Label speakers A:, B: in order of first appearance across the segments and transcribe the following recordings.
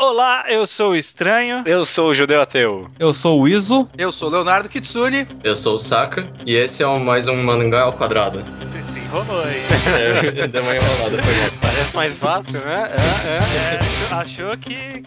A: Olá, eu sou o Estranho.
B: Eu sou o Judeu Ateu.
C: Eu sou o Iso.
D: Eu sou o Leonardo Kitsune.
E: Eu sou o Saka. E esse é um, mais um Mangá ao Quadrado.
A: Você se enrolou aí.
E: É, deu uma enrolada pra mim.
B: Parece mais fácil, né? É,
A: É, achou- achou que.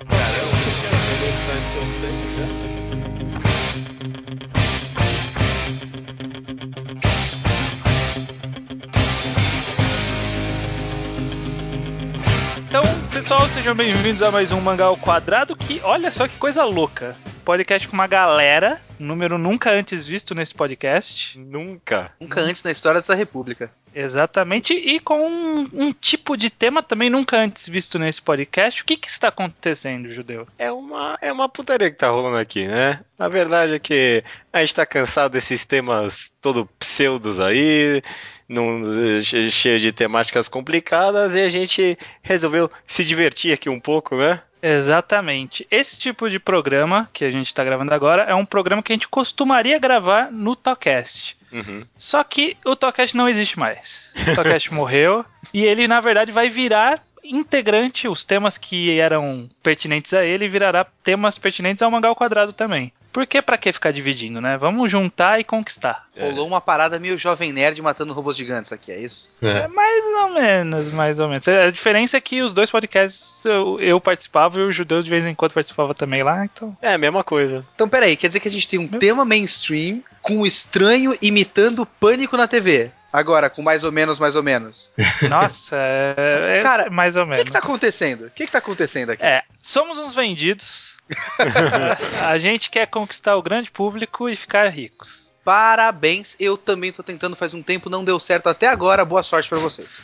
A: Então, pessoal, sejam bem-vindos a mais um Mangá ao Quadrado, que olha só que coisa louca. Podcast com uma galera, número nunca antes visto nesse podcast.
B: é. Nunca.
D: Nunca antes na história dessa república.
A: Exatamente, e com um, um tipo de tema também nunca antes visto nesse podcast. O que que está acontecendo, Judeu?
B: É uma, é uma putaria que tá rolando aqui, né? A verdade é que a gente tá cansado desses temas todo pseudos aí, num- che- cheio de temáticas complicadas, e a gente resolveu se divertir aqui um pouco, né?
A: Exatamente. Esse tipo de programa que a gente está gravando agora é um programa que a gente costumaria gravar no Tocast.
B: Uhum.
A: Só que o Tocast não existe mais. O Tocast morreu e ele, na verdade, vai virar integrante, os temas que eram pertinentes a ele virará temas pertinentes ao Mangal Quadrado também. Porque pra que ficar dividindo, né? Vamos juntar e conquistar.
B: É.
D: Rolou uma parada meio jovem nerd matando robôs gigantes aqui, é isso?
E: É.
A: Mais ou menos, mais ou menos. A diferença é que os dois podcasts eu, eu participava e o judeu de vez em quando participava também lá, então.
B: É a mesma coisa.
D: Então, peraí, quer dizer que a gente tem um tema mainstream com o estranho imitando pânico na TV. Agora, com mais ou menos, mais ou menos.
A: Nossa, é, é
D: Cara,
A: mais ou
D: O que,
A: menos.
D: que tá acontecendo? O que, que tá acontecendo aqui?
A: É, somos uns vendidos. a gente quer conquistar o grande público e ficar ricos.
D: Parabéns, eu também tô tentando faz um tempo, não deu certo até agora, boa sorte pra vocês.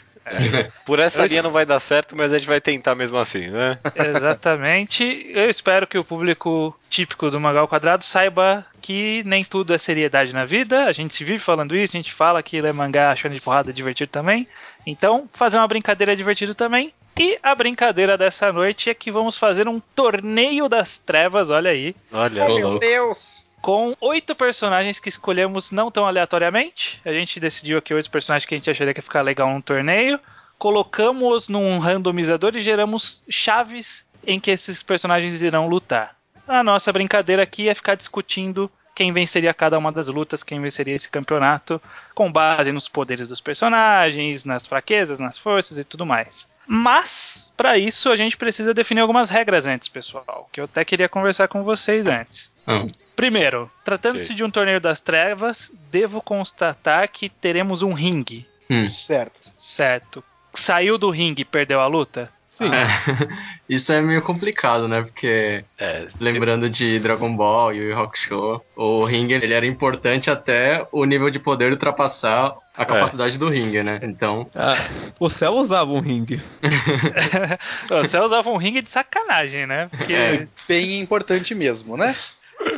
B: Por essa
A: Eu
B: linha não vai dar certo, mas a gente vai tentar mesmo assim, né?
A: Exatamente. Eu espero que o público típico do Magal Quadrado saiba que nem tudo é seriedade na vida. A gente se vive falando isso, a gente fala que ler mangá achando de porrada é divertido também. Então, fazer uma brincadeira é divertido também. E a brincadeira dessa noite é que vamos fazer um torneio das trevas, olha aí,
B: Olha
E: Ô,
B: só.
E: louco.
D: Deus!
A: com oito personagens que escolhemos não tão aleatoriamente. A gente decidiu aqui oito personagens que a gente acharia que ia ficar legal num torneio. Colocamos num randomizador e geramos chaves em que esses personagens irão lutar. A nossa brincadeira aqui é ficar discutindo quem venceria cada uma das lutas, quem venceria esse campeonato, com base nos poderes dos personagens, nas fraquezas, nas forças e tudo mais. Mas, para isso, a gente precisa definir algumas regras antes, pessoal, que eu até queria conversar com vocês antes.
E: Ah,
A: Primeiro, tratando-se de um torneio das trevas, devo constatar que teremos um ringue,
D: Certo.
A: certo? Saiu do ringue, perdeu a luta?
C: Sim.
E: Isso é meio complicado, né? Porque
B: É,
E: lembrando de Dragon Ball e o Show, o ringue ele era importante até o nível de poder ultrapassar a capacidade do ringue, né? Então,
C: Ah, o céu usava um ringue.
A: Você usava um ringue de sacanagem, né? Porque-
E: É.
D: Bem importante mesmo, né?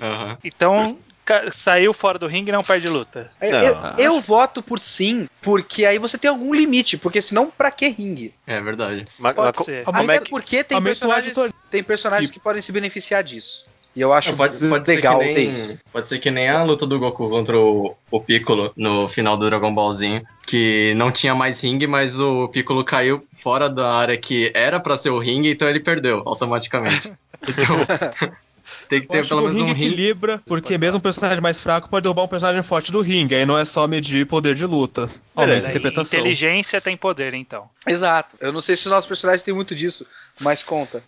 E: aham.
A: Então, ca- saiu fora do ringue não perde luta.
D: Eu,
B: Não,
D: eu-
C: acho-
D: eu voto por sim, porque aí você tem algum limite, porque senão pra que ringue?
E: é verdade.
B: ma- ma-
A: Pode
B: co-
A: ser.
B: Como
D: Até
B: é que-
D: porque tem
C: aumenta o
D: personagens,
C: auditor-
D: tem personagens que podem se beneficiar disso. E eu acho
E: Não, pode, pode
D: legal
E: ser que
D: ter
E: nem,
D: isso.
E: Pode ser que nem a luta do Goku contra o, o Piccolo no final do Dragon Ballzinho, que não tinha mais ringue, mas o Piccolo caiu fora da área que era pra ser o ringue, então ele perdeu automaticamente. Então, tem que
C: Eu
E: ter
C: acho
E: pelo
C: que o
E: menos
C: ringue
E: um ringue.
C: equilibra, porque mesmo um personagem mais fraco pode derrubar um personagem forte do ringue. Aí não é só medir poder de luta. Aumenta a interpretação.
A: Inteligência tem poder, então.
D: Exato. Eu não sei se o nosso personagem tem muito disso, mas conta.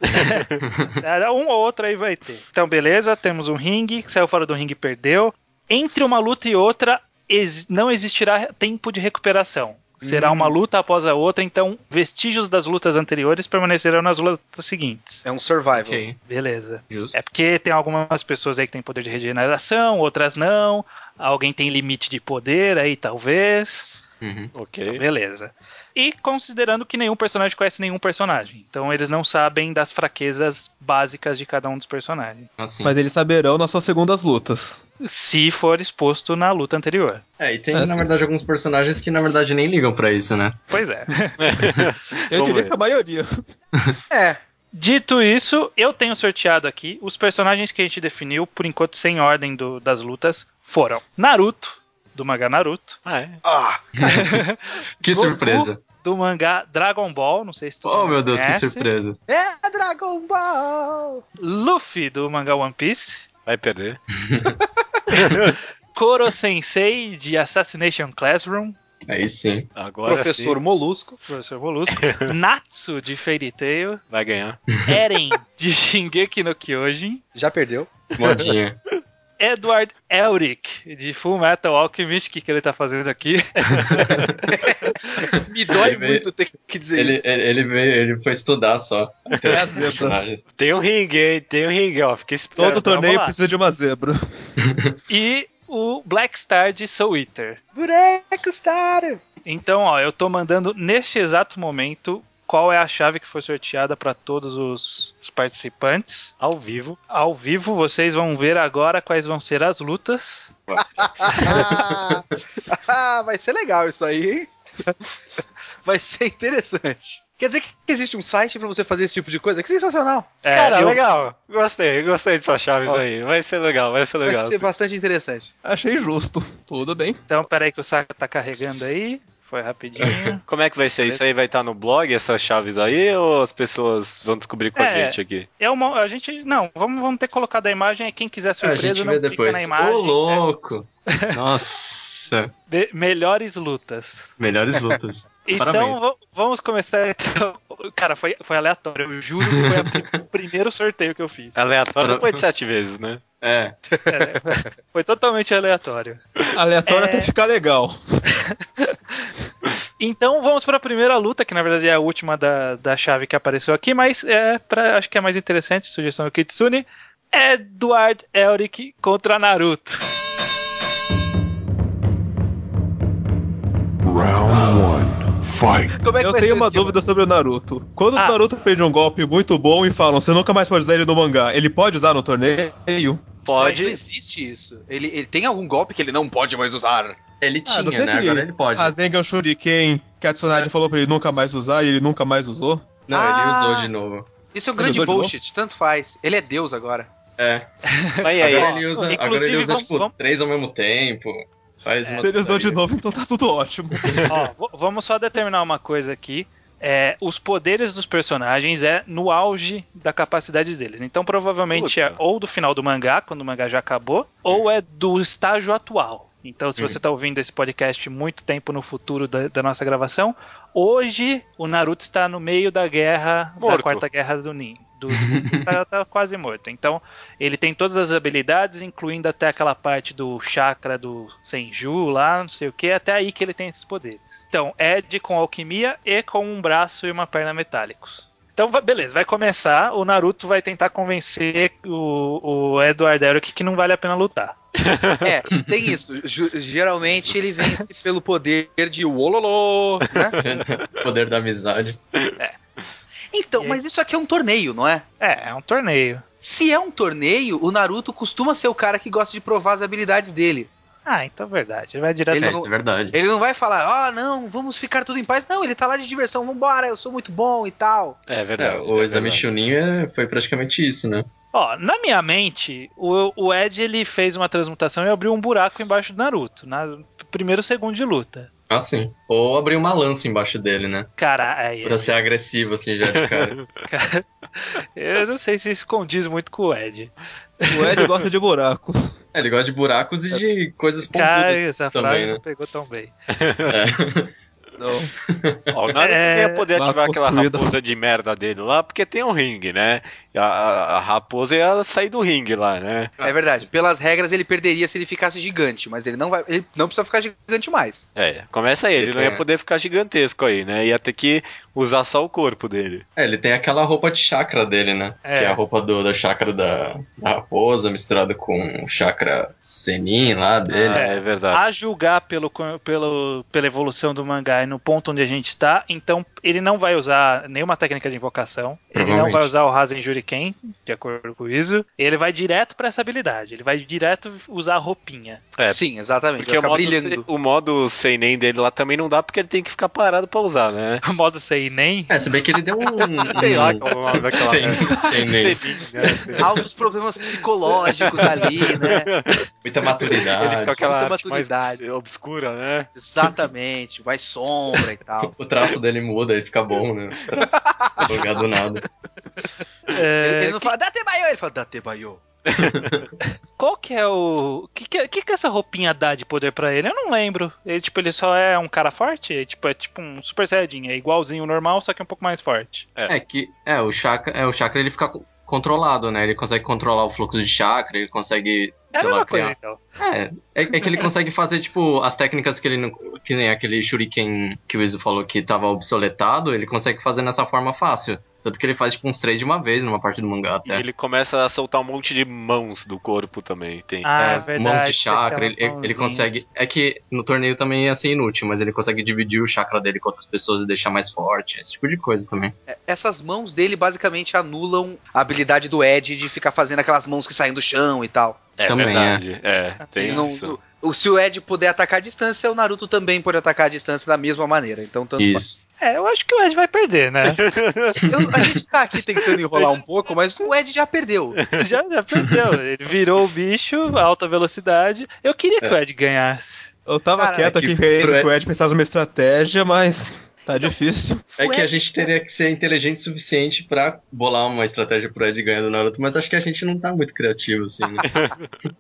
A: Era Um ou outro aí vai ter. Então, beleza, temos um ringue, que saiu fora do ringue perdeu. Entre uma luta e outra, ex- não existirá tempo de recuperação. Será
D: Hum.
A: uma luta após a outra, então vestígios das lutas anteriores permanecerão nas lutas seguintes.
D: É um survival.
E: Ok,
A: Beleza.
E: justo.
A: É porque tem algumas pessoas aí que têm poder de regeneração, outras não. Alguém tem limite de poder aí, talvez.
D: É.
E: Uhum.
B: Ok.
A: Beleza. E considerando que nenhum personagem conhece nenhum personagem. Então eles não sabem das fraquezas básicas de cada um dos personagens.
E: Assim.
C: Mas eles saberão nas suas segundas lutas.
A: Se for exposto na luta anterior.
E: É, e tem,
C: Ah,
E: na
D: assim.
C: sim.
E: verdade, alguns personagens que, na verdade, nem ligam pra isso, né?
A: Pois é.
C: Eu
B: Vamos
C: diria
B: ver.
C: que a maioria.
D: É.
A: Dito isso, eu tenho sorteado aqui os personagens que a gente definiu, por enquanto sem ordem do- das lutas, foram Naruto, do mangá Naruto,
B: Ah, é.
D: Ah,
E: Que
A: Goku.
E: surpresa.
A: do mangá Dragon Ball, não sei se tu
E: Oh, meu Deus, que
A: conhece.
E: surpresa.
D: É Dragon Ball!
A: Luffy do mangá One Piece,
B: Vai perder.
A: Koro Sensei de Assassination Classroom,
E: Aí sim.
B: Agora
D: Professor Molusco.
A: professor Molusco, Natsu de Fairy Tail,
B: sim, vai ganhar.
A: Eren de Shingeki no Kyojin,
D: Já perdeu.
E: Modinha.
A: Edward Elric de Full Metal Alchemist, que, que ele tá fazendo aqui?
D: Me dói
E: Ele veio-
D: muito ter que dizer
E: ele,
D: isso.
E: ele, ele veio, ele foi estudar só.
C: É a zebra.
E: Personagens.
B: Tem um ringue, hein? Tem um ringue, ó. Fica
C: Todo
B: esperto.
C: torneio
A: lá.
C: precisa de uma zebra.
A: E o Black Star de Soul Eater.
D: Buraco Star!
A: Então, ó, eu tô mandando neste exato momento qual é a chave que foi sorteada para todos os os participantes.
B: Ao vivo.
A: Ao vivo, vocês vão ver agora quais vão ser as lutas.
D: Ah, vai ser legal isso aí, hein? Vai ser interessante. Quer dizer que existe um site pra você fazer esse tipo de coisa? Que sensacional!
A: É,
B: Cara,
A: eu-
B: legal. Gostei, gostei dessas chaves
D: Ó.
B: aí. Vai ser legal, vai ser legal.
D: Vai ser bastante interessante.
C: Achei justo. Tudo bem.
A: Então, peraí que o Saka tá carregando aí. Foi rapidinho.
B: Como é que vai ser? Isso aí vai estar no blog, essas chaves aí, ou as pessoas vão descobrir com
A: É.
B: a gente aqui?
A: É uma, a gente. Não, vamos, vamos ter colocado a imagem. Quem quiser
E: A
A: surpresa,
E: gente
A: não
E: vê
A: clica
E: depois.
A: na
E: Ô,
A: imagem. né?
E: louco! Nossa!
A: De- melhores lutas.
E: Melhores lutas.
A: Então
E: Parabéns.
A: va- vamos começar então. Cara, foi, foi aleatório. Eu juro que foi a pri- o primeiro sorteio que eu fiz.
B: Aleatório
E: Pra-
B: depois de sete vezes, né?
E: É.
A: É, foi totalmente aleatório.
C: Aleatório
A: É.
C: até ficar legal.
A: Então vamos para a primeira luta, que na verdade é a última da, da chave que apareceu aqui, mas é pra, acho que é mais interessante, sugestão do Kitsune. Edward Elric contra Naruto.
F: Round one, fight.
D: Como é que
C: Eu
D: vai ser
C: tenho uma
D: esse
C: dúvida sobre o Naruto. Quando
A: Ah.
C: o Naruto prende um golpe muito bom e falam, você nunca mais pode usar ele no mangá, ele pode usar no torneio?
D: Mas
B: Pode.
D: não existe isso. Ele, ele tem algum golpe que ele não pode mais usar.
E: Ele
C: Ah, não
E: tinha,
C: sei
E: né?
C: que-
E: Agora ele pode.
C: A Zengan Shuriken, que a Tsunade falou pra ele nunca mais usar e ele nunca mais usou?
E: Não,
D: Ah.
E: ele usou de novo.
D: Isso é um
C: Ele
D: grande
C: usou de novo?
D: bullshit, tanto faz. Ele é Deus agora.
E: É.
B: Mas e aí?
E: Agora ele usa,
A: Inclusive,
E: agora ele usa
A: vamos-
E: tipo,
A: vamos-
E: três ao mesmo tempo. Faz uma
C: Se ele usou de novo, então tá tudo ótimo.
A: Ó, v- vamos só determinar uma coisa aqui. É, os poderes dos personagens é no auge da capacidade deles. Então provavelmente é
B: Puta.
A: ou do final do mangá, quando o mangá já acabou, ou é do estágio atual. Então, se
E: Hum.
A: você está ouvindo esse podcast muito tempo no futuro da, da nossa gravação, hoje o Naruto está no meio da guerra, da
B: Morto.
A: quarta guerra do Nin. Do, está, tá quase morto. Então, ele tem todas as habilidades, incluindo até aquela parte do chakra do Senju lá, não sei o que, até aí que ele tem esses poderes. Então, Ed com alquimia e com um braço e uma perna metálicos. Então, va- beleza, vai começar. O Naruto vai tentar convencer o, o Edward Elric que não vale a pena lutar.
D: É, tem isso. Ju- geralmente ele vence pelo poder de Wololô, né?
E: Poder da amizade.
D: Então,
A: E aí?
D: mas isso aqui é um torneio, não é?
A: É, é um torneio.
D: Se é um torneio, o Naruto costuma ser o cara que gosta de provar as habilidades dele.
A: Ah, então é verdade. Vai direto.
D: Ele
E: é,
D: não-
E: isso é verdade.
D: Ele não vai falar, ah, não, vamos ficar tudo em paz. Não, ele tá lá de diversão, vambora, eu sou muito bom e tal.
B: É
E: É,
B: verdade.
E: o
B: é
E: exame
B: verdade.
E: Chunin é- foi praticamente isso, né?
A: Ó, na minha mente, o, o Ed ele fez uma transmutação e abriu um buraco embaixo do Naruto, na primeiro segundo de luta.
E: Ah, sim. Ou abrir uma lança embaixo dele, né?
A: Cara, aí,
E: Pra ser agressivo, assim, já de cara.
A: cara, eu não sei se isso condiz muito com o Ed.
C: O Ed gosta de buracos.
E: É, ele gosta de buracos e de coisas
A: Cara, é
E: pontudas.
A: essa
E: também,
A: frase
E: né?
A: não pegou tão bem.
E: É.
C: Não.
B: Ó, o Naruto
A: É,
B: ia poder
C: lá
B: ativar aquela
C: construído.
B: raposa de merda dele lá, porque tem um ringue, né? A, a- a raposa ia sair do ringue lá, né?
E: Ah.
D: É verdade, pelas regras ele perderia se ele ficasse gigante, mas ele não vai, ele não precisa ficar gigante mais.
B: É, começa aí, ele não ia
E: É.
B: poder ficar gigantesco aí, né? Ia ter que usar só o corpo dele.
E: É, ele tem aquela roupa de chakra dele, né?
A: É.
E: Que é a roupa do, da chakra da, da raposa, misturada com o chakra senin lá dele.
B: é, é verdade.
A: A julgar pelo, pelo, pela evolução do mangá e no ponto onde a gente tá, então ele não vai usar nenhuma técnica de invocação, ele não
E: Provavelmente.
A: vai usar o Rasen quem, de acordo com isso, ele vai direto pra essa habilidade. Ele vai direto usar a roupinha.
B: É,
D: Ah, Sim, exatamente.
B: Porque
D: vai
B: o
D: ficar
B: modo,
D: brilhando.
B: se- o modo sem nem dele lá também não dá, porque ele tem que ficar parado pra usar, né?
A: O modo sei nem.
E: É, se bem que ele deu um.
B: Sei lá
E: um-
B: como é o nome daquela
E: Sem,
B: merda.
E: sem nem.
B: né?
D: Altos problemas psicológicos ali, né?
E: Muita maturidade.
B: Ele fica com aquela
D: muita
B: arte mais
D: maturidade.
B: É obscura, né?
D: Exatamente, mais sombra e tal.
E: O traço dele muda, ele fica bom, né? O traço. Jogar do nada.
A: É,
D: ele não fala, dá Tebaio, ele fala, dá Tebaio.
A: Qual que é o. O que, que, é- que que essa roupinha dá de poder pra ele? Eu não lembro. Ele, tipo, ele só é um cara forte? É, tipo, é tipo um Super Saiyajin. É igualzinho ao normal, só que um pouco mais forte.
E: É que. É, o chakra, é, o chakra ele fica co- controlado, né? Ele consegue controlar o fluxo de chakra, ele consegue.
A: É a
E: sei lá,
A: mesma coisa,
E: criar.
A: então.
E: É, é, é que ele consegue fazer, tipo, as técnicas que ele não. Que nem aquele shuriken que o Izu falou que tava obsoletado, ele consegue fazer nessa forma fácil. Tanto que ele faz, tipo, uns três de uma vez numa parte do mangá
B: E
E: até.
B: ele começa a soltar um monte de mãos do corpo também. Tem.
A: Ah,
E: É,
A: é verdade.
E: um monte de
A: tem
E: chakra, ele,
A: aquelas
E: ele- ele
A: mãozinhas.
E: consegue. É que no torneio também ia ser inútil, mas ele consegue dividir o chakra dele com outras pessoas e deixar mais forte, esse tipo de coisa também.
D: Essas mãos dele basicamente anulam a habilidade do Ed de ficar fazendo aquelas mãos que saem do chão e tal.
B: é
E: também,
B: verdade. É, tem
D: Ele não-
B: isso.
D: o- se o Ed puder atacar a distância, o Naruto também pode atacar a distância da mesma maneira. Então, tanto faz.
E: Isso.
A: É, eu acho que o Ed vai perder, né?
D: Eu- a gente tá aqui tentando enrolar um pouco, mas o Ed já perdeu.
A: já, já perdeu. Ele virou o bicho, alta velocidade. Eu queria que o Ed ganhasse.
C: Eu tava
D: Cara,
C: quieto
E: é que
C: aqui querendo
E: pro-
C: que o Ed pensasse numa estratégia, mas tá difícil.
E: É que a gente teria que ser inteligente o suficiente pra bolar uma estratégia pro Ed ganhar do Naruto, mas acho que a gente não tá muito criativo, assim, né?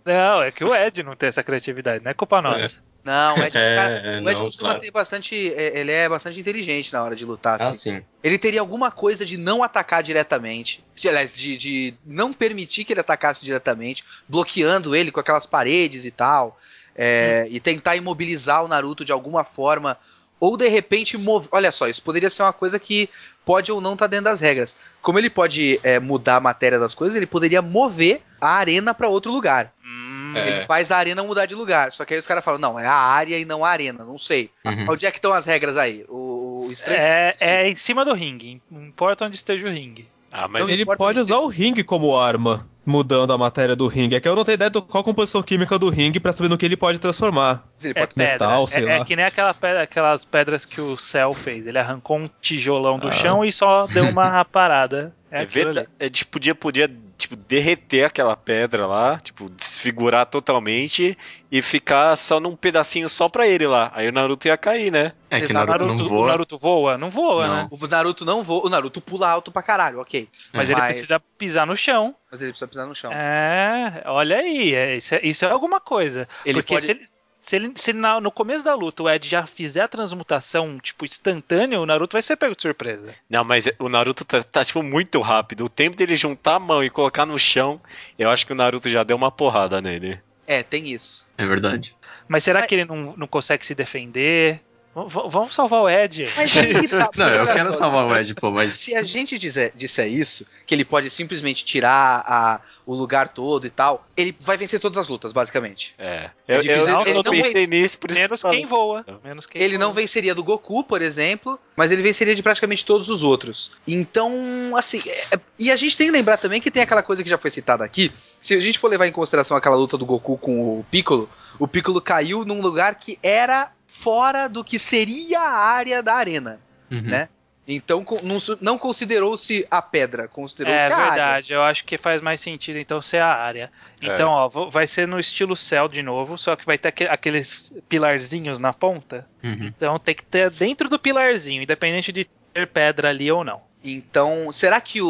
A: Não, é que o Ed não tem essa criatividade, não é culpa nossa.
D: Não, o Ed, um
E: É,
D: cara,
E: é,
D: o Ed
E: não,
D: costuma
E: claro.
D: ter bastante. é, Ele é bastante inteligente na hora de lutar, assim.
E: Ah, sim.
D: Ele teria alguma coisa de não atacar diretamente. De, aliás, de, de não permitir que ele atacasse diretamente, bloqueando ele com aquelas paredes e tal. é, E tentar imobilizar o Naruto de alguma forma. Ou de repente mover. Olha só, isso poderia ser uma coisa que pode ou não estar dentro das regras. Como ele pode é, mudar a matéria das coisas, ele poderia mover a arena pra outro lugar.
A: Hum,
E: É.
D: Ele faz a arena mudar de lugar. Só que aí os caras falam: não, é a área e não a arena, não sei.
E: Uhum.
D: Onde é que estão as regras aí? O, o estranho.
A: É, é em cima do ringue, não importa onde esteja o ringue.
B: Ah, mas
D: Não,
C: Mas Então ele
D: importa
C: pode
D: onde
C: usar o ringue como arma, mudando a matéria do ringue. É que eu não tenho ideia de qual a composição química do ringue pra saber no que ele pode transformar.
D: Ele
A: É
D: pode
A: pedra.
C: metal,
A: é-
C: sei
A: é,
C: lá.
A: que nem aquela pedra- aquelas pedras que o Cell fez. Ele arrancou um tijolão do
C: Ah.
A: chão e só deu uma parada. É,
B: É,
A: aquilo ali.
B: verdade. É, tipo, podia, podia tipo, derreter aquela pedra lá, tipo, desfigurar totalmente e ficar só num pedacinho só pra ele lá. Aí o Naruto ia cair, né?
E: É que o
D: Exato.
E: Naruto, não
A: Naruto-
E: voa.
A: O Naruto voa? Não voa,
E: Não.
A: né?
D: O Naruto não voa. O Naruto pula alto pra caralho, ok.
A: Mas ele precisa pisar no chão.
D: Mas ele precisa pisar no chão.
A: É, olha aí, é, isso, é, isso é alguma coisa.
D: ele
A: Porque
D: pode.
A: se ele, se ele- se na- no começo da luta o Ed já fizer a transmutação, tipo, instantânea, o Naruto vai ser pego de surpresa.
B: Não, mas o Naruto tá, tá, tipo, muito rápido. O tempo dele juntar a mão e colocar no chão, eu acho que o Naruto já deu uma porrada nele.
D: É, tem isso.
E: É verdade.
A: Mas será
D: Mas-
A: que ele não, não consegue se defender? V- v- vamos salvar o Ed.
D: Mas aí que tá.
E: Não, eu
D: olha
E: quero
D: só,
E: salvar o Ed, pô, mas
D: Se a gente dizer, disser isso, que ele pode simplesmente tirar a- o lugar todo e tal, ele vai vencer todas as lutas, basicamente.
B: É. Eu,
D: difícil,
B: eu-
A: ele
B: eu
A: não
B: pensei
D: vence.
B: nisso, por isso
A: Menos
B: que eu
A: quem voa.
B: Não.
A: Menos quem
D: Ele
A: voa.
D: não venceria do Goku, por exemplo, mas ele venceria de praticamente todos os outros. Então, assim. é- é- e a gente tem que lembrar também que tem aquela coisa que já foi citada aqui. Se a gente for levar em consideração aquela luta do Goku com o Piccolo, o Piccolo caiu num lugar que era fora do que seria a área da arena.
E: Uhum.
D: né? Então, co- não, su- não considerou-se a pedra, considerou-se
A: É
D: a área.
A: verdade, eu acho que faz mais sentido então ser a área.
B: É.
A: Então, ó, vo- vai ser no estilo céu de novo, só que vai ter aque- aqueles pilarzinhos na ponta.
E: Uhum.
A: Então tem que ter dentro do pilarzinho, independente de ter pedra ali ou não.
D: Então, será que o,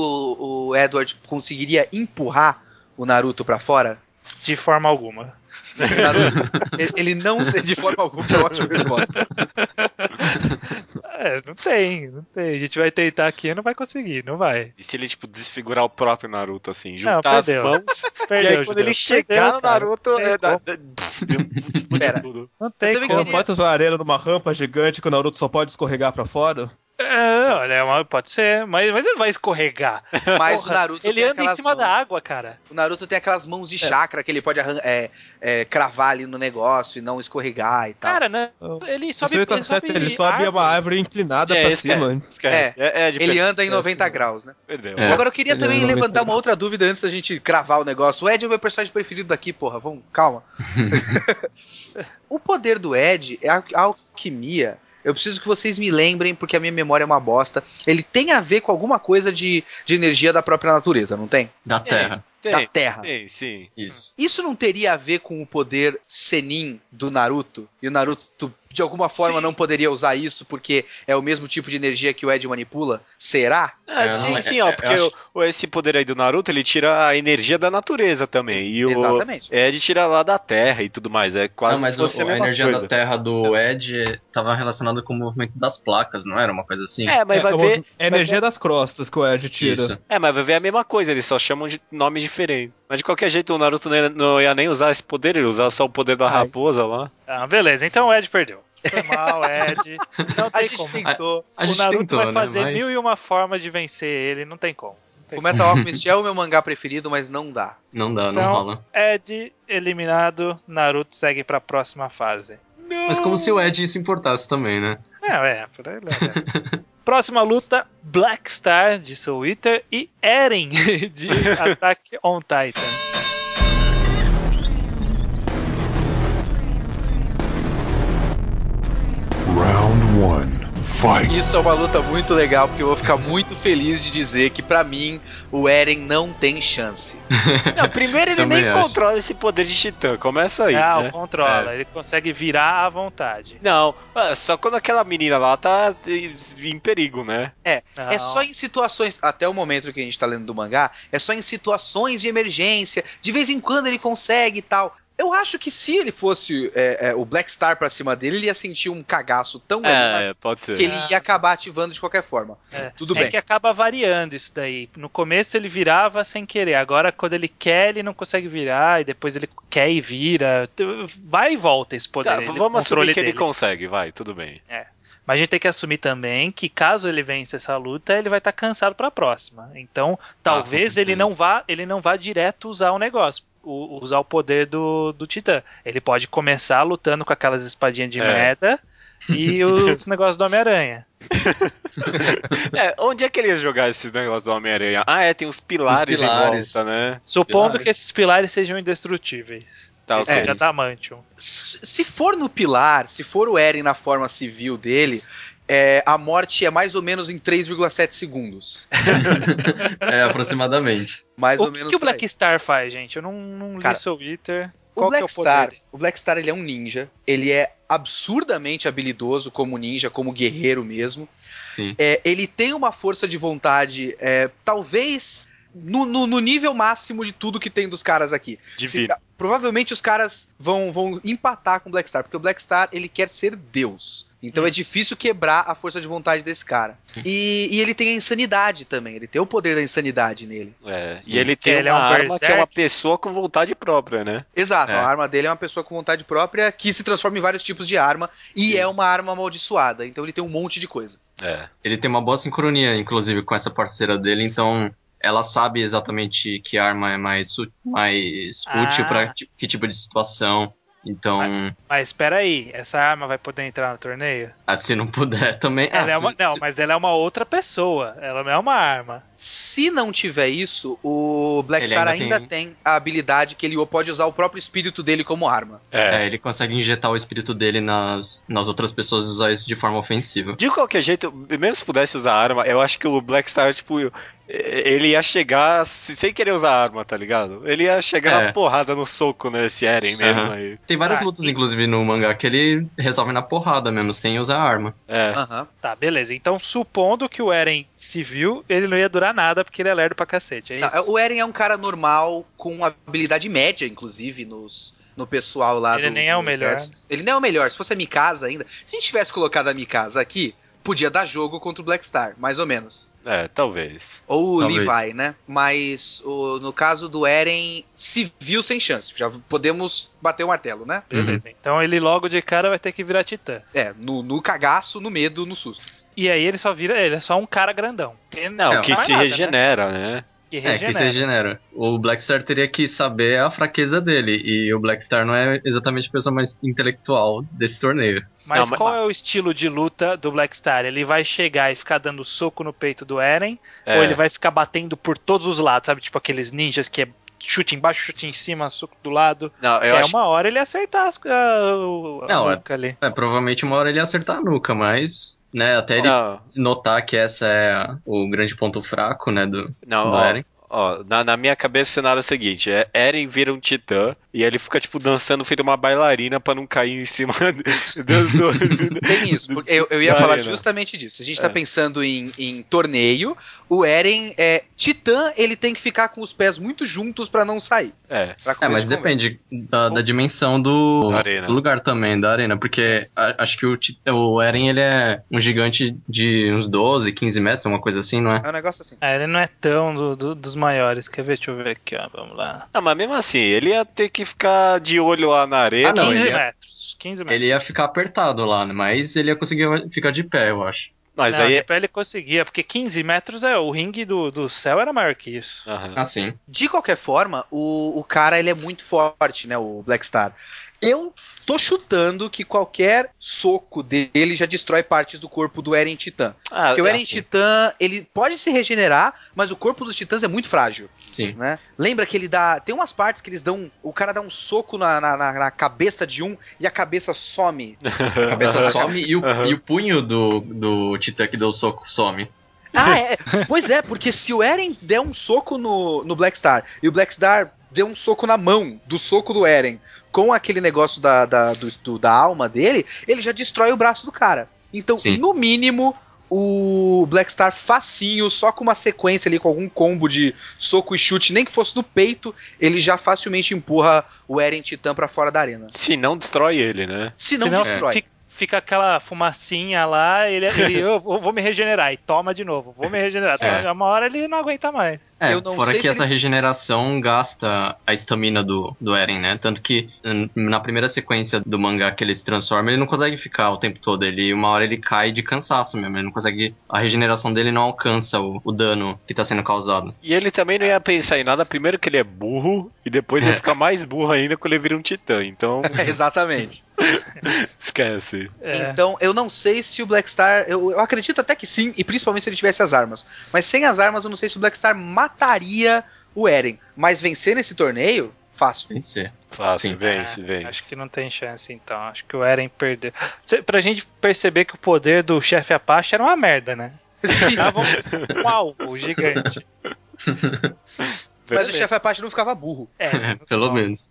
D: o Edward conseguiria empurrar o Naruto pra fora?
A: De forma alguma.
D: O Naruto, ele- ele não se de forma alguma é uma ótima resposta.
A: É, não tem, não tem. A gente vai tentar aqui e não vai conseguir, não vai.
B: E se ele, tipo, desfigurar o próprio Naruto, assim,
A: Não,
B: juntar as
A: perdeu.
B: mãos,
A: Perdeu,
B: e aí quando
A: Judeu.
B: ele chegar
A: Perdeu,
B: no
A: cara.
B: Naruto,
A: Tem
B: é, dá,
A: como.
B: dá, explode
D: Pera.
B: um tudo.
A: Não tem
D: também
A: como.
C: Pô,
D: queria-
C: pode transformar a arena numa rampa gigante que o Naruto só pode escorregar pra fora?
A: É, olha, é uma- pode ser, mas, mas ele vai escorregar.
D: Mas
A: Porra,
D: o Naruto
A: Ele
D: tem
A: anda em
D: aquelas
A: cima
D: mãos.
A: da É. água, cara.
D: O Naruto tem aquelas mãos de chakra que ele pode arran- é, é, cravar ali no negócio e não escorregar
B: Tá.
D: e tal.
A: Cara, né?
C: Oh.
A: Ele sobe
C: Você tá certo, ele sobe uma árvore inclinada pra
B: É,
C: cima.
B: esquece, esquece. É, é de
D: ele
B: perder,
D: anda em 90 graus, né?
B: Perdeu.
E: É.
D: Agora eu queria
C: Ele
D: também
C: anda em 90
D: levantar uma outra dúvida antes da gente cravar o negócio. O Ed é o meu personagem preferido daqui, porra. Vamos, calma. o poder do Ed é a a alquimia. Eu preciso que vocês me lembrem, porque a minha memória é uma bosta. Ele tem a ver com alguma coisa de, de energia da própria natureza, não tem?
E: Da Terra.
D: da
B: Tem,
D: terra.
B: tem, sim.
E: Isso.
D: Isso não teria a ver com o poder Senin do Naruto? E o Naruto, de alguma forma,
B: Sim.
D: não poderia usar isso porque é o mesmo tipo de energia que o Ed manipula? Será?
B: Ah,
E: É,
B: sim,
E: não, é-
B: sim, ó,
E: é-
B: porque
E: eu acho-
B: o- esse poder aí do Naruto, ele tira a energia da natureza também. E o
D: Exatamente.
B: Ed tira É lá da terra e tudo mais. É quase
E: Não, mas
B: se fosse
E: o,
B: a
E: a
B: mesma
E: energia
B: coisa.
E: da Terra do Ed tava relacionada com o movimento das placas, não era uma coisa assim?
B: É, mas
C: É,
B: vai
C: é o-
B: ver.
C: É a energia das crostas que o Ed tira.
E: Isso.
B: É, mas vai ver a mesma coisa, eles só chamam de nome diferente. Mas de qualquer jeito o Naruto não ia- não ia nem usar esse poder, ele ia usar só o poder da
C: Ah,
B: raposa lá.
A: Ah, beleza, então o Ed perdeu. Foi mal, Ed. Não
D: A
A: tem
D: gente
A: como.
D: tentou.
E: A
A: o
E: gente
A: Naruto
E: tentou,
A: vai
E: né,
A: fazer
E: mas-
A: mil e uma formas de vencer ele, não tem como.
D: O Metal Alchemist é o meu mangá preferido, mas não dá.
E: Não dá,
A: Então-
E: não rola.
A: Ed eliminado, Naruto segue pra próxima fase.
E: Mas como se o Ed se importasse também, né?
A: É, é, por aí leva. Próxima luta, Black Star de Soul Eater e Eren de Attack on Titan.
F: Round one. Fight.
D: Isso é uma luta muito legal, porque eu vou ficar muito feliz de dizer que, pra mim, o Eren não tem chance.
B: Não, primeiro ele
E: Também
B: nem
E: acho.
B: controla esse poder de titã, começa aí.
A: Não,
B: né?
A: Ah, controla,
D: É.
A: ele consegue virar à vontade.
B: Não, ah, só quando aquela menina lá tá eh, em perigo, né?
A: Não.
D: É só em situações, até o momento que a gente tá lendo do mangá, é só em situações de emergência. De vez em quando ele consegue e tal. Eu acho que se ele fosse é, é, o Black Star pra cima dele, ele ia sentir um cagaço tão grande
B: É, pode ser.
D: que ele ia acabar ativando de qualquer forma.
A: É.
D: Tudo
A: é
D: bem.
A: que acaba variando isso daí. No começo ele virava sem querer, agora quando ele quer ele não consegue virar, e depois ele quer e vira. Tu- Vai e volta esse poder.
B: Tá,
A: ele-
B: vamos assumir
A: controle
B: que ele
A: dele.
B: consegue, vai, tudo bem.
A: Mas a gente tem que assumir também que caso ele vença essa luta, ele vai estar cansado pra próxima. Então, talvez
E: com
A: ele
E: certeza.
A: não vá, ele não vá direto usar o negócio, o- usar o poder do, do Titã. Ele pode começar lutando com aquelas espadinhas de
B: É.
A: merda e os negócios do Homem-Aranha.
B: É, onde é que ele ia jogar esses negócios do Homem-Aranha? Ah, é, tem uns pilares,
E: pilares.
B: em volta, né?
A: Supondo
E: Pilares.
A: que esses pilares sejam indestrutíveis.
B: Tá,
A: Esse
B: ok.
A: é de Adamantium.
D: S- Se for no pilar, se for o Eren na forma civil dele, é, a morte é mais ou menos em 3,7 segundos.
E: É, aproximadamente.
D: Mais
A: o
D: ou
A: que,
D: menos.
A: que o
D: por aí.
A: Black Star faz, gente? Eu não, não
D: Cara,
A: li Soul Eater.
D: O
A: Qual que é
D: Black
A: o poder
D: Star,
A: dele?
D: o Black Star ele é um ninja, ele é absurdamente habilidoso como ninja, como guerreiro mesmo.
E: Sim.
D: É, ele tem uma força de vontade, é, talvez no, no- no nível máximo de tudo que tem dos caras aqui. Se-
B: Divino.
D: provavelmente os caras vão, vão empatar com o Black Star, porque o Black Star ele quer ser Deus. Então
A: Hum.
D: é difícil quebrar a força de vontade desse cara. E, e ele tem a insanidade também, ele tem o poder da insanidade nele.
B: É,
E: Sim.
B: e ele tem
A: Ele é
B: uma
A: um
B: arma que é uma
A: berserk.
B: pessoa com vontade própria, né?
D: Exato,
E: É.
D: a arma dele é uma pessoa com vontade própria que se transforma em vários tipos de arma e é
E: Isso.
D: uma arma amaldiçoada, então ele tem um monte de coisa.
B: É.
E: Ele tem uma boa sincronia, inclusive, com essa parceira dele, então ela sabe exatamente que arma é mais, u- mais
A: Ah.
E: útil pra ti- que tipo de situação. Então,
A: Mas espera aí, essa arma vai poder entrar no torneio?
E: ah, se não puder também. ah,
A: Ela é
E: se-
A: uma- não,
E: se-
A: mas ela é uma outra pessoa. Ela não é uma arma.
D: Se não tiver isso, o Black
E: Ele
D: Star ainda,
E: ainda
D: tem... a habilidade que ele pode usar o próprio espírito dele como arma.
B: É.
E: É, ele consegue injetar o espírito dele nas, nas outras pessoas e usar isso de forma ofensiva.
B: De qualquer jeito, mesmo se pudesse usar arma, eu acho que o Black Star, tipo, eh, ele ia chegar se- sem querer usar arma, tá ligado? Ele ia chegar
E: É.
B: na porrada, no soco, né? Esse Eren mesmo
E: Aham.
B: aí.
E: Tem várias
A: Ah,
E: lutas,
A: e-
E: inclusive, no mangá que ele resolve na porrada mesmo, sem usar arma.
B: É.
D: Aham.
A: Tá, beleza. Então, supondo que o Eren se viu, ele não ia durar nada porque ele é lerdo pra cacete. É
D: Não,
A: isso?
D: o Eren é um cara normal, com uma habilidade média, inclusive, nos, no pessoal lá
A: Ele
D: do.
A: nem é o
D: do
A: melhor.
D: exército. Ele nem é o melhor. Se fosse a Mikasa ainda. Se a gente tivesse colocado a Mikasa aqui, podia dar jogo contra o Black Star, mais ou menos.
B: É, talvez.
D: Ou o
E: Talvez.
D: Levi, né? Mas o- no caso do Eren, se viu sem chance. Já podemos bater o martelo, né?
A: Beleza. Então ele logo de cara vai ter que virar titã.
D: É, no, no cagaço, no medo, no susto.
A: E aí ele só vira. Ele é só um cara grandão. Que não,
E: É,
A: não
E: o
B: Que
A: é
B: se
A: nada, Né?
B: regenera, né?
A: Que
E: É,
A: regenera.
E: que se regenera. O Blackstar teria que saber a fraqueza dele, e o Blackstar não é exatamente a pessoa mais intelectual desse torneio.
A: Mas
B: Não, mas-
A: qual é o estilo de luta do Blackstar? Ele vai chegar e ficar dando soco no peito do Eren?
B: É.
A: Ou ele vai ficar batendo por todos os lados, sabe? Tipo aqueles ninjas que é chute embaixo, chute em cima, soco do lado.
B: Não, eu
A: é
B: acho
A: uma hora ele acertar as, a, o, a
E: Não, é-
A: nuca ali.
E: É, provavelmente uma hora ele ia acertar a nuca, mas, né, até
A: Ah.
E: ele
B: Não,
E: notar que essa é a- o grande ponto fraco, né, do,
B: não,
E: do
B: ó,
E: Eren.
B: ó, na, na minha cabeça o cenário é o seguinte, é, Eren vira um titã e ele fica, tipo, dançando feito uma bailarina pra não cair em cima né? do... do- do-
D: Tem isso. porque eu, eu ia
B: Da
D: falar
B: arena.
D: justamente disso. A gente
B: É.
D: tá pensando em, em torneio. O Eren é titã, ele tem que ficar com os pés muito juntos pra não sair.
B: É,
D: Pra
E: É,
D: começo
E: mas
D: de conversa.
E: depende da, da dimensão do,
B: Da arena.
E: do lugar também, da arena, porque a- acho que o, Ti- o Eren, ele é um gigante de uns 12, 15 metros, uma coisa assim, não é?
D: É um negócio assim.
A: Ah, ele não é tão do- do- dos maiores. Quer ver? Deixa eu ver aqui, ó. Vamos lá.
B: Não, mas mesmo assim, ele ia ter que ficar de olho lá na areia.
E: Ah, não,
A: 15
E: ele é-
A: metros. 15 metros.
E: Ele ia ficar apertado lá, né, mas ele ia conseguir ficar de pé, eu acho.
B: mas
A: não,
B: aí... é-
A: de pé ele conseguia, porque 15 metros é o ringue do, do céu era maior que isso.
B: Aham.
E: Assim.
D: De qualquer forma, o, o cara ele é muito forte, né? O Blackstar. Eu tô chutando que qualquer soco dele já destrói partes do corpo do Eren Titã.
B: Ah,
D: Porque o
B: é
D: Eren
B: assim.
D: Titã, ele pode se regenerar, mas o corpo dos titãs é muito frágil,
E: Sim.
D: né? Lembra que ele dá. Tem umas partes que eles dão. O cara dá um soco na, na, na- na cabeça de um e a cabeça some.
E: A cabeça some e o,
B: Aham.
E: e o punho do, do Titã que deu o soco some.
D: Ah, é. pois é, porque se o Eren der um soco no, no Blackstar e o Blackstar deu um soco na mão do soco do Eren com aquele negócio da, da, do- do- da alma dele, ele já destrói o braço do cara. Então,
E: Sim.
D: no mínimo, o Blackstar facinho, só com uma sequência ali, com algum combo de soco e chute, nem que fosse no peito, ele já facilmente empurra o Eren Titã pra fora da arena.
B: Se não, destrói ele, né?
D: Se não,
A: Senão
D: destrói.
A: fi- Fica aquela fumacinha lá, ele, é, ele eu vou, vou me regenerar e toma de novo, vou me regenerar.
E: É.
A: Uma hora ele não aguenta mais.
E: É,
D: Eu não
E: fora
D: sei
E: que
D: se
E: essa regeneração gasta a estamina do, do Eren, né? Tanto que hum, na primeira sequência do mangá que ele se transforma, ele não consegue ficar o tempo todo. Ele, uma hora ele cai de cansaço mesmo. Ele não consegue. A regeneração dele não alcança o, o dano que tá sendo causado.
B: E ele também não ia pensar em nada. Primeiro que ele é burro, e depois ele fica mais burro ainda quando ele vira um titã. Então,
D: É. Exatamente.
B: esquece.
A: É.
D: Então, eu não sei se o Blackstar. Eu, eu acredito até que sim, e principalmente se ele tivesse as armas. Mas sem as armas, eu não sei se o Blackstar mataria o Eren. Mas vencer nesse torneio, fácil.
E: Tem que ser.
B: Fácil,
E: Sim.
B: vence,
A: É,
B: vence.
A: Acho que não tem chance, então. Acho que o Eren perdeu. Cê- Pra gente perceber que o poder do chefe Apache era uma merda, né?
D: Sim,
A: Tava um, um alvo gigante.
D: mas o chefe Apache não ficava burro.
A: É,
E: Pelo
A: bom.
E: menos.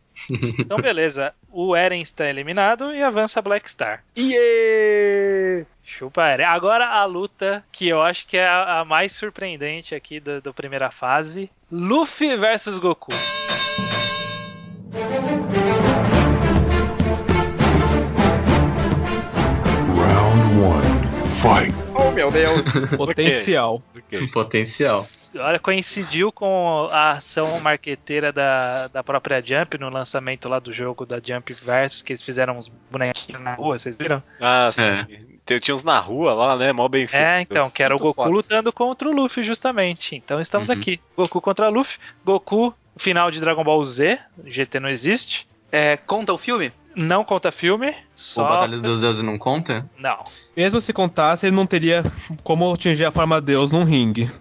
A: Então, beleza. O Eren está eliminado e avança Black Star.
D: Iê!
A: Chupa Eren. Agora a luta que eu acho que é a, a mais surpreendente aqui do, do primeira fase: Luffy versus Goku.
F: Round one. Fight.
D: Oh, meu Deus!
C: Potencial.
B: Ok.
E: um Potencial.
A: Olha, coincidiu com a ação marqueteira da, da própria Jump no lançamento lá do jogo da Jump Versus, que eles fizeram uns bonequinhos na rua, vocês viram?
B: Ah, sim.
E: É.
B: Tem- Tinha uns na rua lá, né? Mó bem feito.
A: É, então, que era o
D: Muito
A: Goku
D: foda.
A: lutando contra o Luffy, justamente. Então estamos
E: Uhum.
A: aqui. Goku contra Luffy. Goku, final de Dragon Ball Z. GT não existe.
D: É, conta o filme?
A: Não conta filme.
E: O
A: Só.
E: Batalha dos Deuses não conta?
A: Não.
C: Mesmo se contasse, ele não teria como atingir a forma Deus num ringue.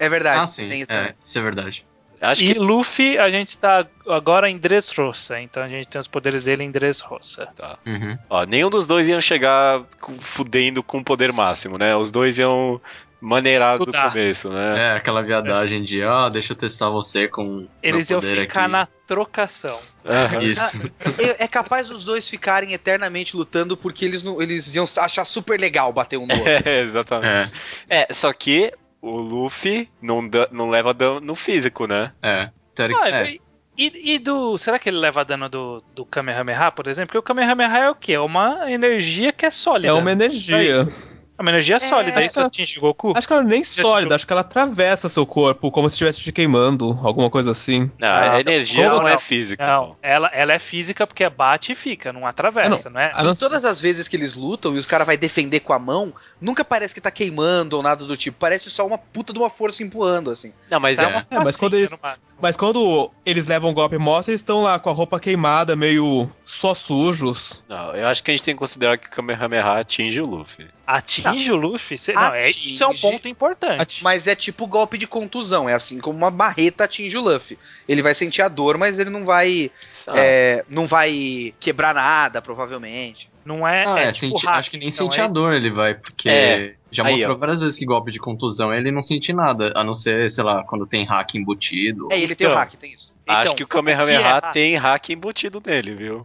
D: É verdade.
E: ah, sim.
D: tem isso
E: é,
D: também.
E: isso é verdade.
B: Acho
A: e
B: que.
A: Luffy, a gente está agora em Dressrosa. Então a gente tem os poderes dele em Dressrosa.
B: Tá.
E: Uhum.
B: Ó, nenhum dos dois iam chegar com- fudendo com o poder máximo, né? Os dois iam maneirar
A: Estudar.
B: do começo, né?
E: É, aquela viadagem de, ah, deixa eu testar você com.
A: Eles
E: meu
A: iam
E: poder
A: ficar
E: aqui.
A: na trocação.
B: Aham.
E: Isso.
D: É, é capaz os dois ficarem eternamente lutando porque eles, não, eles iam achar super legal bater um no outro.
B: É, exatamente.
E: é.
B: É, só que o Luffy não, da- não leva dano no físico, né?
E: É. Teori...
A: Ah,
E: é.
A: E, e do. Será que ele leva dano do, do Kamehameha, por exemplo? Porque o Kamehameha é o quê? É uma energia que é sólida.
C: É uma
A: Só
C: energia.
A: isso. É uma energia sólida,
C: É.
A: isso atinge o Goku?
C: Acho que ela nem sólida,
A: assistiu?
C: acho que ela atravessa seu corpo, como se estivesse te queimando, alguma coisa assim.
B: Não,
D: Ah,
B: a energia
A: como
B: não é
A: não?
B: física.
A: Não, ela, ela é física porque bate e fica, não atravessa, não, é?
C: A Tipo, Ah, não ser-
D: Todas as vezes que eles lutam e os caras vai defender com a mão, nunca parece que tá queimando ou nada do tipo. Parece só uma puta de uma força empurrando, assim.
B: Não, mas
A: Dá
B: é.
A: uma
C: É, mas quando eles-
A: facinha no máximo.
C: Mas quando eles levam um golpe e mostra, eles estão lá com a roupa queimada, meio só sujos.
B: Não, eu acho que a gente tem que considerar que o Kamehameha atinge o Luffy.
A: Atinge o Luffy? Cê- não, é, isso é um
D: Atinge.
A: ponto importante.
D: Mas é tipo golpe de contusão. É assim como uma barreta atinge o Luffy. Ele vai sentir a dor, mas ele não vai.
B: Ah,
D: é, não vai quebrar nada, provavelmente.
A: Não é.
E: Ah, é,
A: é tipo
E: senti-
A: hack,
E: acho que nem
A: então,
E: sentir
A: é-
E: a dor ele vai, porque
B: É.
E: já
B: Aí,
E: mostrou
B: ó.
E: várias vezes que golpe de contusão ele não sente nada, a não ser, sei lá, quando tem hack embutido.
D: É, ele tem o
B: Então.
D: hack, tem isso.
B: acho
A: então,
B: que o
A: o que
B: Kamehameha
A: é hack?
B: tem hack embutido nele, viu?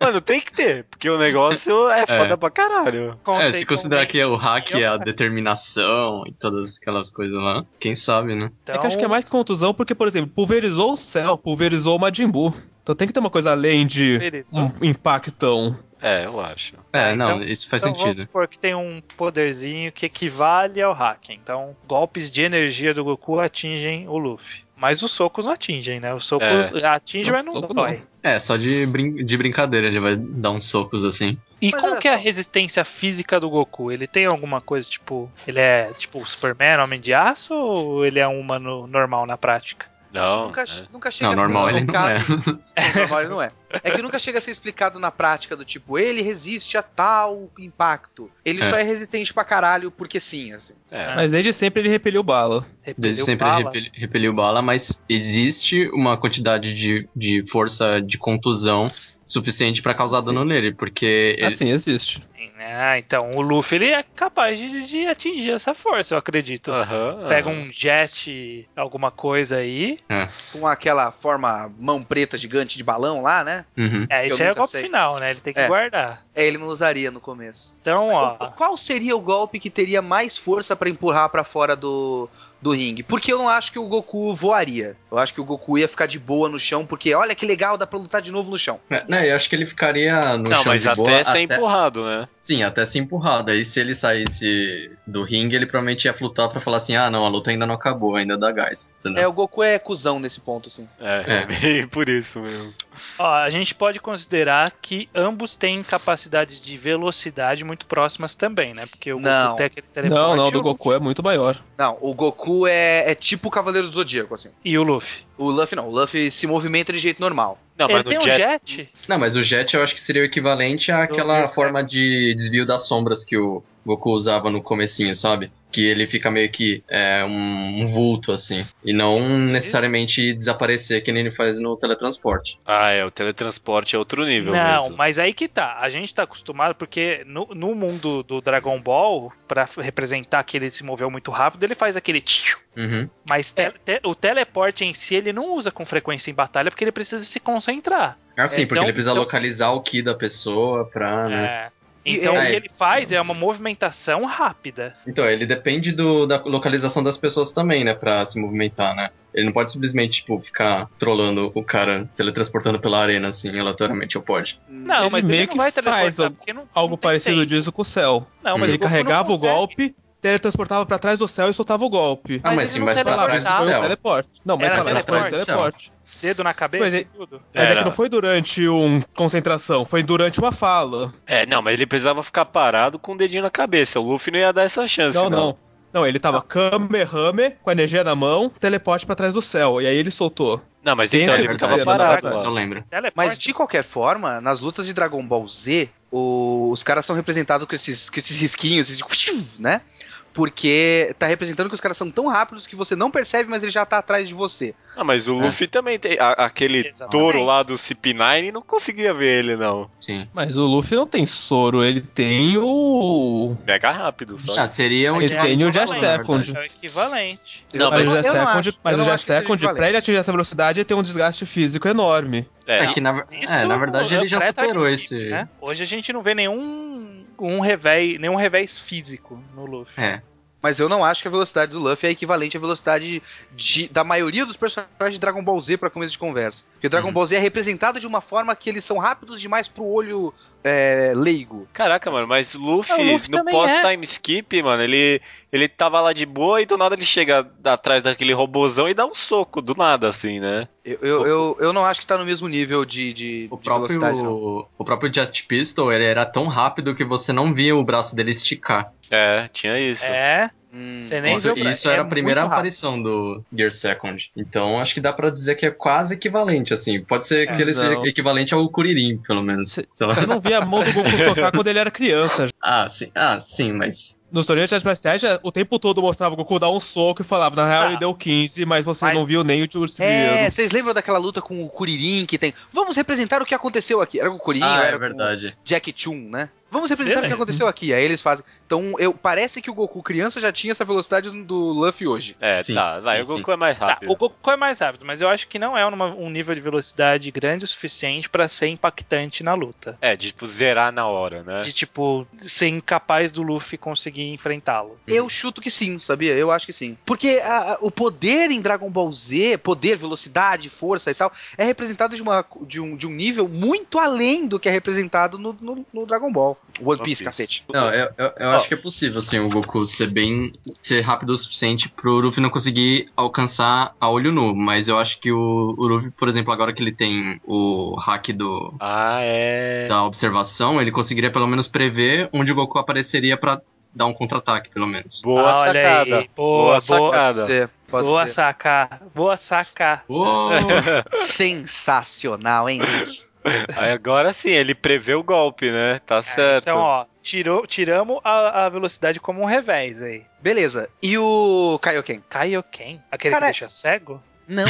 B: Mano, tem que ter, porque o negócio é foda pra caralho.
E: É, se considerar que o hack
A: eu-
E: é a determinação e todas aquelas coisas lá, quem sabe, né?
A: Então,
C: É que eu acho que é mais que contusão, porque, por exemplo, pulverizou o céu, pulverizou o Majin Buu. Então tem que ter uma coisa além de
A: querido,
C: um impactão.
B: É, eu acho.
E: É, não,
A: então-
E: isso faz
A: então
E: sentido.
A: Vamos supor que tem um poderzinho que equivale ao hack. Então, golpes de energia do Goku atingem o Luffy. Mas os socos não atingem, né? Os socos atingem,
C: Não,
A: mas não
C: soco
A: dói.
E: É, só de, brin- de brincadeira ele vai dar uns socos assim.
A: E
D: Mas
A: como
D: olha
A: que é a
D: só.
A: resistência física do Goku? Ele tem alguma coisa tipo. Ele é tipo o Superman, homem de aço? Ou ele é um humano normal na prática?
B: Não.
D: nunca,
B: né?
D: nunca chega
E: Então, é. Não,
D: a ser
E: normal ele não é.
D: explicado. Não, normal ele não é. É que nunca chega a ser explicado na prática do tipo, ele resiste a tal impacto. Ele
E: É.
D: só é resistente pra caralho porque sim, assim.
B: É.
C: Mas desde sempre ele repeliu bala.
E: Desde
A: Repeliu
E: sempre
A: bala?
E: repel- repeliu bala, mas existe uma quantidade de, de força de contusão suficiente pra causar dano nele, porque ele-
C: Assim, existe.
A: Ah, então o Luffy ele é capaz de, de atingir essa força, eu acredito.
D: Ah.
B: Aham,
A: Pega
B: aham.
A: um jet, alguma coisa aí.
D: Com aquela forma mão preta gigante de balão lá, né?
E: Uhum.
A: É,
D: Eu
A: isso aí é o
D: nunca
A: golpe
D: sei.
A: final, né? Ele tem que
D: É.
A: guardar.
D: É, ele não usaria no começo.
A: Então,
D: O-
A: ó.
D: Qual seria o golpe que teria mais força pra empurrar pra fora do, do ringue? Porque eu não acho que o Goku voaria. Eu acho que o Goku ia ficar de boa no chão, porque olha que legal, dá pra lutar de novo no chão.
E: É, né, eu acho que ele ficaria no
B: Não,
E: chão
B: mas
E: de
B: até é
E: boa
B: ser empurrado, né?
E: Sim, até ser empurrado. Aí se ele saísse do ringue, ele provavelmente ia flutar pra falar assim, ah não, a luta ainda não acabou, ainda dá gás.
D: É,
E: Entendeu?
D: o Goku é cuzão nesse ponto, assim.
B: É, é. meio por isso mesmo.
A: Ó, a gente pode considerar que ambos têm capacidades de velocidade muito próximas também, né? Porque o
D: Não.
A: Goku tem aquele teleporte.
C: Não, não,
A: e o
C: do Goku é muito maior.
D: Não, o Goku é, é tipo o Cavaleiro do Zodíaco, assim.
A: E o Luffy.
D: O Luffy não, o Luffy se movimenta de jeito normal.
B: Não,
A: ele
B: mas
A: tem
B: no
A: um
B: Jet,
A: jet?
E: Não, mas o jet eu acho que seria o equivalente àquela
A: meu céu.
E: forma de desvio das sombras que o Goku usava no comecinho, sabe? Que ele fica meio que é, um, um vulto, assim. E não necessariamente desaparecer que nem ele faz no teletransporte.
B: Ah, é, o teletransporte é outro nível
A: Não,
B: mesmo.
A: mas aí que tá. A gente tá acostumado, porque no, no mundo do Dragon Ball, pra f- representar que ele se moveu muito rápido, ele faz aquele tchiu.
E: Uhum.
A: Mas
B: É.
A: te- te- o teleporte em si ele não usa com frequência em batalha porque ele precisa se concentrar.
E: Ah, sim,
A: É,
E: porque
A: então-
E: ele precisa
A: então-
E: localizar o Ki da pessoa pra. né?
A: É.
D: E-
A: Então
E: é,
A: o que ele faz é uma movimentação rápida.
E: Então, ele depende do- da localização das pessoas também, né? Pra se movimentar, né? Ele não pode simplesmente, tipo, ficar trolando o cara, teletransportando pela arena, assim, aleatoriamente, ou pode.
A: Não,
C: Ele
A: mas ele
C: meio
A: não
C: que
A: vai teleportar
C: faz al-
A: porque não,
C: Algo
A: não tem
C: parecido
A: tempo.
C: disso com o céu.
A: Não, mas
C: ele
A: o Goku não
C: carregava o
A: consegue.
C: golpe, teletransportava pra trás do céu e soltava o golpe.
E: Ah,
A: Mas
E: mas
A: ele
E: se
A: não
E: vai pra trás do
A: teleportava.
C: Foi o
E: céu.
C: teleporte. Não, mas
A: Era
C: pra trás foi o
E: teleporte.
C: teleporte.
A: Dedo na cabeça
C: Mas
A: e
C: ele-
A: tudo.
C: Mas é
B: Era.
C: que não foi durante uma concentração, foi durante uma fala.
B: É, não, mas ele precisava ficar parado com o dedinho na cabeça. O Luffy não ia dar essa chance,
C: Não, não. Não, ele tava Kamehame, com a energia na mão, teleporte pra trás do céu. E aí ele soltou.
B: Não, mas
C: Tem
B: então
C: esse
B: ele ficava
C: episódio,
B: parado.
C: não
E: Isso eu
B: lá.
E: lembro.
A: Teleporte.
D: Mas de qualquer forma, nas lutas de Dragon Ball Z, o- os caras são representados com esses, com esses risquinhos, esses, né? Porque tá representando que os caras são tão rápidos que você não percebe, mas ele já tá atrás de você.
B: Ah, mas
C: É.
B: o Luffy também tem. a- aquele
A: Exatamente.
B: touro lá do CP9 não conseguia ver ele, não.
E: Sim.
C: Mas o Luffy não tem soro, ele tem o.
B: Pega rápido, só.
E: Ah, seria um
A: Ele
E: equivalente
A: tem o
E: ao
A: Just
E: balão, na
C: Second.
E: verdade.
A: É o equivalente.
B: Não,
C: Mas o
B: mas.
D: eu não
C: Jessecond,
D: acho-
C: mas
D: eu
C: o
D: não acho que seja
C: Jessecond, pra
D: equivalente.
C: ele atingir essa velocidade, ele tem um desgaste físico enorme.
B: É,
E: É que, na,
A: Isso
E: é, na verdade, ele já
A: completa
E: superou
A: a
E: esse...
A: equipe, né? Hoje a gente não vê nenhum um revés, nenhum revés físico no Luffy.
E: É.
D: mas eu não acho que a velocidade do Luffy é equivalente à velocidade de- da maioria dos personagens de Dragon Ball Z pra começo de conversa. Porque Dragon Ball Z é representado de uma forma que eles são rápidos demais pro olho é, leigo.
B: Caraca, mano, mas Luffy,
A: É, o Luffy
B: no
A: também
B: pós-time skip, mano, ele, ele tava lá de boa e do nada ele chega atrás daquele robozão e dá um soco, do nada, assim, né?
D: Eu, eu, eu, eu não acho que tá no mesmo nível de, de,
E: O
D: de velocidade, não.
E: próprio, o próprio Just Pistol, ele era tão rápido que você não via o braço dele esticar.
B: É, tá, tinha isso.
A: É,
D: Hum.
A: você nem
E: Isso,
A: viu pra-
E: isso
A: é
E: era a primeira
A: muito rápido.
E: aparição do Gear Second. Então acho que dá pra dizer que é quase equivalente, assim. Pode ser que
A: É,
E: ele seja
B: não.
E: equivalente ao Kuririn, pelo menos.
C: Se-
E: Sei lá.
C: Você não via a mão do Goku socar quando ele era criança.
E: Ah, sim, ah, sim, mas.
C: Nos torneios de artes marciais, já- o tempo todo mostrava o Goku dar um soco e falava, na real
A: Tá.
C: ele deu 15, mas você
A: Mas-
C: não viu nem o tio
D: É,
C: primeiro.
D: vocês lembram daquela luta com o Kuririn que tem? Vamos representar o que aconteceu aqui. Era com o Kuririn,
E: Ah,
D: era
E: é verdade.
D: com o Jack Chun, né? Vamos representar o que
A: Beleza.
D: aconteceu aqui. Aí eles fazem. Então, eu parece que o Goku criança já tinha essa velocidade do- do Luffy hoje.
B: É,
E: Sim,
B: tá, vai,
E: sim,
B: o Goku
E: sim.
B: é mais
A: Tá,
B: rápido.
A: o Goku é mais rápido, mas eu acho que não é numa- um nível de velocidade grande o suficiente pra ser impactante na luta.
B: É, de, tipo, zerar na hora, né?
A: De tipo, ser incapaz do Luffy conseguir enfrentá-lo.
D: Eu chuto que sim, sabia? Eu acho que sim. Porque a- a- o poder em Dragon Ball Z, poder, velocidade, força e tal, é representado de, uma, de, um, de um nível muito além do que é representado no, no- no Dragon Ball. One
B: One Piece.
D: Piece, cacete.
E: Não, eu, eu, eu
B: Ó.
E: acho que é possível, assim, o Goku ser bem. ser rápido o suficiente pro Luffy não conseguir alcançar a olho nu. Mas eu acho que o, o Luffy, por exemplo, agora que ele tem o hack do.
B: Ah, é.
E: Da observação, ele conseguiria pelo menos prever onde o Goku apareceria pra dar um contra-ataque, pelo menos.
B: Boa
A: Ah, olha
B: sacada.
A: aí, boa,
B: boa
A: boa,
B: sacada.
D: ser, pode
A: boa
D: ser.
A: sacar, boa sacar.
E: Uou!
D: Sensacional, hein, gente?
B: Aí agora sim, ele prevê o golpe, né? Tá certo.
A: Então, ó, tirou, tiramos a, a velocidade como um revés aí.
D: Beleza. E o Kaioken?
A: Kaioken? Aquele
D: Cara,
A: que deixa cego?
D: Não.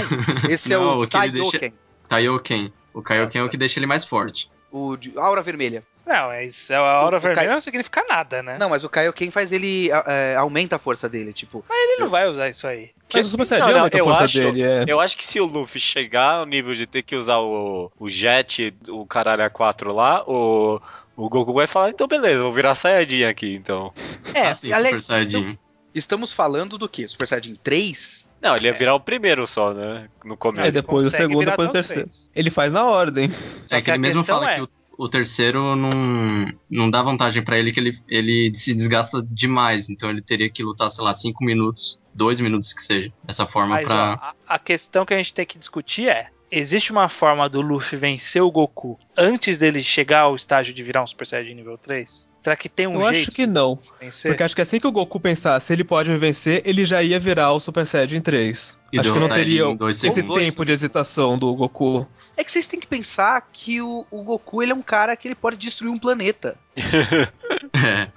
D: Esse é
E: Não,
D: o
E: o que ele
D: Taioken.
E: Taioken. O Kaioken é o que deixa ele mais forte.
D: O de aura vermelha.
A: Não, é isso. A hora
D: O- o
A: vermelha
D: Kai-
A: não significa nada, né?
D: Não, mas o Kaioken faz ele. é, aumenta a força dele, tipo.
A: Ele não vai usar isso aí.
C: Mas o Super
B: Não,
C: Saiyajin
B: não,
C: aumenta a
B: eu
C: força
B: acho-
C: dele, é.
B: Eu acho que se o Luffy chegar ao nível de ter que usar o, o Jet, o caralho A4 lá, o, o Goku vai falar, então beleza, vou virar Saiyajin aqui, então.
D: É,
E: Ah, sim,
D: aliás,
E: Super Saiyajin.
D: estam- estamos falando do quê? Super Saiyajin 3?
B: Não, ele ia virar o primeiro só, né? No começo.
C: Aí É, depois o
A: Consegue
C: segundo,
A: virar
C: depois o
A: até os
C: terceiro.
A: três.
C: Ele faz na ordem.
A: Só
E: É que ele
A: a
E: mesmo
A: questão
E: fala
A: é-
E: que o, o terceiro não, não dá vantagem pra ele, que ele, ele se desgasta demais. Então ele teria que lutar, sei lá, 5 minutos, 2 minutos que seja. Dessa forma
A: é, Mas
E: pra.
A: ó, a, a questão que a gente tem que discutir é: existe uma forma do Luffy vencer o Goku antes dele chegar ao estágio de virar um Super Saiyajin nível 3? Será que tem um
C: eu
A: jeito
C: acho que não.
A: de vencer?
C: Porque acho que assim que o Goku pensasse, ele pode me vencer, ele já ia virar o Super Saiyajin 3.
E: E
C: acho que não
E: derrotar ele
C: teria
E: em dois
C: esse
E: segundos.
C: tempo de hesitação do Goku.
D: É que vocês têm que pensar que o, o Goku ele é um cara que ele pode destruir um planeta.
E: É.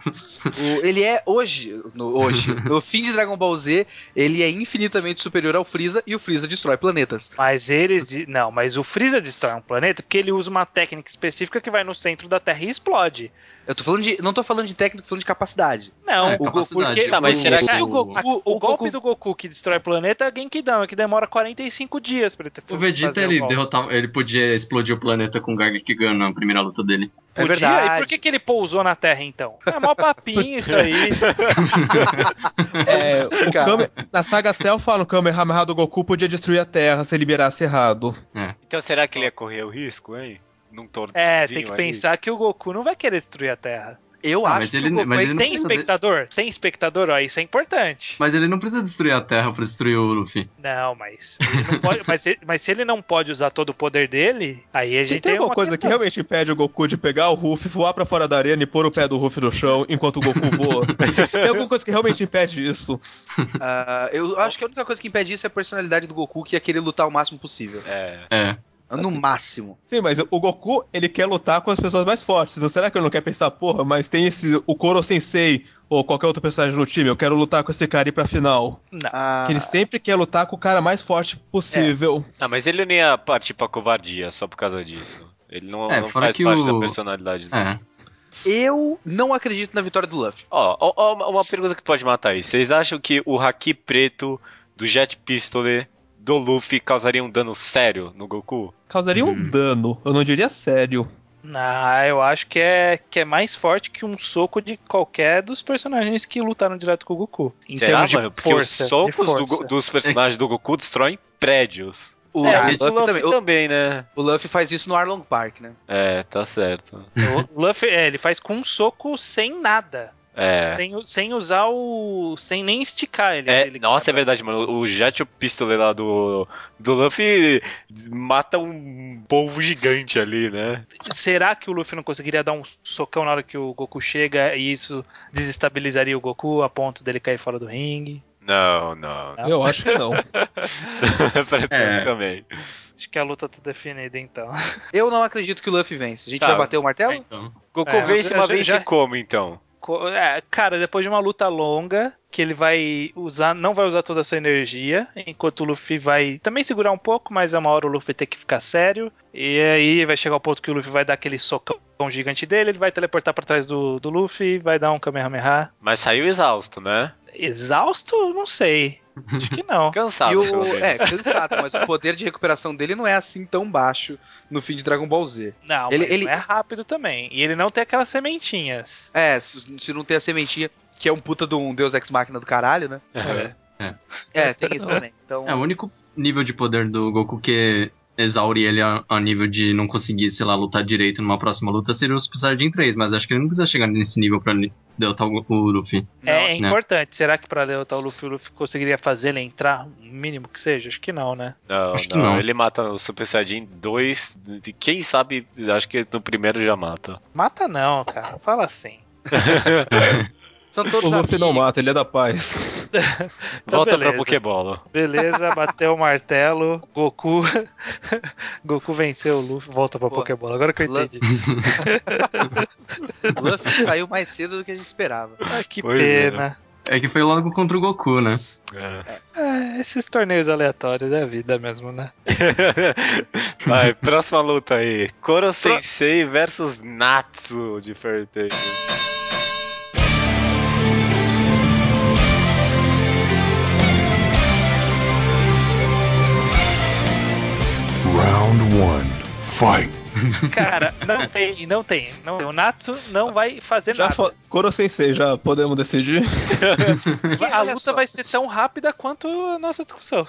D: O- ele é hoje, no, hoje, no fim de Dragon Ball Z, ele é infinitamente superior ao Freeza e o Freeza destrói planetas.
A: Mas eles. di- Não, mas o Freeza destrói um planeta porque ele usa uma técnica específica que vai no centro da Terra e explode.
D: Eu tô falando de. Não tô falando de técnico, tô falando de capacidade.
A: Não,
E: É,
A: o Goku.
E: capacidade.
A: Porque,
B: Tá, mas
E: O-
B: será que-
A: se o
E: o,
A: Goku, o, golpe do Goku que destrói o planeta é Genkidama, que demora 45 dias pra ele ter
E: o Vegeta
A: fazer um
E: ele
A: golpe.
E: derrotava, ele podia explodir o planeta com o Garlic Gun na primeira luta dele.
D: É
A: Podia?
D: verdade.
A: E um por que, que ele pousou na Terra então? É mó papinho isso aí.
C: É, o
D: cara.
C: Kame- na saga Cell fala o Kamehameha do Goku podia destruir a Terra se ele liberasse errado.
B: Então será que ele ia correr o risco, hein? Num torneio.
A: É, tem que pensar que o Goku não vai querer destruir a Terra.
D: Eu
E: Ah,
D: acho
E: mas
D: que
E: ele-
D: o Goku
E: mas
D: é
E: ele não
A: Tem
E: precisa
A: espectador? Tem espectador? Ó, isso é importante.
E: Mas ele não precisa destruir a Terra pra destruir o Luffy.
A: Não, mas, ele não pode- mas, se, mas se ele não pode usar todo o poder dele, aí a gente
C: Tem, tem alguma
A: uma
C: coisa que
A: questão.
C: realmente impede o Goku de pegar o Ruffy, voar pra fora da arena e pôr o pé do Ruffy no chão enquanto o Goku voa? tem alguma coisa que realmente impede isso?
D: Ah, eu acho que a única coisa que impede isso é a personalidade do Goku, que é querer lutar o máximo possível.
B: É.
E: É.
D: No máximo.
C: Sim, mas o Goku, ele quer lutar com as pessoas mais fortes. Então será que ele não quer pensar, porra, mas tem esse o Koro Sensei ou qualquer outro personagem no time, eu quero lutar com esse cara e ir pra final.
A: Não.
D: Ah,
C: Que ele sempre quer lutar com o cara mais forte possível.
B: Ah, mas ele não ia partir pra covardia só por causa disso. Ele não,
E: É,
B: não
E: fora
B: faz
E: que
B: parte
E: o-
B: da personalidade dele.
E: É.
D: Eu não acredito na vitória do Luffy.
B: Ó, ó, ó, uma- uma pergunta que pode matar aí. Vocês acham que o Haki preto do Jet Pistole do Luffy causaria um dano sério no Goku?
C: Causaria um
E: Uhum.
C: dano, eu não diria sério.
A: Não, eu acho que é, que é mais forte que um soco de qualquer dos personagens que lutaram direto com o Goku. Em
B: Será,
A: termos
B: mano?
A: de
B: Porque
A: força.
B: os
A: de
B: socos do
A: força.
B: Go- dos personagens do Goku destroem prédios.
D: O,
B: É,
D: o
B: a
D: Luffy
B: gente Luffy
D: também. O,
B: também, né?
D: o Luffy faz isso no Arlong Park, né?
B: É, tá certo.
A: O Luffy, é, ele faz com um soco sem nada.
B: É.
A: Sem, o- sem usar o. sem nem esticar ele.
B: É,
A: ele
B: nossa, é verdade, mano. O Jet o Pistolet lá do, do Luffy mata um povo gigante ali, né?
A: Será que o Luffy não conseguiria dar um socão na hora que o Goku chega e isso desestabilizaria o Goku a ponto dele cair fora do ringue?
B: Não, não.
C: Eu acho que não.
B: Pra mim
E: É.
B: também.
A: Acho que a luta tá definida então.
D: Eu não acredito que o Luffy vence. A gente
B: Tá.
D: vai bater o martelo?
E: Então,
B: Goku
A: É,
B: vence
A: já-
B: uma
A: já-
B: vez
A: já-
B: e come, então.
A: Co- é, Cara, depois de uma luta longa, que ele vai usar, não vai usar toda a sua energia, enquanto o Luffy vai também segurar um pouco, mas é uma hora o Luffy tem que ficar sério. E aí vai chegar o ponto que o Luffy vai dar aquele socão gigante dele, ele vai teleportar pra trás do, do Luffy, vai dar um Kamehameha.
B: Mas saiu exausto, né?
A: Exausto? Não sei. Acho que não.
E: Tá
B: Cansado,
D: e
B: pelo
D: o,
B: menos.
D: é, cansado, mas o poder de recuperação dele não é assim tão baixo no fim de Dragon Ball Z.
A: Não,
D: Ele-
A: ele,
D: ele-
A: não é rápido também. E ele não tem aquelas sementinhas.
D: É, se, se não tem a sementinha, que é um puta de um Deus Ex Machina do caralho, né? É, tem isso também. Então,
E: é o único nível de poder do Goku que exaure ele a, a nível de não conseguir, sei lá, lutar direito numa próxima luta seria o Super Saiyajin 3, mas acho que ele não precisa chegar nesse nível pra ni- derrotar o, o Luffy.
A: é
E: não.
A: importante. Será que pra derrotar o Luffy, o Luffy conseguiria fazer ele entrar? O mínimo que seja? Acho que não, né?
B: Não,
E: Acho que
B: não,
E: não.
B: Ele mata o Super Saiyajin 2. de- Quem sabe, acho que no primeiro já mata.
A: Mata não, cara. Fala assim.
D: são
C: O
D: todos
C: Luffy não
D: amigos.
C: mata, ele é da paz.
A: Então,
B: Volta pra
A: beleza.
B: Pokébola.
A: Beleza, bateu o martelo. Goku. Goku venceu o Luffy. Volta pra
D: Boa.
A: Pokébola. Agora que eu
D: Lan-
A: entendi.
D: Luffy saiu mais cedo do que a gente esperava.
A: Ah, que
B: Pois é.
A: pena.
E: É que foi logo contra o Goku, né?
A: É, esses torneios aleatórios da vida mesmo, né?
B: Vai, próxima luta aí. Koro Sensei versus Natsu de Fairy Tail.
F: Round one. Fight.
A: Cara, não tem, não tem. Não tem. O Natsu não vai fazer
C: Já
A: nada.
C: fa... Koro Sensei, já podemos decidir?
A: Vai- A
D: Olha
A: luta
D: só.
A: vai ser tão rápida quanto a nossa discussão.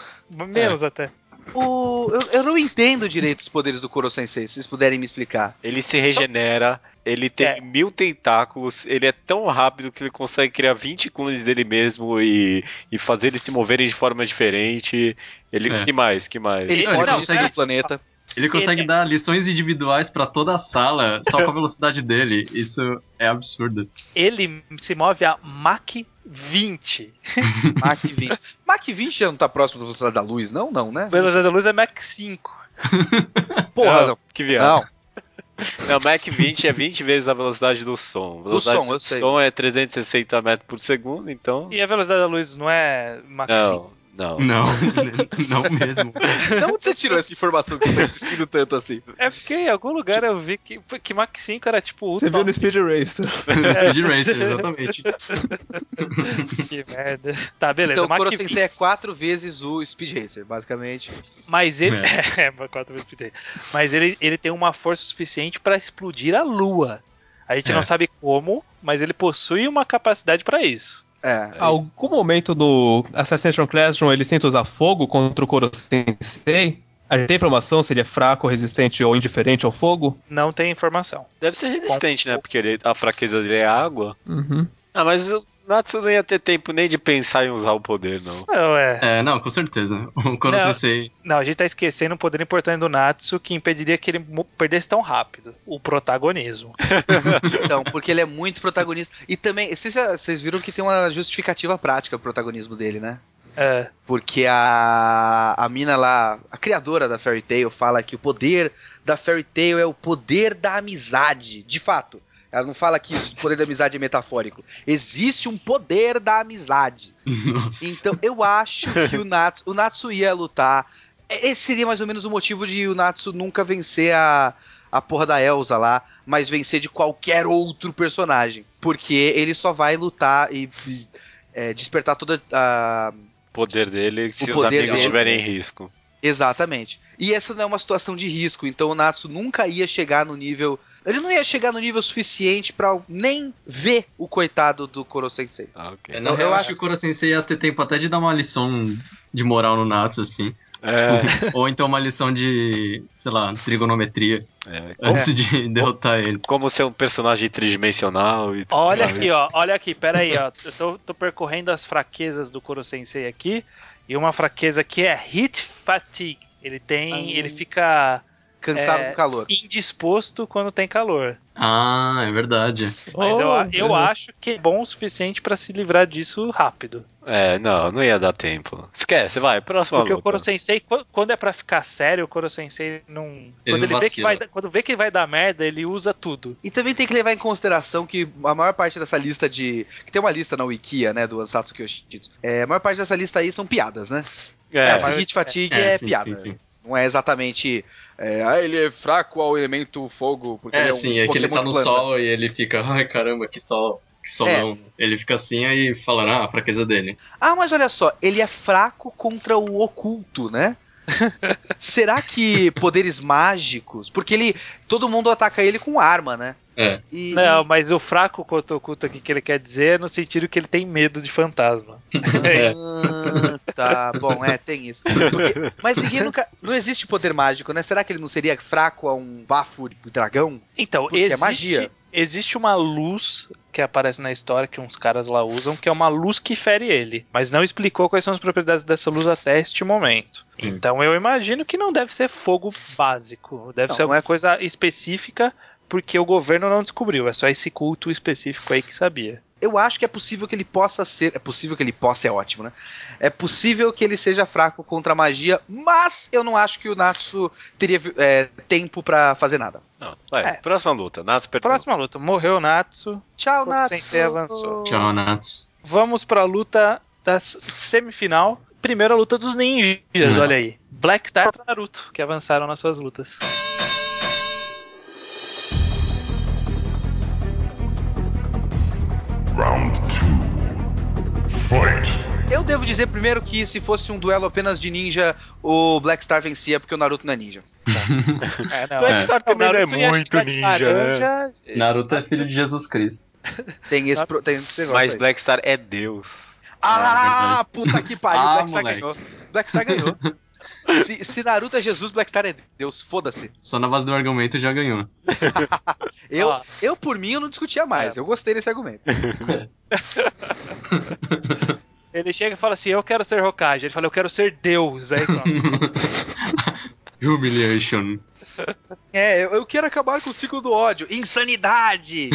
A: Menos até.
D: O, eu, eu não entendo direito os poderes do Koro Sensei, se vocês puderem me explicar.
B: Ele se regenera, ele tem
A: É.
B: mil tentáculos, ele é tão rápido que ele consegue criar 20 clones dele mesmo e, e fazer eles se moverem de forma diferente. Ele,
E: É.
B: Que mais? Que mais?
D: Ele
A: Ele-
D: pode
E: não,
D: destruir
A: é-
D: o planeta.
E: Ele consegue
A: Ele-
E: dar lições individuais pra toda a sala só com a velocidade dele. Isso é absurdo.
A: Ele se move a Mach 20.
D: Mach 20. Mach 20 já não tá próximo da velocidade da luz, não? Não, né?
A: Velocidade da luz é Mach 5.
D: Porra,
B: Não,
D: não.
B: Ah, Que
D: Não,
B: viagem. Não. Mac 20 é 20 vezes a velocidade do som. A velocidade
D: som, eu sei.
B: som é 360 metros por segundo, então.
A: E a velocidade da luz não é Mach 5.
B: Não, não.
E: Não, não mesmo.
D: Da Então, onde você tirou essa informação que você tá assistindo tanto assim?
A: É porque em algum lugar eu vi que, que Mach 5 era tipo
C: Você
A: ultra.
C: viu no Speed Racer.
E: Speed Racer, exatamente.
A: Que merda. Tá, beleza.
D: Então o
A: Mach
D: Koro
A: 20.
D: Sensei é quatro vezes o Speed Racer, basicamente.
A: Mas ele. É, quatro vezes PT. Mas ele, ele tem uma força suficiente pra explodir a lua. A gente
E: É.
A: não sabe como, mas ele possui uma capacidade pra isso.
D: É.
C: Algum momento no Assassination Classroom eles tentam usar fogo contra o Koro Sensei? A gente tem informação se ele é fraco, resistente ou indiferente ao fogo?
A: Não tem informação.
B: Deve ser resistente, né? Porque ele- a fraqueza dele é água.
C: Uhum.
B: Ah, mas o Natsu não ia ter tempo nem de pensar em usar o poder, não.
A: Não, é.
E: É, não, com certeza. O Koro
A: Não.
E: Sensei.
A: Não, a gente tá esquecendo um poder importante do Natsu que impediria que ele mo- perdesse tão rápido. O protagonismo.
D: Então, porque ele é muito protagonista. E também, vocês, já- vocês viram que tem uma justificativa prática pro protagonismo dele, né?
A: É,
D: Porque a, a mina lá, a criadora da Fairy Tail, fala que o poder da Fairy Tail é o poder da amizade. De fato. Ela não fala que o poder da amizade é metafórico. Existe um poder da amizade.
E: Nossa.
D: Então eu acho que o Natsu, o Natsu ia lutar. E- Esse seria mais ou menos o motivo de o Natsu nunca vencer a, a porra da Elsa lá, mas vencer de qualquer outro personagem. Porque ele só vai lutar e, e, é, despertar toda a.
B: O poder dele se os
D: poder
B: amigos
D: dele.
B: estiverem em risco.
D: Exatamente. E essa não é uma situação de risco, então o Natsu nunca ia chegar no nível Ele não ia chegar no nível suficiente pra nem ver o coitado do Koro Sensei.
B: Ah, ok.
E: É, na
D: Eu-
E: real,
D: eu
E: eu
D: acho-
E: acho que o Koro Sensei ia ter tempo até de dar uma lição de moral no Natsu, assim.
B: É,
E: Ou então uma lição de, sei lá, trigonometria.
B: é.
E: Antes de derrotar ele.
B: Como ser um personagem tridimensional e tudo
A: Olha
B: mais.
A: aqui, ó. Olha aqui, pera aí, ó. Eu tô, tô percorrendo as fraquezas do Koro Sensei aqui. E uma fraqueza que é hit fatigue. Ele tem. Ele fica
D: Cansado
A: É,
D: do calor.
A: indisposto quando tem calor.
E: Ah, é verdade.
A: Mas eu,
C: Oh,
A: eu acho que é bom o suficiente pra se livrar disso rápido.
B: É, não, não ia dar tempo. Esquece, vai, próxima
A: Porque o
B: luta.
A: Koro Sensei, qu- quando é pra ficar sério, o Koro Sensei não. Quando né? ele,
E: não
A: vê que
E: vacila.
A: vai, dar- quando vê que vai dar merda, ele usa tudo.
D: E também tem que levar em consideração que a maior parte dessa lista de. Que tem uma lista na Wikia, né, do Ansatsu Kyoshitsu. É, a maior parte dessa lista aí são piadas, né?
B: É,
D: Esse hit fatigue é,
E: sim, sim,
D: piada.
E: sim.
D: Não é exatamente. é, ah, ele é fraco ao elemento fogo. Porque
E: É,
D: ele é um
E: sim, é que ele
D: Pokémon
E: tá no
D: planta.
E: sol e ele fica, ai caramba, que sol, que solão. Ele fica assim aí falando, ah, a fraqueza dele.
D: Ah, mas olha só, ele é fraco contra o oculto, né? Será que poderes mágicos? Porque ele. Todo mundo ataca ele com arma, né?
E: É.
D: E,
A: Não, mas o fraco quanto oculto aqui que ele quer dizer é no sentido que ele tem medo de fantasma. É.
D: Ah, tá, bom, é, tem isso. Porque- mas ninguém nunca. Não existe poder mágico, né? Será que ele não seria fraco a um bafo de dragão?
A: Então,
D: Porque é
A: existe,
D: magia.
A: existe uma luz que aparece na história que uns caras lá usam, que é uma luz que fere ele. Mas não explicou quais são as propriedades dessa luz até este momento.
E: Sim.
A: Então eu imagino que não deve ser fogo básico. Deve
D: Não,
A: ser
D: não
A: alguma
D: é-
A: coisa específica, porque o governo não descobriu. É só esse culto específico aí que sabia.
D: Eu acho que é possível que ele possa ser. É possível que ele possa, é ótimo, né? É possível que ele seja fraco contra a magia, mas eu não acho que o Natsu teria é, tempo pra fazer nada.
B: Não, vai,
A: É.
B: próxima luta. Natsu perdeu.
A: Próxima luta. Morreu o Natsu.
D: Tchau,
A: Koro
D: Natsu.
A: Sensei avançou.
E: Tchau, Natsu.
A: Vamos pra luta da s- semifinal. Primeira luta dos ninjas,
E: Não.
A: olha aí. Black Star e Naruto, que avançaram nas suas lutas.
F: Round two. Fight.
D: Eu devo dizer primeiro que se fosse um duelo apenas de ninja, o Black Star vencia porque o Naruto não é ninja.
A: É, não.
B: Black
E: É.
B: Star
A: O
B: também não é
A: Naruto ia
B: muito
A: chegar de
B: ninja, né?
A: laranja,
E: Naruto é filho de Jesus Cristo.
D: Tem esse, pro- tem esse negócio.
B: Mas
D: aí.
B: Black Star é Deus.
D: Ah, puta que pariu,
E: Ah,
D: Black Star
E: moleque.
D: ganhou. Black Star ganhou. Se, se Naruto é Jesus, Black Star é Deus, foda-se.
E: Só na base do argumento já ganhou.
D: Eu,
A: Ó.
D: eu, por mim, eu não discutia mais. Eu gostei desse argumento.
A: Ele chega e fala assim: Eu quero ser Hokage. Ele fala: Eu quero ser Deus. Aí, pronto.
E: Humiliation.
D: É, eu, eu quero acabar com o ciclo do ódio. Insanidade!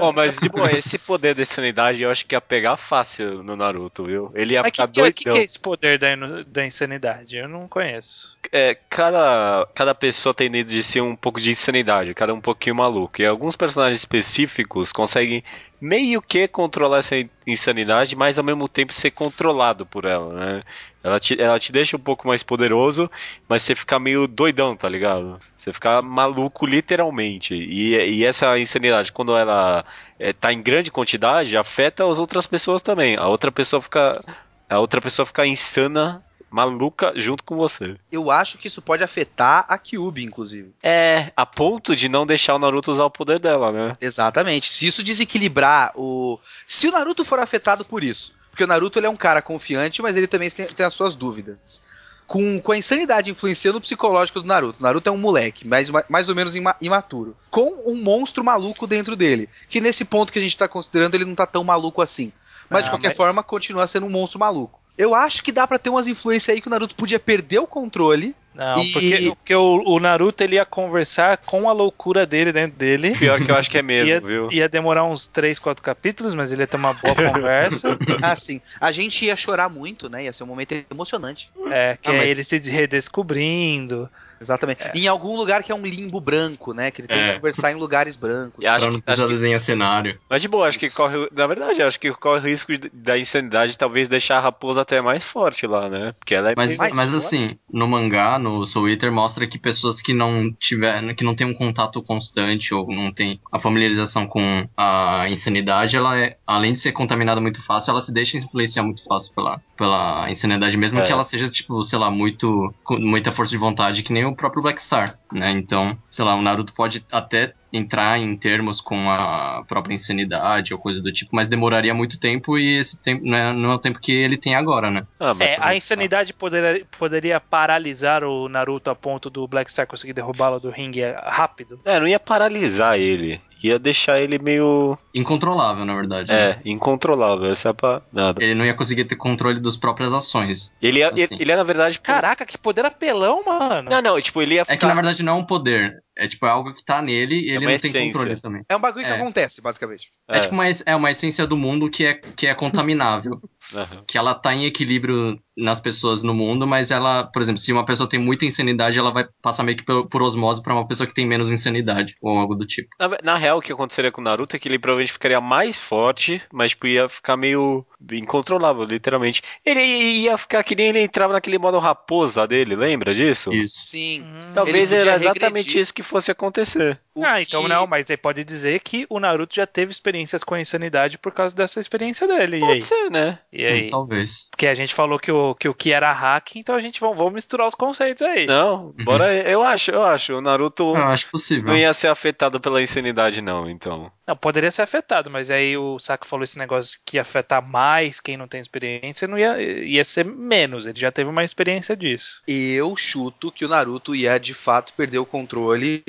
B: Ó, mas de boa, esse poder de sanidade eu acho que ia pegar fácil no Naruto, viu? Ele ia
A: Mas
B: ficar
A: que, que, é- que,
B: doidão.
A: que é esse poder da, inu- da insanidade? Eu não conheço.
B: É, cada, cada pessoa tem dentro de si um pouco de insanidade, cada um pouquinho maluco. E alguns personagens específicos conseguem meio que controlar essa in- insanidade, mas ao mesmo tempo ser controlado por ela, né? Ela te, ela te deixa um pouco mais poderoso, mas você fica meio doidão, tá ligado? Você fica maluco literalmente. E, e essa insanidade, quando ela é, tá em grande quantidade, afeta as outras pessoas também. A outra pessoa fica. A outra pessoa fica insana, maluca, junto com você.
D: Eu acho que isso pode afetar a Kyubi, inclusive.
B: É, a ponto de não deixar o Naruto usar o poder dela, né?
D: Exatamente. Se isso desequilibrar o. Se o Naruto for afetado por isso. Porque o Naruto ele é um cara confiante, mas ele também tem, tem as suas dúvidas. Com, com a insanidade influenciando o psicológico do Naruto. O Naruto é um moleque, mais, mais ou menos ima- imaturo. Com um monstro maluco dentro dele. Que nesse ponto que a gente tá considerando, ele não tá tão maluco assim. Mas de
A: Ah,
D: qualquer
A: mas-
D: forma, continua sendo um monstro maluco. Eu acho que dá pra ter umas influências aí que o Naruto podia perder o controle.
A: Não,
D: E-
A: porque, porque o, o Naruto ele ia conversar com a loucura dele dentro dele.
B: Pior que eu acho que é mesmo,
A: Ia,
B: viu?
A: ia demorar uns 3, 4 capítulos, mas ele ia ter uma boa conversa.
D: Assim, a gente ia chorar muito, né? Ia ser um momento emocionante.
A: É, que
E: Ah,
A: é
E: mas-
A: ele se redescobrindo.
D: Exatamente. Em algum lugar que é um limbo branco, né? Que ele tem que
E: É.
D: conversar em lugares brancos.
B: E acho
E: pra
B: que-
E: não precisar
B: acho que-
E: desenhar cenário.
B: Mas de boa, acho que corre. o- Na verdade, acho que corre o risco de- da insanidade talvez deixar a raposa até mais forte lá, né? Porque ela é.
E: Mas,
D: mais
E: mas
D: fora?
E: assim, no mangá, no Soul Eater, mostra que pessoas que não tiver, que não tem um contato constante ou não tem a familiarização com a insanidade, ela é, além de ser contaminada muito fácil, ela se deixa influenciar muito fácil pela, pela insanidade, mesmo
B: É.
E: que ela seja, tipo, sei lá, muito com muita força de vontade, que nem o o próprio Black Star, né? Então, sei lá, o Naruto pode até entrar em termos com a própria insanidade ou coisa do tipo, mas demoraria muito tempo e esse tempo não é, não é o tempo que ele tem agora, né?
B: Ah, mas
A: É, a insanidade poderia, poderia paralisar o Naruto a ponto do Black Star conseguir derrubá-lo do ringue rápido.
B: É, não ia paralisar ele. Ia deixar ele meio.
E: Incontrolável, na verdade. né?
B: É, incontrolável. Essa é a parada.
E: Ele não ia conseguir ter controle das próprias ações.
B: Ele ia,
E: Assim.
B: ele, ele ia, na verdade. pô-
A: Caraca, que poder apelão, mano.
B: Não, não, tipo, ele ia
E: É que na verdade não é um poder. É tipo, é algo que tá nele e ele
B: uma
E: não
B: essência.
E: tem controle também.
D: É um bagulho que
E: É.
D: acontece, basicamente.
E: É, tipo uma, es- é uma essência do mundo que é, que é contaminável.
B: Aham.
E: que ela tá em equilíbrio nas pessoas no mundo, mas ela, por exemplo, se uma pessoa tem muita insanidade, ela vai passar meio que pelo- por osmose pra uma pessoa que tem menos insanidade, ou algo do tipo.
B: Na, na real, o que aconteceria com o Naruto é que ele provavelmente ficaria mais forte, mas tipo, ia ficar meio incontrolável, literalmente. Ele ia ficar que nem ele entrava naquele modo raposa dele, lembra disso?
E: Isso.
D: Sim.
A: Hum.
B: Talvez é
D: Ele
B: era
D: podia
B: exatamente
D: regredir.
B: isso que fosse acontecer.
D: O
A: ah,
D: que-
A: então não, mas aí pode dizer que o Naruto já teve experiências com a insanidade por causa dessa experiência dele. E aí?
B: Pode ser, né?
A: E aí?
E: Hum,
D: Então.
E: Talvez.
A: Porque a gente falou que o que, o que era hack, então a gente vamos, vamos misturar os conceitos aí.
B: Não, bora. Eu acho, eu acho. O Naruto
E: Eu acho
B: não
E: possível.
B: ia ser afetado pela insanidade, não, então.
A: Não, poderia ser afetado, mas aí o Saco falou esse negócio que ia afetar mais quem não tem experiência, não ia, ia ser menos. Ele já teve uma experiência disso.
D: Eu chuto que o Naruto ia de fato perder o controle.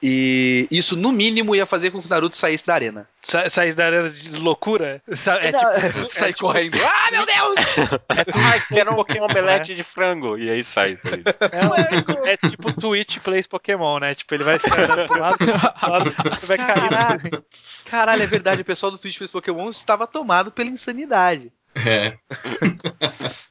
D: E isso, no mínimo, ia fazer com que o Naruto saísse da arena.
A: Sa sair da arena de loucura? Sa- é tipo,
D: Não, Sai correndo. Ah, meu Deus!
A: é tu- é
B: Quero
A: tipo
B: um
A: Pokémon,
B: omelete de frango. E aí sai. tá feliz.
A: né? É, é tipo Twitch plays Pokémon, né? Tipo, ele vai ficar andando pro lado, pro lado, vai cair.
D: Caralho, Caralho, é verdade. O pessoal do Twitch fez Pokémon estava tomado pela insanidade.
E: É.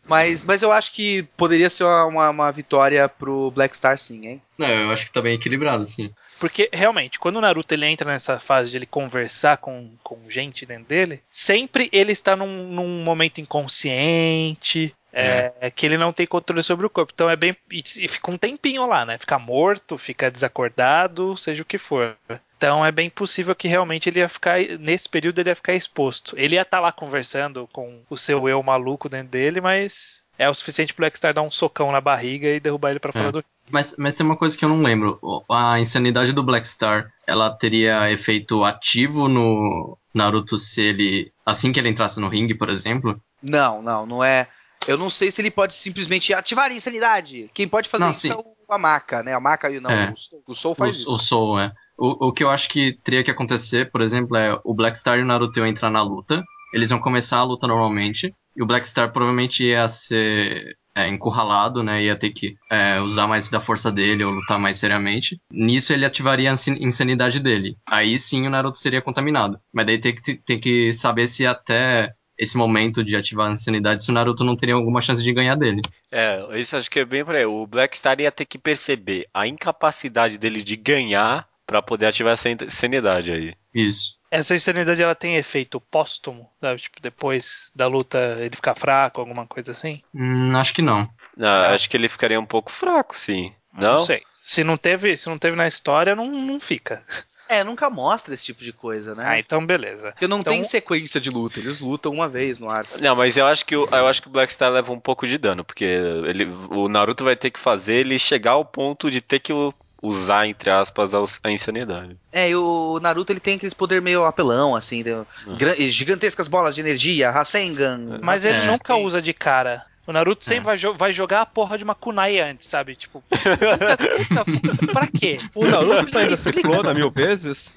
D: Mas, mas eu acho que poderia ser uma, uma, uma vitória pro Black Star, sim, hein?
E: Não, eu acho que tá bem equilibrado, assim.
A: Porque, realmente, quando o Naruto ele entra nessa fase de ele conversar com, com gente dentro dele, sempre ele está num, num momento inconsciente, é, que ele não tem controle sobre o corpo. Então é bem. E, e fica um tempinho lá, né? Fica morto, fica desacordado, seja o que for. Então é bem possível que realmente ele ia ficar. Nesse período ele ia ficar exposto. Ele ia estar lá conversando com o seu eu maluco dentro dele, mas. É o suficiente pro Blackstar dar um socão na barriga e derrubar ele pra fora
E: É.
A: do.
E: Mas, mas tem uma coisa que eu não lembro. O- A insanidade do Black Star, ela teria efeito ativo no Naruto se ele. Assim que ele entrasse no ringue, por exemplo?
D: Não, não, não é. Eu não sei se ele pode simplesmente ativar a insanidade. Quem pode fazer
E: Não,
D: isso
E: sim.
D: é o, a maca, né? A maca e o- não,
E: É.
D: o, Soul, o Soul
E: O,
D: faz isso.
E: o Soul, é. O, o que eu acho que teria que acontecer, por exemplo, é o Black Star e o Naruto iam entrar na luta. Eles iam começar a luta normalmente. E o Black Star provavelmente ia ser é, encurralado, né? Ia ter que é, usar mais da força dele ou lutar mais seriamente. Nisso ele ativaria a insan- insanidade dele. Aí sim o Naruto seria contaminado. Mas daí tem que, tem que saber se até esse momento de ativar a insanidade, se o Naruto não teria alguma chance de ganhar dele.
B: É, isso acho que é bem por aí. O Black Star ia ter que perceber a incapacidade dele de ganhar pra poder ativar essa in- sanidade aí.
E: Isso.
A: Essa insanidade ela tem efeito póstumo, sabe? Tipo, depois da luta ele ficar fraco, alguma coisa assim?
E: Hum, acho que não.
B: Ah, Acho que ele ficaria um pouco fraco, sim. Não?
A: sei. Se não teve, se não teve na história, não, não fica.
D: É, nunca mostra esse tipo de coisa, né?
A: Ah, então beleza.
D: Porque não
A: então-
D: tem sequência de luta, eles lutam uma vez no arco.
B: Não, mas eu acho que o, eu acho que o Black Star leva um pouco de dano, porque ele, o Naruto vai ter que fazer ele chegar ao ponto de ter que u- usar, entre aspas, a, us- a insanidade.
D: É, e o Naruto ele tem aqueles poder meio apelão, assim, de-
E: Uhum.
D: gran- gigantescas bolas de energia, Rasengan.
A: Mas ele
E: É.
A: nunca usa de cara. O Naruto sempre
E: É.
A: vai, jo- vai jogar a porra de uma kunai antes, sabe? Tipo, puta, puta, pra quê?
C: O Naruto
A: Me
C: ainda se
A: explica-
C: clona mil vezes?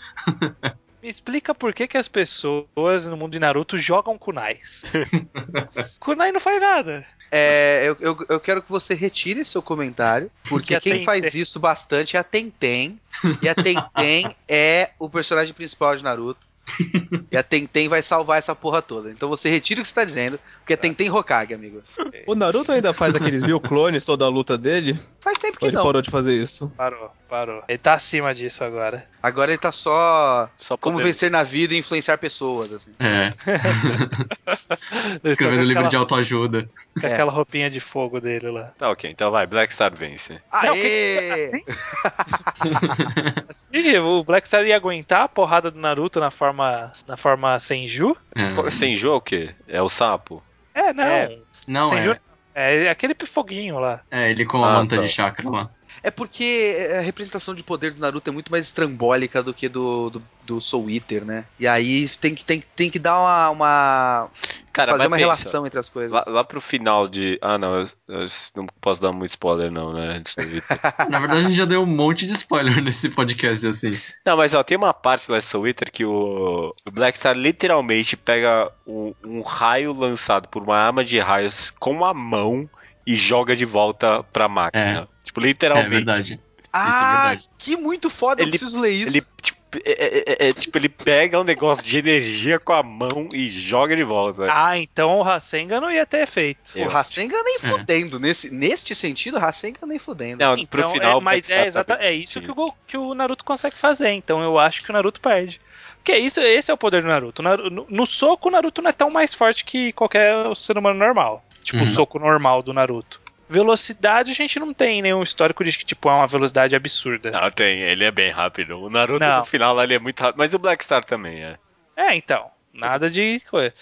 A: Me explica por que, que as pessoas no mundo de Naruto jogam kunais. kunai não faz nada.
D: É, eu, eu, eu quero que você retire seu comentário, porque
A: E a
D: quem
A: Tenten.
D: faz isso bastante é a Tenten. E a Tenten é o personagem principal de Naruto. E a Tenten vai salvar essa porra toda. Então você retira o que você tá dizendo, porque a Tenten Hokage, amigo.
C: O Naruto ainda faz aqueles mil clones toda a luta dele?
D: Faz tempo
C: Ou
D: que
C: ele
D: não.
C: parou de fazer isso?
A: Parou, parou. Ele tá acima disso agora.
D: Agora ele tá só
B: Só
D: como
B: poder-
D: vencer na vida e influenciar pessoas, assim.
E: É.
A: tá
E: Escrevendo livro de autoajuda.
A: Com
D: É.
A: aquela roupinha de fogo dele lá.
B: Tá ok, então vai, Black Star vence.
A: Não,
D: Aê!
A: Sim, o Black Star ia aguentar a porrada do Naruto na forma, na forma Senju?
E: É.
B: Pô, Senju é o quê? É o sapo?
A: É, não.
D: É,
E: Não,
A: Senju
E: é,
A: é aquele foguinho lá.
E: é ele com a
B: Ah,
E: manta
B: tá.
E: de chakra lá.
D: É porque a representação de poder do Naruto é muito mais estrambólica do que do, do, do Soul Eater, né? E aí tem que, tem, tem que dar uma. uma-
B: Cara,
D: fazer
B: mas
D: uma
B: pensa,
D: relação entre as coisas.
B: Lá, lá pro final de. Ah, não, eu, eu não posso dar muito spoiler, não, né? disso aí.
E: Na verdade, a gente já deu um monte de spoiler nesse podcast, assim.
B: Não, mas ó, tem uma parte lá de Soul Eater que o, o Blackstar literalmente pega um, um raio lançado por uma arma de raios com a mão e joga de volta pra máquina. Tipo,
E: É
B: literalmente.
E: verdade.
D: ah,
E: verdade.
D: que muito foda, eu
B: Ele-
D: preciso ler isso.
B: Ele, tipo, é- é- é- é, tipo, ele pega um negócio de energia com a mão e joga de volta.
A: Ah, então o Rasengan não ia ter efeito.
D: O Rasengan nem fudendo. Nesse, neste sentido, Rasengan nem fudendo.
B: Não, pro
A: Então,
B: final.
A: é, mas é,
B: tá
A: exata, é isso que o, Go- que o Naruto consegue fazer, então eu acho que o Naruto perde. Porque isso, esse é o poder do Naruto. O Naru- No, no soco, o Naruto não é tão mais forte que qualquer ser humano normal. Tipo,
E: Uhum.
A: o soco normal do Naruto. Velocidade, a gente não tem nenhum histórico de que tipo, é uma velocidade absurda.
B: Não, tem, ele é bem rápido. O Naruto
A: Não.
B: no final lá ele é muito rápido, mas o Blackstar também é.
A: É, então. Nada de coisa.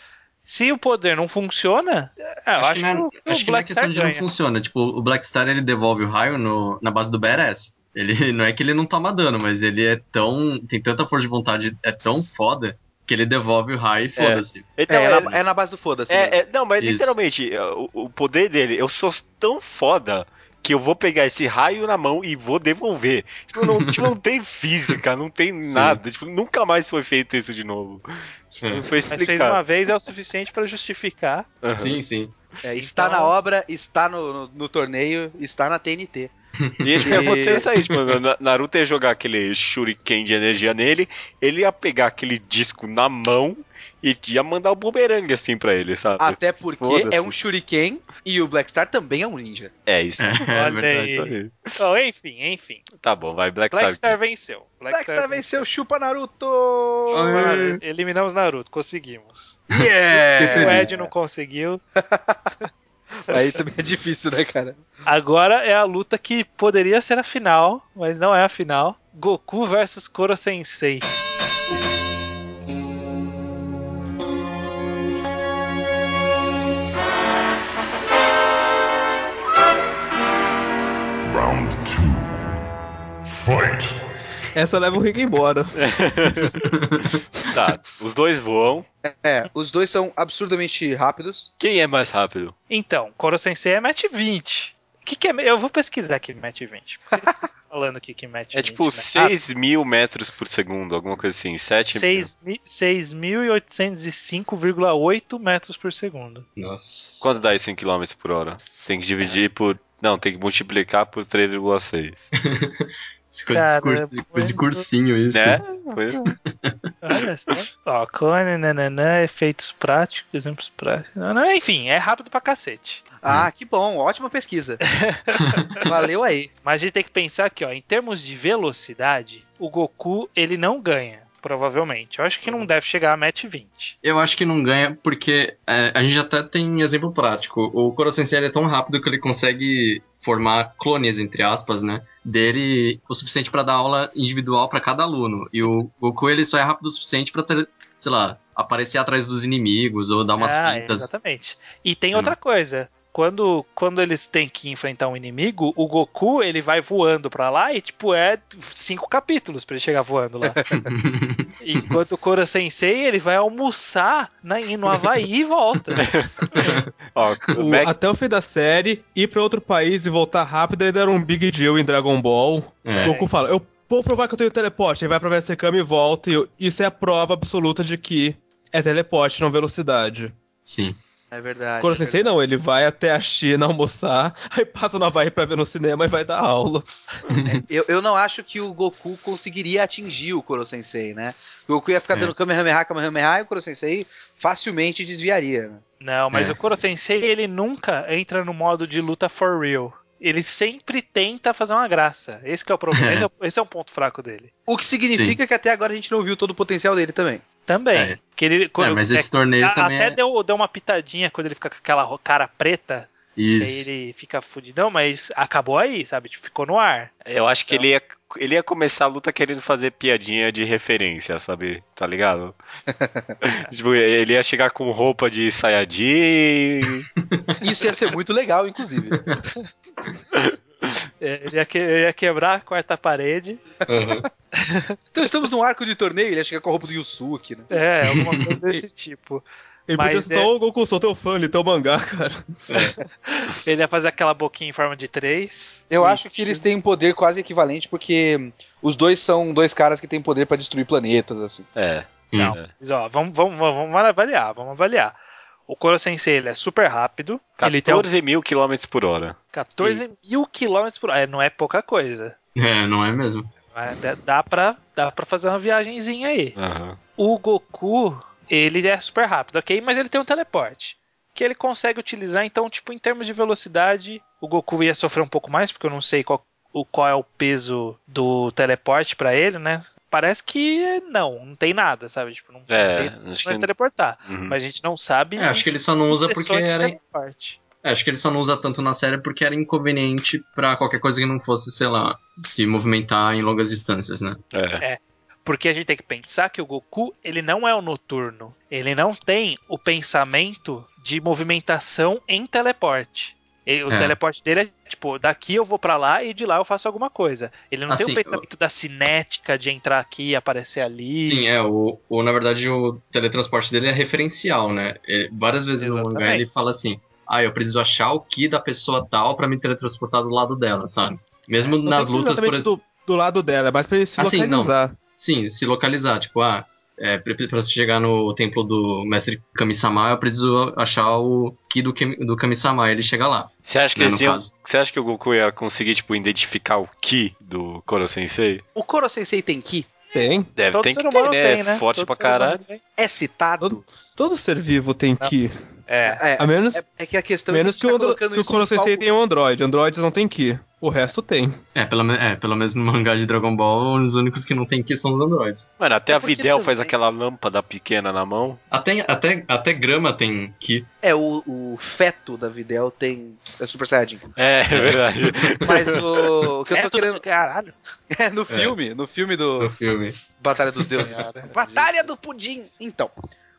A: Se o poder não funciona, é, eu
E: Acho,
A: acho,
E: que não é,
A: que, o-
E: acho que não é
A: Black Star
E: questão de não
A: ganha.
E: funciona. Tipo, o Blackstar ele devolve o raio no- na base do Badass. Ele não é que ele não toma dano, mas ele é tão. tem tanta força de vontade, é tão foda que ele devolve o raio e foda-se.
B: Então,
D: É,
B: é-
D: na, é na base do foda-se. mesmo.
B: É, é, não, mas
E: Isso.
B: literalmente, é, o, o poder dele, eu sou tão foda que eu vou pegar esse raio na mão e vou devolver. Tipo, não, tipo, não tem física, não tem
E: Sim.
B: nada. Tipo, nunca mais foi feito isso de novo. Tipo,
E: É.
B: Não foi
A: Mas fez uma
B: explicado.
A: vez é o suficiente pra justificar.
B: Aham.
E: Sim, sim.
D: É, está
A: Então-
D: na obra, está no, no, no torneio, está na TNT.
B: E acho que aconteceu isso aí, tipo, na- na- Naruto ia jogar aquele shuriken de energia nele, ele ia pegar aquele disco na mão e ia mandar o bumerangue assim pra ele, sabe?
E: Ah,
D: Até porque
B: Foda-se.
D: é um shuriken e o Blackstar também é um ninja.
B: É isso.
E: É,
A: Olha
E: verdade.
A: aí.
B: Isso aí.
A: Bom, enfim, enfim.
B: Tá bom, vai, Black,
A: É. Black
B: Star.
A: Star venceu. Black,
D: Blackstar venceu, chupa Naruto!
E: Aê.
A: Eliminamos Naruto, conseguimos.
D: Yeah!
A: o Ed
B: isso.
A: não conseguiu.
D: Aí também é difícil, né, cara?
A: Agora é a luta que poderia ser a final, mas não é a final. Goku versus Koro Sensei.
F: Round two. Fight.
C: Essa leva o Rick embora.
B: Tá, os dois voam.
D: É, os dois são absurdamente rápidos.
B: Quem é mais rápido?
A: Então, Koro Sensei é match 20. Que que é, eu vou pesquisar aqui match 20. Por que vocês estão falando aqui que match 20?
B: É tipo
A: né?
B: 6 mil metros por segundo, alguma coisa assim. 7 mil.
A: Seis mi- 6.805,8 metros por segundo.
E: Nossa.
B: Quanto dá isso em quilômetros por hora? Tem que
A: Ah,
B: dividir por. Não, tem que multiplicar por 3,6.
E: Isso coisa, de
A: Cara,
E: cursi- coisa de
A: muito-
E: cursinho, isso.
B: né? Foi-
A: Olha só. Ó, cone, nananã, efeitos práticos, exemplos práticos. nananã. Enfim, é rápido pra cacete.
D: Ah, que bom, ótima pesquisa. Valeu aí.
A: Mas a gente tem que pensar que, ó, em termos de velocidade, o Goku ele não ganha, provavelmente. Eu acho
B: Uhum.
A: que não deve chegar a match 20.
E: Eu acho que não ganha porque é, a gente até tem exemplo prático. O Koro Sensei ele é tão rápido que ele consegue formar clones, entre aspas, né? Dele o suficiente pra dar aula individual pra cada aluno. E o Goku ele só é rápido o suficiente pra, ter, sei lá, aparecer atrás dos inimigos ou dar umas
A: Ah,
E: fintas.
A: Exatamente. E tem
E: Hum.
A: outra coisa. Quando, quando eles têm que enfrentar um inimigo, o Goku ele vai voando pra lá e, tipo, é cinco capítulos pra ele chegar voando lá. Enquanto o Koro Sensei ele vai almoçar na, no Havaí e volta.
B: Ó, o
C: O-
B: Mac-
C: até o fim da série, ir pra outro país e voltar rápido ainda era um big deal em Dragon Ball.
E: É.
C: Goku fala, eu vou provar que eu tenho teleporte. Aí vai pra Vesecama e volta. E eu- isso é a prova absoluta de que é teleporte, não velocidade.
E: Sim.
D: É verdade.
C: Koro
D: é
C: Sensei
D: verdade.
C: não, ele vai até a China almoçar, aí passa no Havaí pra ver no cinema e vai dar aula.
D: Eu, eu não acho que o Goku conseguiria atingir o Koro Sensei, né? O Goku ia ficar
E: É.
D: dando Kamehameha, Kamehameha e o Koro Sensei facilmente desviaria. né?
A: Não, mas
E: É.
A: o Koro Sensei, ele nunca entra no modo de luta for real. Ele sempre tenta fazer uma graça. Esse que é o problema. Esse, é, o- esse é um ponto fraco dele.
D: O que significa que até agora a gente não viu todo o potencial dele também.
A: Também.
E: É.
A: Que ele,
E: É, mas esse torneio
A: a-
E: também.
A: até
E: é...
A: deu, deu uma pitadinha quando ele fica com aquela ro- cara preta.
E: Isso.
A: Que aí ele fica fudidão, mas acabou aí, sabe? Tipo, ficou no ar.
B: eu acho que ele ia, ele ia começar a luta querendo fazer piadinha de referência, sabe? Tá ligado? tipo, ele ia chegar com roupa de Saiyajin.
D: Isso ia ser muito legal, inclusive.
A: É, Ele ia, que- ele ia quebrar a quarta parede.
E: Uhum.
D: Então estamos num arco de torneio, ele ia chegar com a roupa do Yusuke, né?
A: É, alguma coisa desse tipo.
C: Ele
A: Mas
C: podia citar,
A: é-
C: ô Goku, sou teu fã, li teu mangá, cara.
A: Ele ia fazer aquela boquinha em forma de três.
D: Eu acho que eles têm um poder quase equivalente, porque os dois são dois caras que têm poder pra destruir planetas, assim.
B: É.
A: Não.
B: É.
A: Mas, ó, vamos, vamos, vamos, vamos avaliar, vamos avaliar. O Koro Sensei ele é super rápido. Ele tem um
B: 14 mil quilômetros por hora.
A: 14 mil quilômetros por hora. É, Não é pouca coisa.
E: É, não é mesmo?
A: É, dá- Dá pra, dá pra fazer uma viagenzinha aí.
B: Aham.
A: O Goku, ele é super rápido, ok? Mas ele tem um teleporte. Que ele consegue utilizar, então, tipo, em termos de velocidade, o Goku ia sofrer um pouco mais, porque eu não sei qual, o- qual é o peso do teleporte pra ele, né? Parece que não, não tem nada, sabe? Tipo, não,
B: É,
A: não tem
B: acho
A: não é
B: que-
A: teleportar.
B: Uhum.
A: Mas a gente não sabe.
E: É, acho que ele só não
A: se
E: usa
A: é
E: porque
A: só de
E: era-
A: teleporte.
E: É, acho que ele só não usa tanto na série porque era inconveniente pra qualquer coisa que não fosse, sei lá, se movimentar em longas distâncias, né?
B: É.
A: Porque a gente tem que pensar que o Goku, ele não é o noturno. Ele não tem o pensamento de movimentação em teleporte. Ele- o
E: É.
A: teleporte dele é tipo, daqui eu vou pra lá e de lá eu faço alguma coisa. Ele não tem
E: Assim,
A: o pensamento da cinética de entrar aqui e aparecer ali.
E: Sim, é, o, o, na verdade o teletransporte dele é referencial, né? É, várias vezes no mangá
A: Exatamente.
E: ele fala assim, ah, eu preciso achar o Ki da pessoa tal pra me teletransportar do lado dela, sabe? Mesmo
C: É, Não
E: nas
C: tem que ser
E: lutas, por
C: exatamente
E: exemplo.
C: Do, do lado dela, é mais pra ele se
E: Ah,
D: Assim,
E: sim, não.
C: localizar.
E: Sim, se localizar, tipo, ah, é, pra, pra você chegar no templo do mestre Kami-sama, eu preciso achar o Ki do, Kami- do Kami-sama, ele chega lá,
B: Você acha que
E: né, no
B: eles iam-
E: caso.
B: Você acha que o Goku ia conseguir, tipo, identificar o Ki do Koro Sensei?
D: O Koro Sensei Tenki
C: Tem.
B: Deve
A: Todo
B: tem
A: ser
B: que ter,
A: humano
B: né?
A: tem, né?
B: Forte
A: Todo
B: pra
A: ser humano
B: caralho.
A: tem.
D: é citado.
C: Todo ser vivo tem Ki.
A: É.
D: É,
C: A menos,
D: é- é que a questão
C: menos
D: é
C: que,
D: a
C: o,
D: gente tá
C: Andro-
D: colocando
C: que o
D: isso
C: Koro
D: no
C: Sensei
D: palco-
C: tenha um Android. Androids não tem Ki. O resto tem.
E: É, pelo, me- é, pelo menos no mangá de Dragon Ball, os únicos que não tem Ki são os androides.
B: Mano, até
D: É
B: a
D: porque
B: Videl faz
D: também-
B: aquela lâmpada pequena na mão.
E: Até, até, até grama tem Ki.
D: É, o, o feto da Videl tem. É Super Saiyajin.
B: É, é verdade.
D: Mas o, o que eu
A: É
D: tô
A: tudo-
D: querendo.
A: Caralho.
D: É no filme, no filme do.
E: no filme.
D: Batalha dos Deuses. Batalha do Pudim! Então,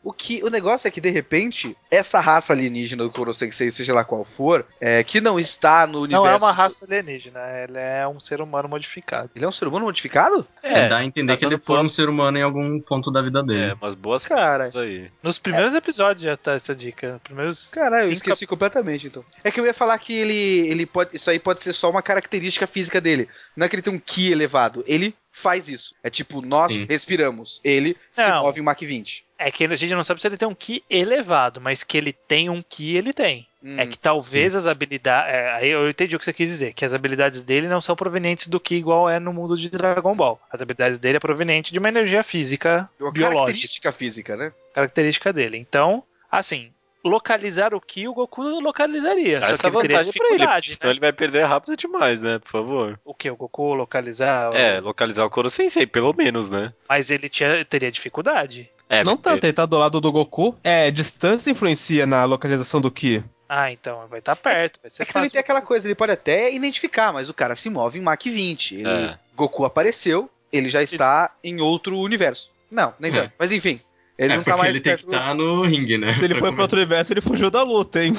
D: o, que, o negócio é que, de repente, essa raça alienígena do Koro Sensei, seja lá qual for, é, que não está no universo...
A: Não é uma raça alienígena, ele é um ser humano modificado.
D: Ele é um ser humano modificado?
E: É,
B: É,
E: dá a entender
B: tá
E: que ele
B: dando
E: foi
B: plano.
E: um ser humano em algum ponto da vida dele.
B: é, umas boas
D: Cara.
B: pistas aí.
A: Nos primeiros episódios já tá essa dica. nos Primeiros
D: Caralho, eu
A: cinco
D: esqueci completamente, então. É que eu ia falar que ele, ele pode, isso aí pode ser só uma característica física dele. Não é que ele tem um ki elevado, ele faz isso. É tipo, nós
E: Sim.
D: respiramos, ele se
A: Não.
D: move em Mach 20.
A: É que a gente não sabe se ele tem um Ki elevado, mas que ele tem um Ki, ele tem.
D: Hum,
A: É que talvez as habilidades. é, aí eu entendi o que você quis dizer, que as habilidades dele não são provenientes do Ki igual é no mundo de Dragon Ball. As habilidades dele é proveniente de uma energia física
D: é uma
A: biológica,
D: característica física, né?
A: característica dele. Então, assim, localizar o Ki, o Goku localizaria.
B: Dá
A: Só que
B: essa é
A: ele teria
B: vantagem pra ele,
A: dificuldade,
B: porque
A: né?
B: senão ele vai perder rápido demais, né? Por favor.
A: O que? O Goku localizar?
B: É, localizar o Koro Sensei, pelo menos, né?
A: Mas ele tinha- teria dificuldade.
B: É,
C: não
B: porque-
C: tanto, ele tá do lado do Goku. É, distância influencia na localização do Ki.
A: Ah, então vai estar perto, vai ser
D: É que também
A: fácil.
D: tem aquela coisa, ele pode até identificar, mas o cara se move em Mach 20. Ele-
B: É.
D: Goku apareceu, ele já está em outro universo. Não, nem
E: É.
D: tanto. Mas enfim, ele
E: é
D: não
E: porque
D: tá mais
E: ele tem que
D: perto do-
E: estar no ringue, né?
C: Se ele
E: pra
C: foi
E: comer.
C: pro outro universo, ele fugiu da luta, hein?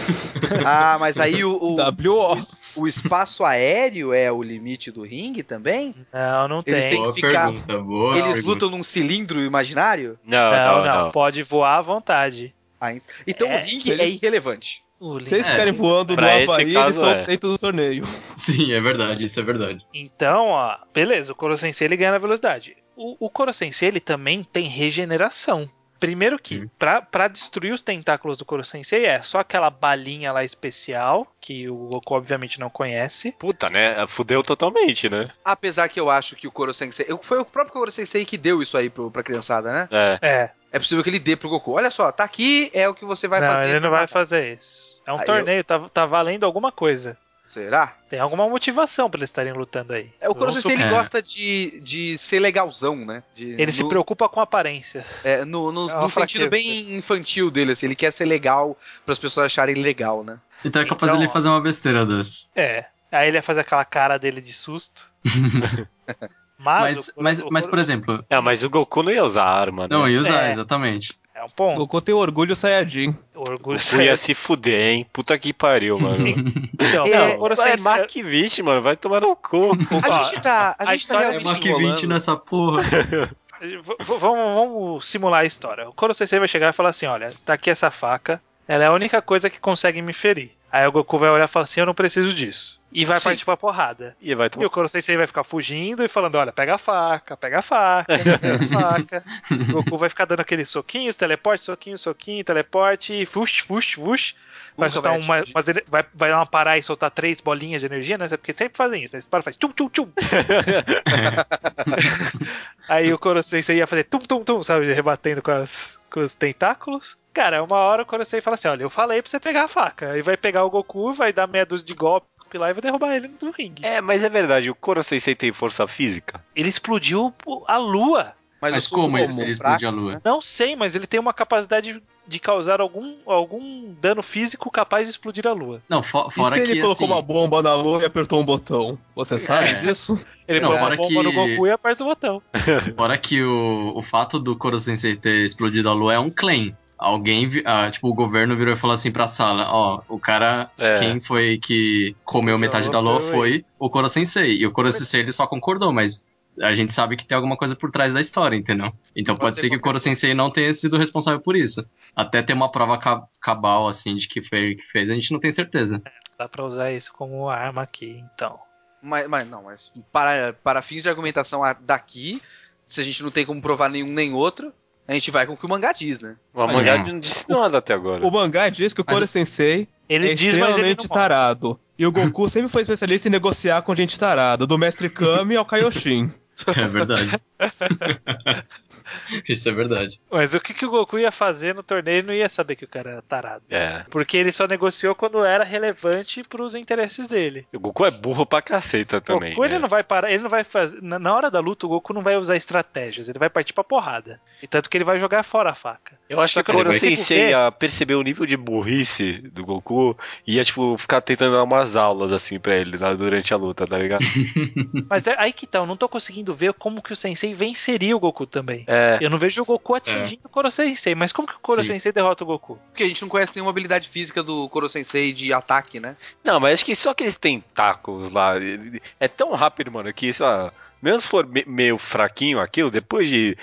D: Ah, mas aí o, o,
C: W.O.
D: o espaço aéreo é o limite do ringue também?
A: Não, não
D: Eles
A: tem.
D: têm-
E: Boa
D: que ficar-
E: pergunta, boa
D: Eles
E: pergunta.
D: lutam num cilindro imaginário?
B: Não,
A: Não,
B: Ah, não,
A: não,
B: não.
A: Pode voar à vontade.
D: Ah, en- então
A: É,
D: o ringue
C: eles-
D: é irrelevante.
A: O
C: Se eles
E: É,
C: ficarem voando no
B: pra esse
C: Havaí, eles
B: caso,
C: estão
B: é.
C: dentro do torneio.
E: Sim, é verdade, isso é verdade.
A: Então, ó, beleza, o Koro Sensei ele ganha na velocidade. O, o Koro Sensei ele também tem regeneração. Primeiro que, pra, pra destruir os tentáculos do Koro Sensei é só aquela balinha lá especial, que o Goku obviamente não conhece.
B: Puta, né? Fudeu totalmente, né?
D: Apesar que eu acho que o Koro Sensei... eu- Foi o próprio Koro Sensei que deu isso aí pro, pra criançada, né?
B: É.
A: É,
D: É possível que ele dê pro Goku. Olha só, tá aqui, é o que você vai
A: não,
D: fazer.
A: ele não
D: pra
A: vai
D: matar."
A: fazer isso. É um
D: Aí eu-
A: torneio, tá, tá valendo alguma coisa.
D: Será?
A: Tem alguma motivação pra eles estarem lutando aí.
D: É, o Koro
A: Vamos
D: Sensei, ele
E: supor.
D: gosta de, de ser legalzão, né? De-
A: Ele se
D: no-
A: preocupa com aparência.
D: é, no, no-
A: É
D: no
A: uma
D: sentido
A: fraqueza.
D: bem infantil dele, assim. Ele quer ser legal para as pessoas acharem legal, né?
E: Então é capaz
A: Então,
E: dele
A: ó.
E: fazer uma besteira dessas.
A: É. Aí ele ia fazer aquela cara dele de susto. mas,
E: Mas,
A: o Koro-
E: mas,
A: o
E: mas,
A: Koro-
E: por exemplo.
B: Ah, mas o Goku não ia usar arma, né?
E: Não, ia usar,
A: É.
E: exatamente.
A: é um ponto.
C: Goku tem orgulho Saiyajin.
A: Orgulho
B: Goku ia se fuder, hein? Puta que pariu, mano.
A: Então,
D: É,
B: Não, agora você é
D: mas-
B: Maquivish, mano. Vai tomar no cu.
D: A gente tá,
A: a
D: a gente tá
A: história
E: É
D: realmente
E: Mach
D: enrolando.
E: 20 nessa porra.
A: V- v- vamos, vamos simular a história. O Koro Sensei vai chegar e falar assim: olha, tá aqui essa faca, ela é a única coisa que consegue me ferir. Aí o Goku vai olhar e falar assim: eu não preciso disso. E vai
D: Sim.
A: partir pra porrada.
B: E vai
A: E
B: tomar.
A: o Koro Sensei vai ficar fugindo e falando: olha, pega a faca, pega a faca, pega a faca. o Goku vai ficar dando aqueles soquinhos, teleporte, soquinho, soquinho, teleporte, e fush, fush, fush. Vai,
D: Nunca
A: soltar
D: vai
A: uma,
D: atingir.
A: umas ener- vai, vai dar uma parar e soltar três bolinhas de energia, né? Porque sempre fazem isso. Eles param e fazem tchum, tchum, tchum. Aí o Coruscant ia fazer tum tum tum, sabe? Rebatendo com, as- com os tentáculos. Cara, uma hora o Coruscant fala assim: olha, eu falei pra você pegar a faca. Aí vai pegar o Goku, vai dar meia dúzia de golpe lá e vai derrubar ele do ringue.
B: É, mas é verdade, o Koro Sensei tem força física?
A: Ele explodiu a lua.
E: Mas
D: os
E: como
D: Goku é um
E: ele
D: são
E: ele
D: fracos,
E: explodiu a lua?
D: né?
A: Não sei, mas ele tem uma capacidade de causar algum, algum dano físico capaz de explodir a lua.
E: Não, fo-
C: E
E: fora
C: se
E: que.
C: ele colocou
E: assim,
C: uma bomba na lua e apertou um botão? Você sabe
E: É.
C: disso?
A: Ele
E: Não,
A: põe uma
E: fora
A: bomba
E: que-
A: no Goku e aperta o botão.
E: Fora que o, o fato do Koro Sensei ter explodido a lua é um claim. Alguém, vi- ah, tipo, o governo virou e falou assim pra sala: Ó, o cara,
B: É.
E: quem foi que comeu metade da lua
B: foi.
E: foi o Koro Sensei. E o Koro Sensei ele só concordou, mas a gente sabe que tem alguma coisa por trás da história, entendeu? Então
A: Pode
E: pode,
A: ser
E: ser que o
A: qualquer
E: Koro Sensei não tenha sido responsável por isso. Até ter uma prova ca- cabal, assim, de que foi ele que fez, a gente não tem certeza.
A: Dá pra usar isso como arma aqui, então.
D: Mas, mas não, mas para, para fins de argumentação a- daqui, se a gente não tem como provar nenhum nem outro, a gente vai com o que o mangá diz, né?
B: O mangá não disse nada até agora.
C: O mangá diz que o
E: Mas-
C: Koro Sensei
A: Ele
C: é
A: diz, mas ele
C: extremamente
A: não mostra.
C: tarado. E o Goku sempre foi especialista em negociar com gente tarada, do mestre Kami ao Kaioshin.
E: É verdade. isso é verdade.
A: Mas o que, que o Goku ia fazer no torneio ele não ia saber que o cara era tarado.
B: É.
A: Porque ele só negociou quando era relevante pros interesses dele.
B: O Goku é burro pra caceta também.
A: o Goku ele
E: é.
B: né?
A: não vai parar, ele não vai fazer. Na na hora da luta, o Goku não vai usar estratégias, ele vai partir pra porrada. E tanto que ele vai jogar fora a faca.
B: Eu acho que
A: Só
B: o
A: que
E: eu
B: Koro
E: não
A: consigo ver.
B: Sensei ia perceber o nível de burrice do Goku e ia, tipo, ficar tentando dar umas aulas assim pra ele lá durante a luta, tá ligado?
A: Mas é aí que tá, eu não tô conseguindo ver como que o Sensei venceria o Goku também.
B: É.
A: Eu não vejo o Goku atingindo o Koro Sensei, mas como que o Koro
E: É. Sim.
A: Sensei derrota o Goku?
D: Porque a gente não conhece nenhuma habilidade física do Koro Sensei de ataque, né?
B: Não, mas acho que só aqueles tentáculos lá. ele- É tão rápido, mano, que isso. ó, Mesmo se for me- meio fraquinho aquilo, depois de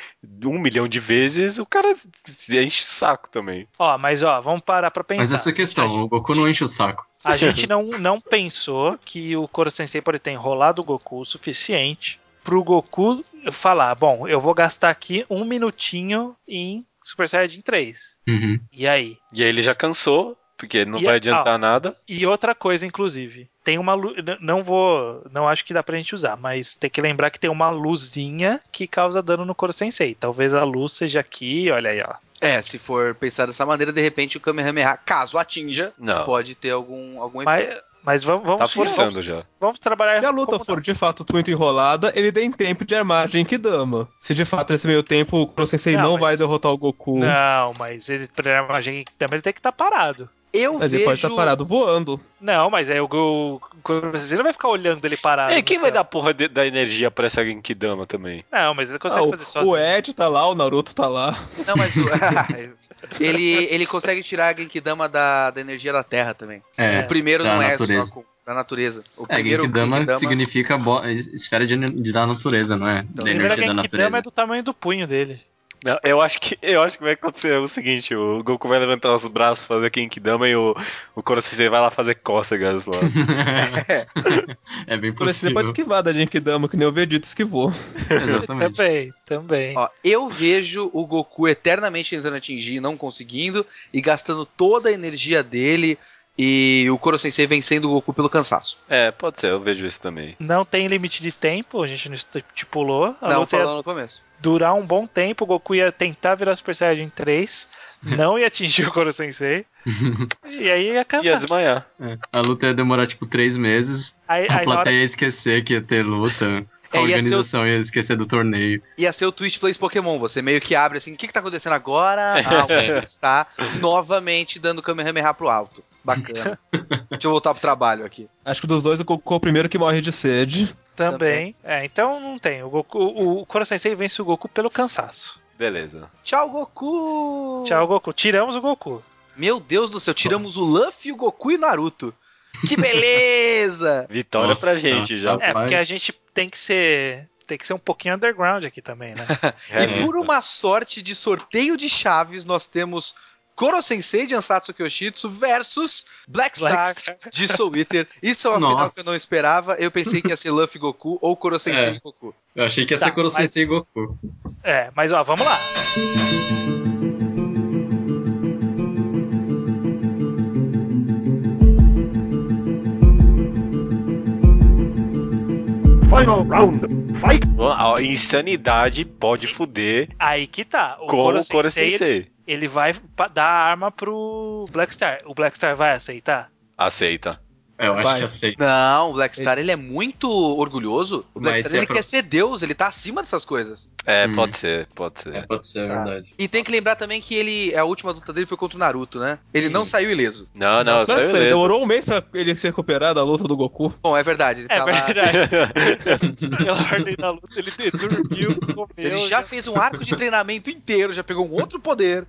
B: um milhão de vezes, o cara se enche o saco também.
A: Ó, mas ó, vamos parar pra pensar.
E: Mas essa é a questão, o Goku não enche o saco.
A: A gente não, não pensou que o Koro Sensei pode ter enrolado o Goku o suficiente pro Goku falar: bom, eu vou gastar aqui um minutinho em Super Saiyajin 3.
E: Uhum.
A: E aí?
B: E aí ele já cansou, porque não
A: E
B: vai
A: a-
B: adiantar nada.
A: E outra coisa, inclusive, tem uma lu- n- não vou, não acho que dá pra gente usar, mas tem que lembrar que tem uma luzinha que causa dano no Koro Sensei. Talvez a luz seja aqui, olha aí, ó.
D: É, se for pensar dessa maneira, de repente o Kamehameha, caso atinja,
B: Não.
D: pode ter algum, algum efeito.
A: Mas, mas vamos, vamos,
B: Tá
A: vamos,
B: forçando já.
A: É, vamos trabalhar
C: Se a luta
A: como
C: for de fato muito enrolada, ele tem tempo de armar a Genkidama. Se de fato nesse meio tempo o Koro Sensei
A: Não,
C: não
A: mas-
C: vai derrotar o Goku,
A: Não, mas ele pra a gente também ele tem que estar parado.
D: Eu
C: mas
D: vejo...
C: ele pode estar parado voando.
A: Não, mas aí o Go- o Koro Sensei não vai ficar olhando ele parado.
B: É,
A: no
B: quem vai
A: céu.
B: dar porra de- da energia pra essa Genkidama também?
A: Não, mas ele consegue
C: Ah, o-
A: fazer só
C: o Ed tá lá, o Naruto tá lá.
D: Não, mas o... ele, ele consegue tirar a Genkidama da, da energia da Terra também.
E: É,
D: o primeiro
E: da
D: não é
E: natureza.
D: só com, da natureza. O
E: é
D: primeiro
E: Genkidama
D: Genkidama-
E: significa bo- es- esfera de, ener- da natureza, não é?
A: O
E: Da
A: primeiro
E: energia da
A: Genkidama
E: natureza.
A: é do tamanho do punho dele.
B: Não, eu acho que eu acho que vai acontecer o seguinte, o Goku vai levantar os braços, fazer Genkidama e o, o Koro Sensei vai lá fazer cócegas lá.
E: é bem
C: O Koro Sensei
E: possível.
C: pode esquivar da Genkidama, assim, que nem o Vegeta esquivou.
E: Exatamente.
A: Também, também.
D: Ó, eu vejo o Goku eternamente tentando atingir e não conseguindo, e gastando toda a energia dele, e o Koro Sensei vencendo o Goku pelo cansaço.
B: É, pode ser, eu vejo isso também.
A: Não tem limite de tempo, a gente não estipulou. Ah, A
D: Tava
A: luta ia
D: falando no começo.
A: durar um bom tempo, o Goku ia tentar virar Super Saiyajin 3, não ia atingir o Koro Sensei, e aí ia
B: Ia
A: cansar.
B: desmaiar.
E: É. A luta ia demorar tipo três meses,
A: Aí, aí
E: a
A: na hora-
E: plateia ia esquecer que ia ter luta, a
D: É, ia ser o-
E: organização ia esquecer do torneio.
D: Ia ser o Twitch Plays Pokémon, você meio que abre assim, o que que tá acontecendo agora? Ah, o Goku está novamente dando Kamehameha pro alto. Bacana. Deixa eu voltar pro trabalho aqui.
C: Acho que dos dois o Goku é o primeiro que morre de sede.
A: também. É, então não tem. O, Goku, o Koro Sensei vence o Goku pelo cansaço.
B: Beleza.
D: Tchau, Goku!
A: Tchau, Goku. Tiramos o Goku.
D: Meu Deus do céu, tiramos o Luffy, o Goku e o Naruto. Que beleza!
B: Vitória
E: Nossa,
B: pra gente já.
A: É,
E: Rapaz.
A: porque a gente tem que ser. Tem que ser um pouquinho underground aqui também, né?
D: E por uma sorte de sorteio de chaves, nós temos Koro Sensei de Ansatsu Kyoshitsu versus Black Star,
A: Black Star.
D: de Soul Eater. Isso é uma final
E: Nossa.
D: que eu não esperava. Eu pensei que ia ser Luffy Goku ou Koro Sensei
E: É.
D: Goku.
E: Eu achei que ia
A: Tá,
E: ser Kuro Sensei e Goku.
A: É, mas ó, vamos lá.
B: Vamos lá, ó, Insanidade pode fuder
A: Aí que tá. O
B: com
A: Koro
B: o Koro
A: Sensei, ele,
B: Sensei.
A: ele vai pa- dar a arma pro Black Star. O Black Star vai aceitar?
B: Aceita.
E: É, eu acho
C: Vai.
E: que aceito.
D: Não, o Black Star ele é muito orgulhoso. O Black
E: Mas
D: Star
E: é
D: ele
E: pro-
D: quer ser Deus, ele tá acima dessas coisas.
B: É,
E: Hum.
B: pode ser, pode ser.
E: É, pode ser,
A: Tá.
E: é verdade.
D: E tem que lembrar também que ele a última luta dele foi contra o Naruto, né? Ele não
E: Sim.
D: saiu ileso.
B: Não, não,
C: Será
B: saiu
C: que
D: é
C: isso aí
B: ileso.
C: demorou um mês pra ele se recuperar da luta do Goku?
D: Bom, é verdade, ele
A: É
D: tá lá.
A: verdade. Pela ordem da luta, ele dormiu, comeu.
D: Ele já fez um arco de treinamento inteiro, já pegou um outro poder.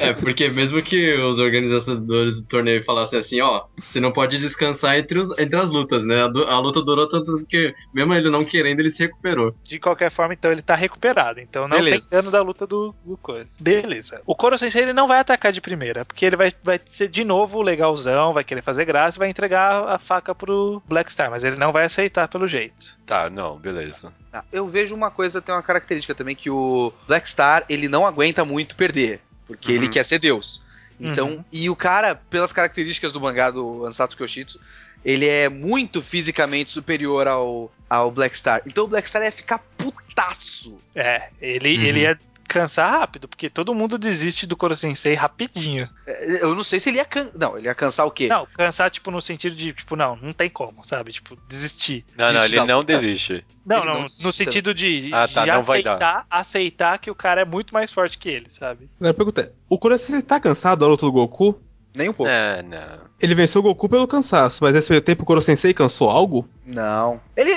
E: É, porque mesmo que os organizadores do torneio falassem assim, ó, você não pode descansar entre, os, entre as lutas, né? A, du- a luta durou tanto que, mesmo ele não querendo, ele se recuperou.
A: De qualquer forma, então ele tá recuperado. Então não
D: Beleza.
A: tem dano da luta do, do coisa. Beleza. O Koro Sensei ele não vai atacar de primeira, porque ele vai, vai ser de novo legalzão, vai querer fazer graça e vai entregar a faca pro Black Star, mas ele não vai aceitar pelo jeito.
B: Tá, não, beleza.
D: Ah, Eu vejo uma coisa, tem uma característica também, que o Black Star, ele não aguenta muito perder, porque ele
B: Uhum.
D: quer ser Deus. Então,
A: Uhum.
D: e o cara, pelas características do mangá do Ansatsu Kyoshitsu, ele é muito fisicamente superior ao, ao Black Star. Então o Black Star ia ficar putaço.
A: É, ele,
E: Uhum.
A: ele ia cansar rápido, porque todo mundo desiste do Koro Sensei rapidinho.
D: É, Eu não sei se ele ia can... Não, ele ia cansar o quê?
A: Não, cansar, tipo, no sentido de, tipo, não, não tem como, sabe? Tipo, desistir.
B: Não, não,
D: Desiste da
B: ele não
D: luta.
B: desiste.
A: Não,
D: Ele
A: não,
D: não
A: no
D: desista.
A: sentido de,
B: Ah, tá,
A: de
B: não vai
A: aceitar, aceitar que o cara é muito mais forte que ele, sabe?
C: Agora a pergunta é: o Kuro Sensei tá cansado da luta do Goku?
D: Nem um pouco.
A: É.
B: Não, É, não.
C: Ele venceu o Goku pelo cansaço, mas nesse meio tempo o Kuro Sensei cansou algo?
D: Não. Ele,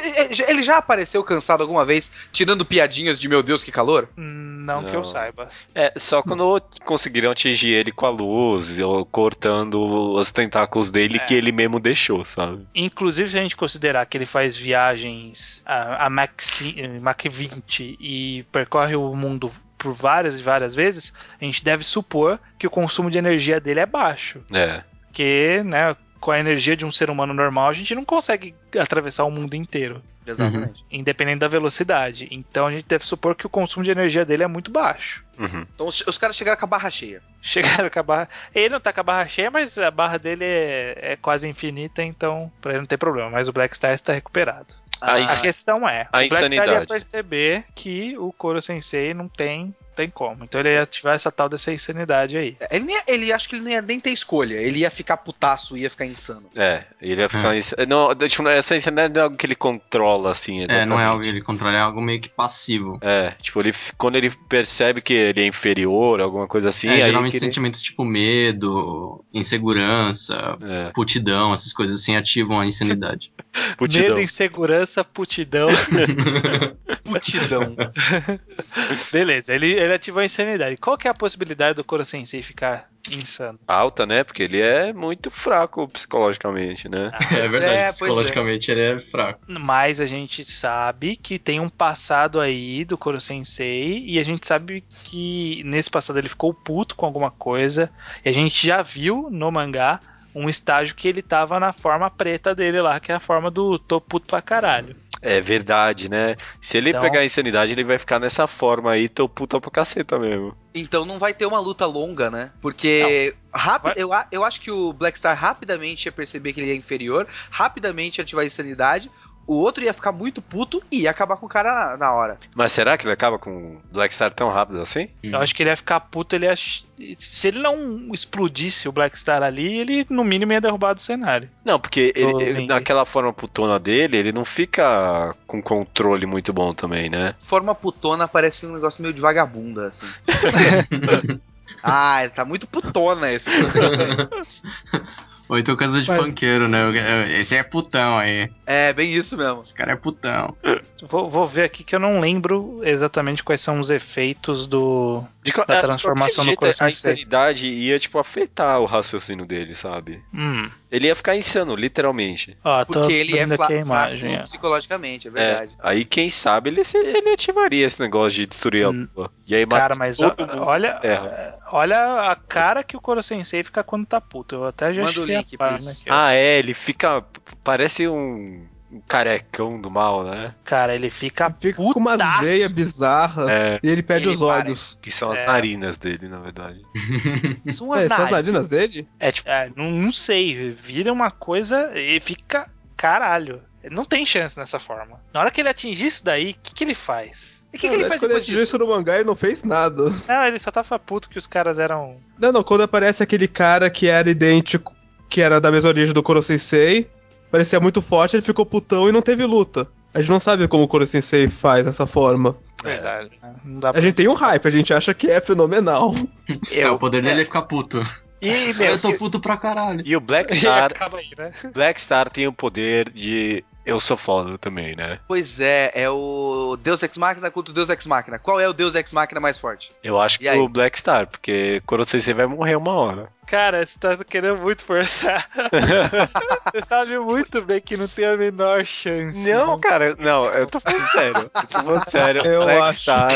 D: ele já apareceu cansado alguma vez, tirando piadinhas de meu Deus, que calor?
A: Não, que eu
B: Não.
A: saiba.
B: É,
E: Hum.
B: só quando conseguiram atingir ele com a luz, ou cortando os tentáculos dele
A: É.
B: que ele mesmo deixou, sabe?
A: Inclusive, se a gente considerar que ele faz viagens a, a Mach, ci- Mach 20 e percorre o mundo por várias e várias vezes, a gente deve supor que o consumo de energia dele é baixo.
B: É.
A: Porque, né, com a energia de um ser humano normal, a gente não consegue atravessar o mundo inteiro,
D: Exatamente.
A: independente da velocidade. Então, a gente deve supor que o consumo de energia dele é muito baixo.
B: Uhum.
D: Então os, os caras chegaram com a barra cheia.
A: Chegaram com a barra. Ele não tá com a barra cheia, mas a barra dele é, é quase infinita, então pra ele não ter problema. Mas o Black Star está recuperado.
D: Ah,
B: Aí
A: A questão é,
B: a
A: o Black Star ia
B: insanidade.
A: perceber que o Koro Sensei não tem, tem como. Então ele ia ativar essa tal dessa insanidade aí.
D: Ele, nem- é, ele acho que ele não ia nem ter escolha. Ele ia ficar putaço, ia ficar insano.
B: É, ele ia ficar. ins- Não, tipo, essa insanidade não é algo que ele controla, assim.
E: É, não é
B: exatamente.
E: algo que ele controla, é algo meio que passivo.
B: É, tipo, ele, f- quando ele percebe que ele é inferior, alguma coisa assim.
E: é,
B: aí
E: geralmente
B: que ele-
E: sentimentos tipo medo, insegurança,
B: É,
E: putidão, essas coisas assim ativam a insanidade.
B: putidão.
A: Medo, insegurança, putidão.
D: Putidão.
A: Beleza, ele, ele ativou a insanidade. Qual que é a possibilidade do Koro Sensei ficar insano?
B: Alta, né? Porque ele é muito fraco psicologicamente, né?
E: é verdade,
D: é, pois
E: psicologicamente ele é fraco.
A: Mas a gente sabe que tem um passado aí do Koro Sensei e a gente sabe que nesse passado ele ficou puto com alguma coisa. E a gente já viu no mangá um estágio que ele tava na forma preta dele lá, que é a forma do tô puto pra caralho.
B: É verdade, né? Se ele
A: Então-
B: pegar a insanidade, ele vai ficar nessa forma aí, tô puta pra caceta mesmo.
D: Então não vai ter uma luta longa, né? Porque rápido,
A: Vai-
D: eu, a- eu acho que o Black Star rapidamente ia perceber que ele é inferior, rapidamente ia ativar a insanidade, o outro ia ficar muito puto e ia acabar com o cara na, na hora.
B: Mas será que ele acaba com o Black Star tão rápido assim?
D: Uhum.
A: Eu acho que ele ia ficar puto, ele ia... se ele não explodisse o Black Star ali, ele no mínimo ia derrubar do cenário.
B: Não, porque ele-
A: Tô
B: ele-
A: bem.
B: naquela forma putona dele, ele não fica com controle muito bom também, né?
D: Forma putona parece um negócio meio de vagabunda, assim. ah, ele tá muito putona esse processo.
E: Ou então casa de
G: Mas-
E: panqueiro, né? Esse é putão aí.
D: É, bem isso mesmo.
E: Esse cara é putão.
A: Vou, vou ver aqui que eu não lembro exatamente quais são os efeitos do.
B: De qual-
A: Da
B: é, de
A: transformação
B: qualquer
A: no coração
B: A
A: de ser.
B: insanidade ia, tipo, afetar o raciocínio dele, sabe?
A: Hum.
B: Ele ia ficar insano, literalmente.
A: Ó, tô
D: Porque ele é
A: vendo
D: fla-
A: aqui a
D: fraco
A: imagem. ó.
D: psicologicamente, é
B: É,
D: verdade.
B: aí quem sabe ele, se- ele ativaria esse negócio de destruir a
A: Hum.
B: lua. E aí mata
A: Cara, mas
B: todo
A: ó-
B: mundo
A: olha, eh,
B: na Terra.
A: olha a cara que o Koro Sensei fica quando tá puto. Eu até já
D: Manda o
A: achei a né,
D: link,
A: página
D: please.
A: aqui, ó.
B: Ah, é, ele fica. Parece um, um carecão do mal, né?
A: Cara, ele
D: Ah,
A: fica,
C: Fica
A: putaço.
C: com umas veias bizarras
B: É.
C: e ele perde
D: Ele
C: os
D: parece.
C: olhos.
B: Que são as
A: É.
B: narinas dele, na verdade.
D: São
C: É,
D: as
C: são as
D: narinas.
C: narinas dele?
B: É, tipo,
A: É, não, não sei, vira uma coisa e fica caralho. Não tem chance nessa forma. Na hora que ele atingir isso daí, o que, que ele faz?
D: E o que, que ele faz
C: quando é ele
D: depois
C: atingiu
D: disso?
C: isso no mangá, ele não fez nada.
A: Não, ele só tava puto que os caras eram.
C: Não, não, quando aparece aquele cara que era idêntico, que era da mesma origem do Koro Sensei, parecia muito forte, ele ficou putão e não teve luta. A gente não sabe como o Koro Sensei faz dessa forma.
A: Verdade. né? Não dá
C: A
A: pra...
C: gente tem um hype, a gente acha que é fenomenal.
E: É, o poder dele é ficar puto.
B: e, meu,
E: Eu tô puto pra caralho.
B: É. e o Black
A: E
B: Star,
A: acaba aí, né?
B: Black Star tem o poder de. Eu sou foda também, né?
D: Pois é, é o Deus Ex Machina contra o Deus Ex Machina. Qual é o Deus Ex Machina mais forte?
B: Eu acho
D: E
B: que
D: aí?
B: o Black Star, porque Kurosensei vai morrer uma hora.
A: Cara, você tá querendo muito forçar. você sabe muito bem que não tem a menor chance.
B: Não, cara, não, eu tô falando sério. Eu tô falando sério.
C: Eu
B: Black
C: acho.
B: Star.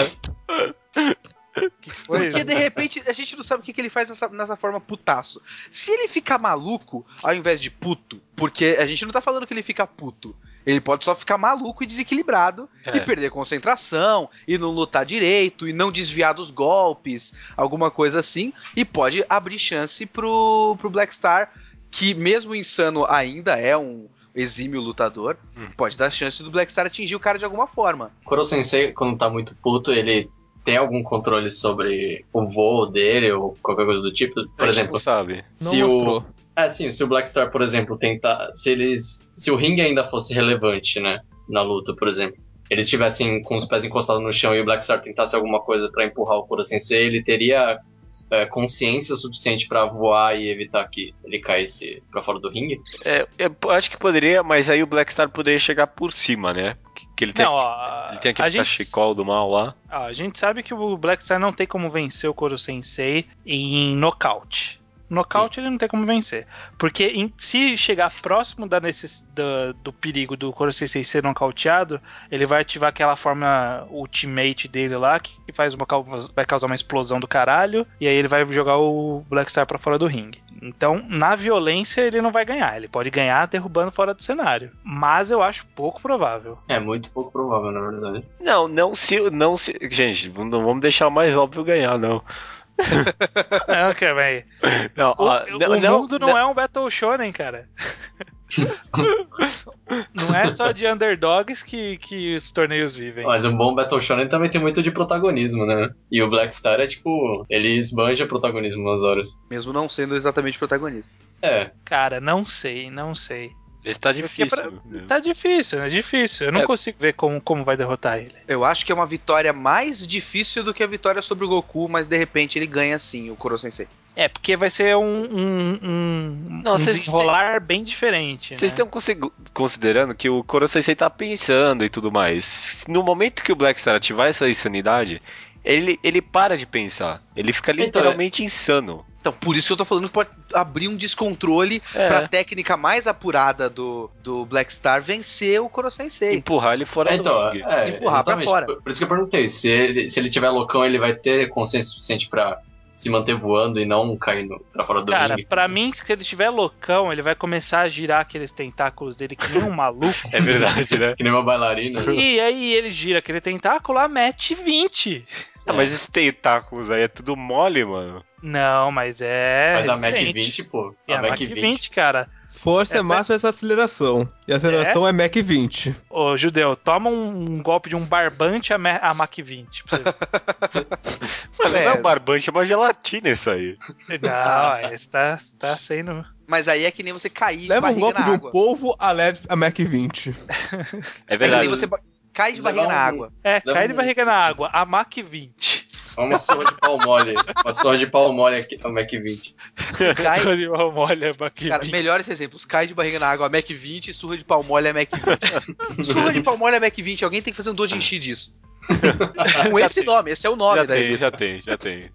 A: que foi.
D: Porque de repente a gente não sabe o que, que ele faz nessa, nessa forma putaço. Se ele ficar maluco ao invés de puto, porque a gente não tá falando que ele fica puto. Ele pode só ficar maluco e desequilibrado
B: É.
D: e perder concentração e não lutar direito e não desviar dos golpes, alguma coisa assim. E pode abrir chance pro, pro Black Star, que mesmo insano ainda é um exímio lutador,
B: Hum.
D: pode dar chance do Black Star atingir o cara de alguma forma.
E: Koro Sensei, quando tá muito puto, ele tem algum controle sobre o voo dele ou qualquer coisa do tipo?
B: A
E: Por
B: gente
E: exemplo,
B: não sabe.
C: Não
E: se o.
C: mostrou.
E: É, sim, se o Black Star, por exemplo, tentar. Se eles. Se o ringue ainda fosse relevante, né? Na luta, por exemplo. Eles estivessem com os pés encostados no chão e o Black Star tentasse alguma coisa pra empurrar o Kuro Sensei, ele teria é, consciência suficiente pra voar e evitar que ele caísse pra fora do ringue?
B: É, eu acho que poderia, mas aí o Black Star poderia chegar por cima, né? Que, que ele tem,
A: Não, ó,
B: ele tem
A: a
B: aquele
A: gente-
B: cachecol do mal lá.
A: Ah, a gente sabe que o Black Star não tem como vencer o Koro Sensei em nocaute. Nocaute ele não tem como vencer. Porque em- se chegar próximo da necess- da- do perigo do Koro Sensei ser nocauteado, ele vai ativar aquela forma ultimate dele lá, que que faz uma, cau- vai causar uma explosão do caralho, e aí ele vai jogar o Black Star pra fora do ringue. Então, na violência, ele não vai ganhar. Ele pode ganhar derrubando fora do cenário. Mas eu acho pouco provável.
E: É muito pouco provável, na verdade.
B: Não, não se, não se. Gente, não vamos deixar o mais óbvio ganhar, não.
A: É, ok, vai.
B: Não,
A: O,
B: ó,
A: o
B: Ah, não,
A: mundo não, é um Battle Shonen, cara. não é só de underdogs que, que os torneios vivem.
E: Mas um bom Battle Shonen também tem muito de protagonismo, né? E o Black Star é tipo. Ele esbanja protagonismo nas horas.
D: Mesmo não sendo exatamente protagonista.
E: É,
A: Cara, não sei, não sei.
B: Esse tá
A: é Porque
B: difícil. né?
A: Tá difícil, é difícil. Eu não
B: É.
A: consigo ver como, como vai derrotar ele.
D: Eu acho que é uma vitória mais difícil do que a vitória sobre o Goku, mas de repente ele ganha sim, o Kuro Sensei.
A: É, porque vai ser um, um, um,
B: Não,
A: um
B: vocês-
A: desenrolar bem diferente.
B: Vocês
A: né?
B: estão consigo- considerando que o Koro Sensei tá pensando e tudo mais. No momento que o Black Star ativar essa insanidade, ele, ele para de pensar. Ele fica
E: Então,
B: literalmente insano.
D: Então, por isso que eu tô falando que pode abrir um descontrole
B: É.
D: pra técnica mais apurada do, do Black Star vencer o Kuro Sensei.
B: Empurrar ele fora
E: É,
B: do
E: então,
B: ringue.
E: é,
D: Empurrar pra
E: exatamente.
D: fora.
E: Por, por isso que eu perguntei, se ele, se ele tiver loucão, ele vai ter consciência suficiente pra se manter voando e não cair no- pra fora do
A: Cara,
E: ringue.
A: pra mim, se ele estiver loucão, ele vai começar a girar aqueles tentáculos dele que nem um maluco.
B: É verdade, né?
E: Que nem uma bailarina.
A: e aí ele gira aquele tentáculo, lá mete 20.
B: Ah, mas esses tentáculos aí é tudo mole, mano.
A: Não, mas é.
E: Mas a Mac
A: resistente.
E: 20, pô.
A: É, a Mac 20, cara.
C: Força
A: É,
C: é, máxima essa aceleração. E a aceleração é, Mac 20.
A: Ô, judeu, toma um, um golpe de um barbante a, Ma- a Mac 20. pra você
B: Mano, não é
A: É.
B: um barbante, é uma gelatina isso aí.
A: ver. Não, esse tá, tá sendo.
D: Mas aí é que nem você cair
C: Leva
D: de barriga
C: um golpe
D: na
C: de um
D: água.
C: polvo a, leve, a Mac 20.
B: É
D: É que
B: verdade.
D: nem você ba- cai de
E: Levar
D: barriga na
E: um-
D: água.
A: É,
E: Não,
A: cai de
E: não.
A: barriga na água, a Mac 20.
E: É Uma surra de pau mole. Uma surra de pau mole aqui no Mac 20.
D: Cai-
A: Só de uma molha, aqui.
D: Cara, melhores exemplos. Cai de barriga na água, Mac 20, surra de palmolha, Mac 20. surra de palmolha, Mac 20. Alguém tem que fazer um dojinshi disso. Com esse nome, esse é o nome
B: Já
D: da
B: tem,
D: revista.
B: já tem, já tem.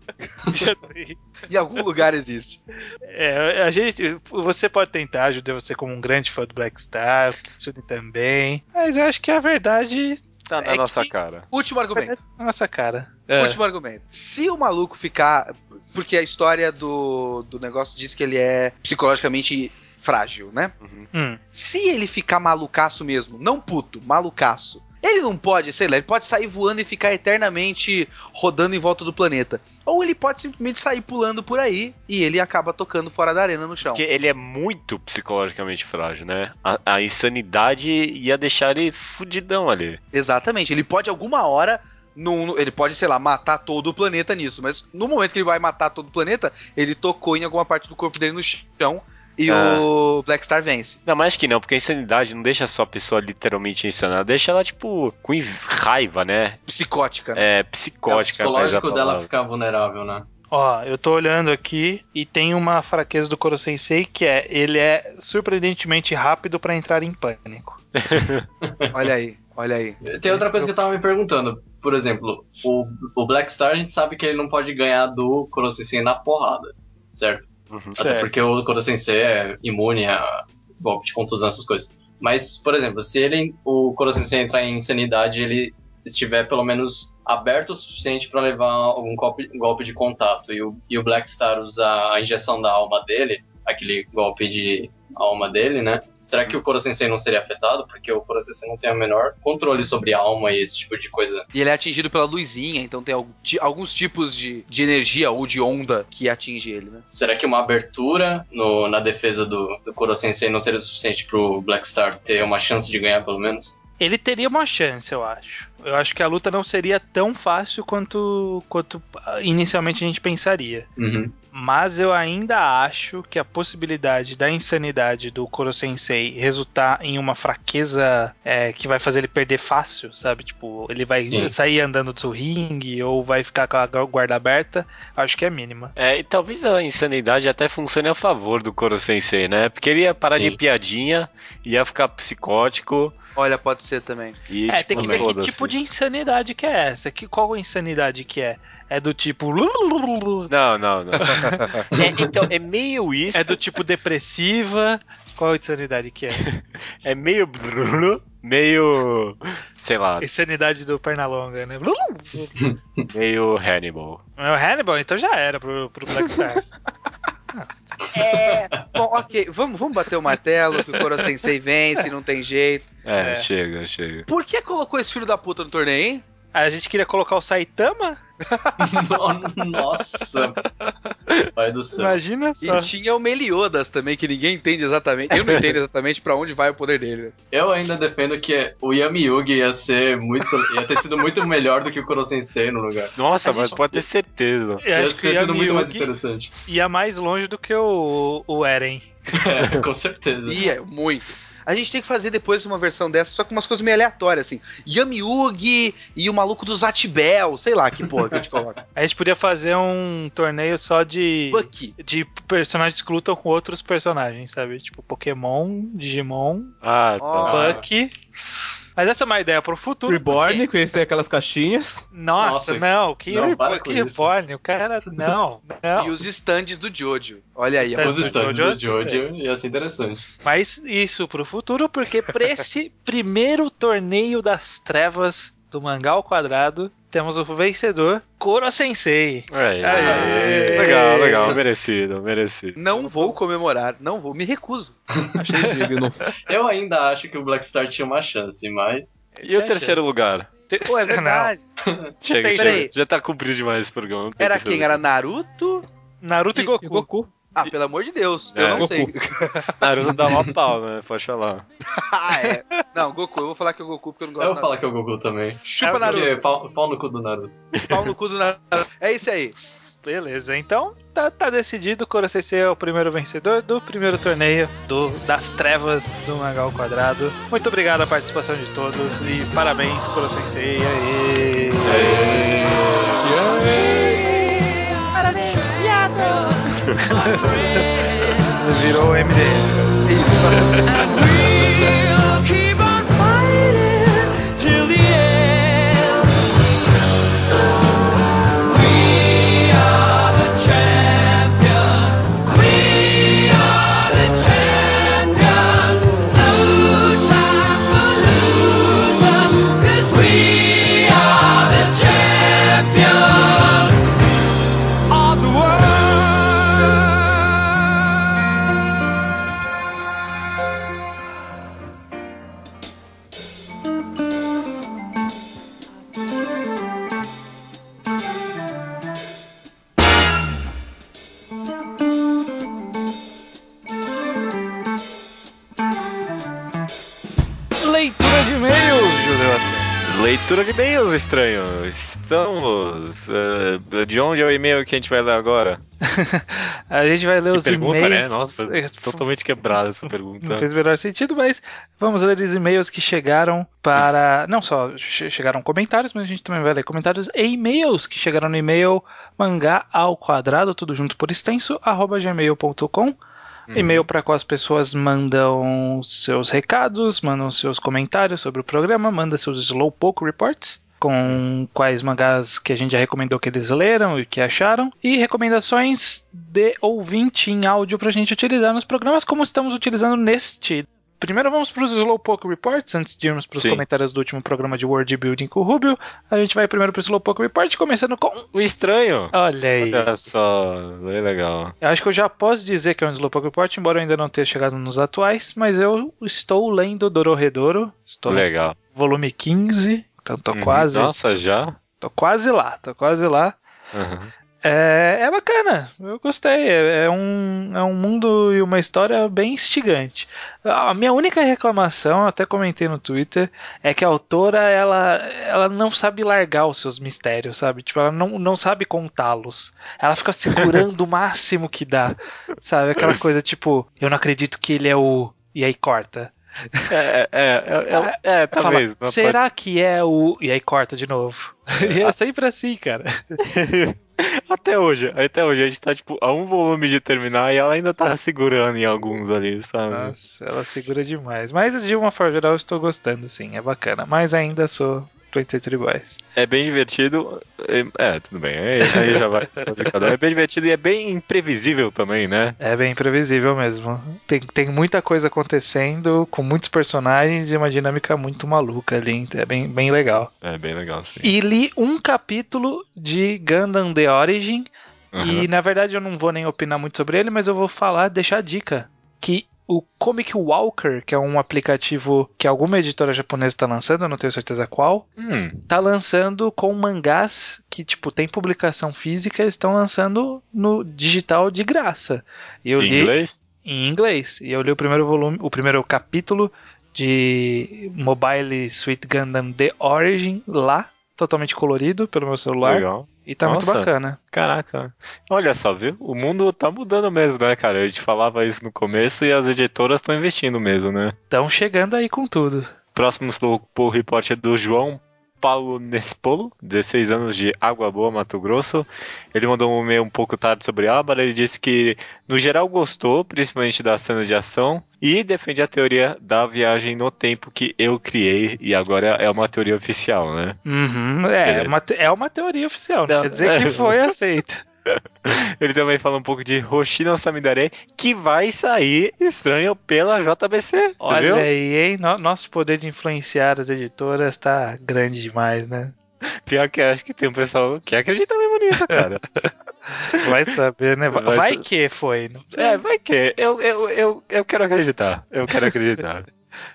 A: Já tem.
D: Em algum lugar existe.
A: É, a gente, você pode tentar, Judeu, você como um grande fã do Black Star, Sudi também. Mas eu acho que é a verdade
B: Tá na
A: É
B: nossa
A: que-
B: cara.
D: Último argumento.
A: é nossa cara. É.
D: Último argumento. Se o maluco ficar. Porque a história do, do negócio diz que ele é psicologicamente frágil, né?
A: Hum.
D: Se ele ficar malucaço mesmo, não puto, malucaço, ele não pode, sei lá, ele pode sair voando e ficar eternamente rodando em volta do planeta. Ou ele pode simplesmente sair pulando por aí e ele acaba tocando fora da arena no chão.
B: Porque ele é muito psicologicamente frágil, né? A, a insanidade ia deixar ele fudidão ali.
D: Exatamente, ele pode alguma hora. num- ele pode, sei lá, matar todo o planeta nisso, mas no momento que ele vai matar todo o planeta, ele tocou em alguma parte do corpo dele no chão e
B: Ah.
D: o Black Star vence.
B: Ainda mais que não, porque a insanidade não deixa só a pessoa literalmente insana, ela deixa ela, tipo, com inv- raiva, né?
D: Psicótica, né?
B: É,
E: É, o
B: psicótica.
E: psicológico dela
B: fica...
E: ficar vulnerável, né?
A: Ó, eu tô olhando aqui e tem uma fraqueza do Koro Sensei que é ele é surpreendentemente rápido pra entrar em pânico.
D: Olha aí, olha aí.
E: Tem outra coisa que eu tava me perguntando. Por exemplo, o, o Black Star a gente sabe que ele não pode ganhar do Kurosensei na porrada, certo? Até
B: Uhum.
A: Certo.
E: porque o Kurosensei é imune a golpe de contusão, essas coisas. Mas, por exemplo, se ele, o Kurosensei entrar em insanidade ele estiver pelo menos aberto o suficiente pra levar algum golpe, golpe de contato e o, e o Black Star usar a injeção da alma dele, aquele golpe de alma dele, né? Será que o Kurosensei não seria afetado? Porque o Kurosensei não tem o menor controle sobre a alma e esse tipo de coisa.
D: E ele é atingido pela luzinha, então tem al- ti- alguns tipos de, de energia ou de onda que atinge ele, né?
E: Será que uma abertura no- na defesa do, do Kurosensei não seria o suficiente pro Black Star ter uma chance de ganhar, pelo menos?
A: Ele teria uma chance, eu acho. Eu acho que a luta não seria tão fácil quanto, quanto ah, inicialmente a gente pensaria.
E: Uhum.
A: Mas eu ainda acho que a possibilidade da insanidade do Koro Sensei resultar em uma fraqueza é, que vai fazer ele perder fácil, sabe? Tipo, ele vai
E: Sim.
A: sair andando do ringue ou vai ficar com a guarda aberta, acho que é mínima.
B: É, e talvez a insanidade até funcione a favor do Koro Sensei, né? Porque ele ia parar
E: Sim.
B: de piadinha, ia ficar psicótico
D: Olha, pode ser também.
B: e.
A: É,
B: tipo,
A: tem que ver que
B: foda-se.
A: tipo de insanidade que é essa. Que, qual a insanidade que é? É do tipo. lulululu?
B: Não, não, não. É, então, é meio isso.
A: É do tipo depressiva? Qual a insanidade que é?
B: É meio. brululu, Meio. Sei lá,
A: Insanidade do Pernalonga, né? Lulululu.
B: meio Hannibal.
A: É o Hannibal, então já era pro, pro Black Star.
D: É. Bom, ok, vamos, vamos bater o martelo que o Koro Sensei vence, não tem jeito.
B: É,
A: É.
B: chega, chega.
D: Por que colocou esse filho da puta no torneio, hein?
A: A gente queria colocar o Saitama?
E: Nossa! Pai do céu.
A: Imagina
D: E
B: Ah.
A: só.
D: tinha o Meliodas também, que ninguém entende exatamente. Eu não entendo exatamente pra onde vai o poder dele. né?
E: Eu ainda defendo que o Yami Yugi ia ser muito. ia ter sido muito melhor do que o Kurosensei no lugar.
B: Nossa,
A: A gente-
B: mas pode ter certeza.
A: Eu
E: ia
A: acho que
E: ter
A: ia,
E: sido muito mais
A: Miyuki
E: interessante.
A: ia mais longe do que o, o Eren.
E: É, com certeza.
D: Ia, muito. A gente tem que fazer depois uma versão dessa, só com umas coisas meio aleatórias, assim. Yamiugi e o maluco do Zatibel, sei lá que porra que a gente coloca.
A: A gente podia fazer um torneio só de,
D: Bucky.
A: de personagens que lutam com outros personagens, sabe? Tipo Pokémon, Digimon,
B: Ah,
D: Ó.
B: tá.
E: Ah.
A: Bucky. Mas essa é uma ideia pro futuro.
C: Reborn, que eles têm aquelas caixinhas.
A: Nossa,
E: Nossa,
A: não, que,
E: não,
A: Re-
E: para
A: que
E: com isso.
A: Reborn, o cara. Não, não.
D: E os stands do Jojo. Olha aí,
E: Os
A: Os
E: stands
A: Jojo- É.
E: do Jojo ia ser interessante.
A: Mas isso pro futuro, porque pra esse primeiro torneio das trevas do mangá ao quadrado, temos o vencedor, Koro Sensei.
B: Aí.
A: Aê.
B: Legal, legal. Merecido, merecido.
D: Não vou comemorar, não vou, me recuso.
C: Achei digno.
E: Eu ainda acho que o Black Star tinha uma chance, mas.
B: E o
A: Tinha
B: terceiro
A: chance.
B: lugar?
D: Pô, é
A: Não,
D: verdade.
B: Chega,
A: tem-
B: chega.
D: peraí.
B: Já tá cumprido demais esse programa. não tem
D: Era
B: terceiro
D: quem? Era Naruto?
A: Naruto e,
D: E-
A: Goku.
C: E Goku.
D: Ah, pelo amor de Deus,
B: É.
D: eu não
C: Goku.
D: sei.
B: lugar. Naruto dá mó pau, né? Pode falar.
D: ah, é. Não, Goku, eu vou falar que é o Goku porque eu não gosto
E: Eu
D: do
E: vou falar
D: Naruto.
E: que é o Goku também.
D: Chupa
A: É,
E: Porque
D: Naruto,
E: pau, pau no cu do Naruto.
D: pau no cu do Naruto. É isso aí.
A: Beleza, então tá, tá decidido, Koro Sensei é o primeiro vencedor do primeiro torneio do, das trevas do mangá ao quadrado. Muito obrigado a participação de todos e parabéns, Koro Sensei. Aê.
E: Aê.
A: Virou MDM.
G: We'll keep on fighting till the end. We are the champions. We are the champions. No time for losing, 'cause we are the champions of the world.
A: Leitura de e-mails, Judeu.
B: Leitura de e-mails, estranho. Estamos. eh, de onde é o e-mail que a gente vai ler agora?
A: A gente vai ler
B: Que
A: os
B: pergunta,
A: e-mails.
B: né? Nossa, totalmente quebrada essa pergunta.
A: Não fez o melhor sentido, mas vamos ler os e-mails que chegaram para. Não só che- chegaram comentários, mas a gente também vai ler comentários e e-mails que chegaram no e-mail mangá ao quadrado, tudo junto por extenso, arroba gmail.com.
B: Uhum.
A: E-mail para qual as pessoas mandam seus recados, mandam seus comentários sobre o programa, mandam seus Slowpoke Reports, com quais mangás que a gente já recomendou que eles leram e que acharam, e recomendações de ouvinte em áudio para a gente utilizar nos programas como estamos utilizando neste. Primeiro vamos para os Slowpoke Reports, antes de irmos para os
B: Sim.
A: comentários do último programa de World Building com o Rubio. A gente vai primeiro para o Slowpoke Report, começando com...
B: O estranho.
A: Olha aí...
B: Olha só, bem legal.
A: Eu acho que eu já posso dizer que é um Slowpoke Report, embora eu ainda não tenha chegado nos atuais, mas eu estou lendo Dororedoro, estou no
B: Legal.
A: volume 15, então tô
B: Uhum.
A: quase,
B: Nossa, já?
A: tô quase lá, tô quase lá.
B: Uhum.
A: É, é bacana, eu gostei. É, é um, é um mundo e uma história bem instigante. A minha única reclamação, eu até comentei no Twitter, é que a autora ela, ela não sabe largar os seus mistérios, sabe? Tipo, ela não, não sabe contá-los. Ela fica segurando o máximo que dá, sabe? Aquela coisa tipo, eu não acredito que ele é o. E aí corta.
B: É, é, é, é, é,
A: Ah, Fala,
B: talvez. não
A: Será que é o. E aí corta de novo. E é sempre assim, cara.
B: Até hoje, até hoje a gente tá tipo a um volume de terminar e ela ainda tá segurando em alguns ali, sabe?
A: Nossa, ela segura demais. Mas de uma forma geral eu estou gostando, sim, é bacana. Mas ainda sou 20 Tribais.
B: É bem divertido. É, é, tudo bem. Aí aí já vai. de cada um. É bem divertido e é bem imprevisível também, né?
A: É bem imprevisível mesmo. Tem, tem muita coisa acontecendo, com muitos personagens e uma dinâmica muito maluca ali. então É bem, bem legal.
B: É bem legal, sim.
A: E li um capítulo de Gundam The Origin.
B: Uhum.
A: E na verdade eu não vou nem opinar muito sobre ele, mas eu vou falar, deixar a dica que o Comic Walker, que é um aplicativo que alguma editora japonesa está lançando, eu não tenho certeza qual,
B: Hum,
A: tá lançando com mangás que, tipo, tem publicação física, eles estão lançando no digital de graça. E eu
B: em
A: li
B: inglês?
A: em inglês. E eu li o primeiro volume, o primeiro capítulo de Mobile Suit Gundam The Origin lá, totalmente colorido pelo meu celular.
B: Legal.
A: E tá muito
B: Nossa.
A: bacana.
B: Caraca. Olha só, viu? O mundo tá mudando mesmo, né, cara? A gente falava isso no começo e as editoras estão investindo mesmo, né?
A: Estão chegando aí com tudo.
B: Próximo Slowpoke Report é do João Paulo Nespolo, 16 anos de Água Boa, Mato Grosso. Ele mandou um e-mail um pouco tarde sobre Abra. Ele disse que, no geral, gostou, principalmente das cenas de ação, e defende a teoria da viagem no tempo que eu criei, e agora é uma teoria oficial, né?
A: Uhum, é,
B: É.
A: uma te- é uma teoria oficial, não
B: Não.
A: quer dizer que foi aceita.
B: Ele também fala um pouco de Hoshino Samidare, que vai sair estranho pela JBC. Você
A: Olha
B: viu?
A: aí, hein? No- Nosso poder de influenciar as editoras tá grande demais, né?
B: Pior que eu acho que tem um pessoal que acredita mesmo nisso, cara.
A: Vai saber, né? Vai,
B: Vai
A: vai
B: sa-
A: que foi. não-
B: É, vai que. Eu, eu, eu, eu quero acreditar. Eu quero acreditar.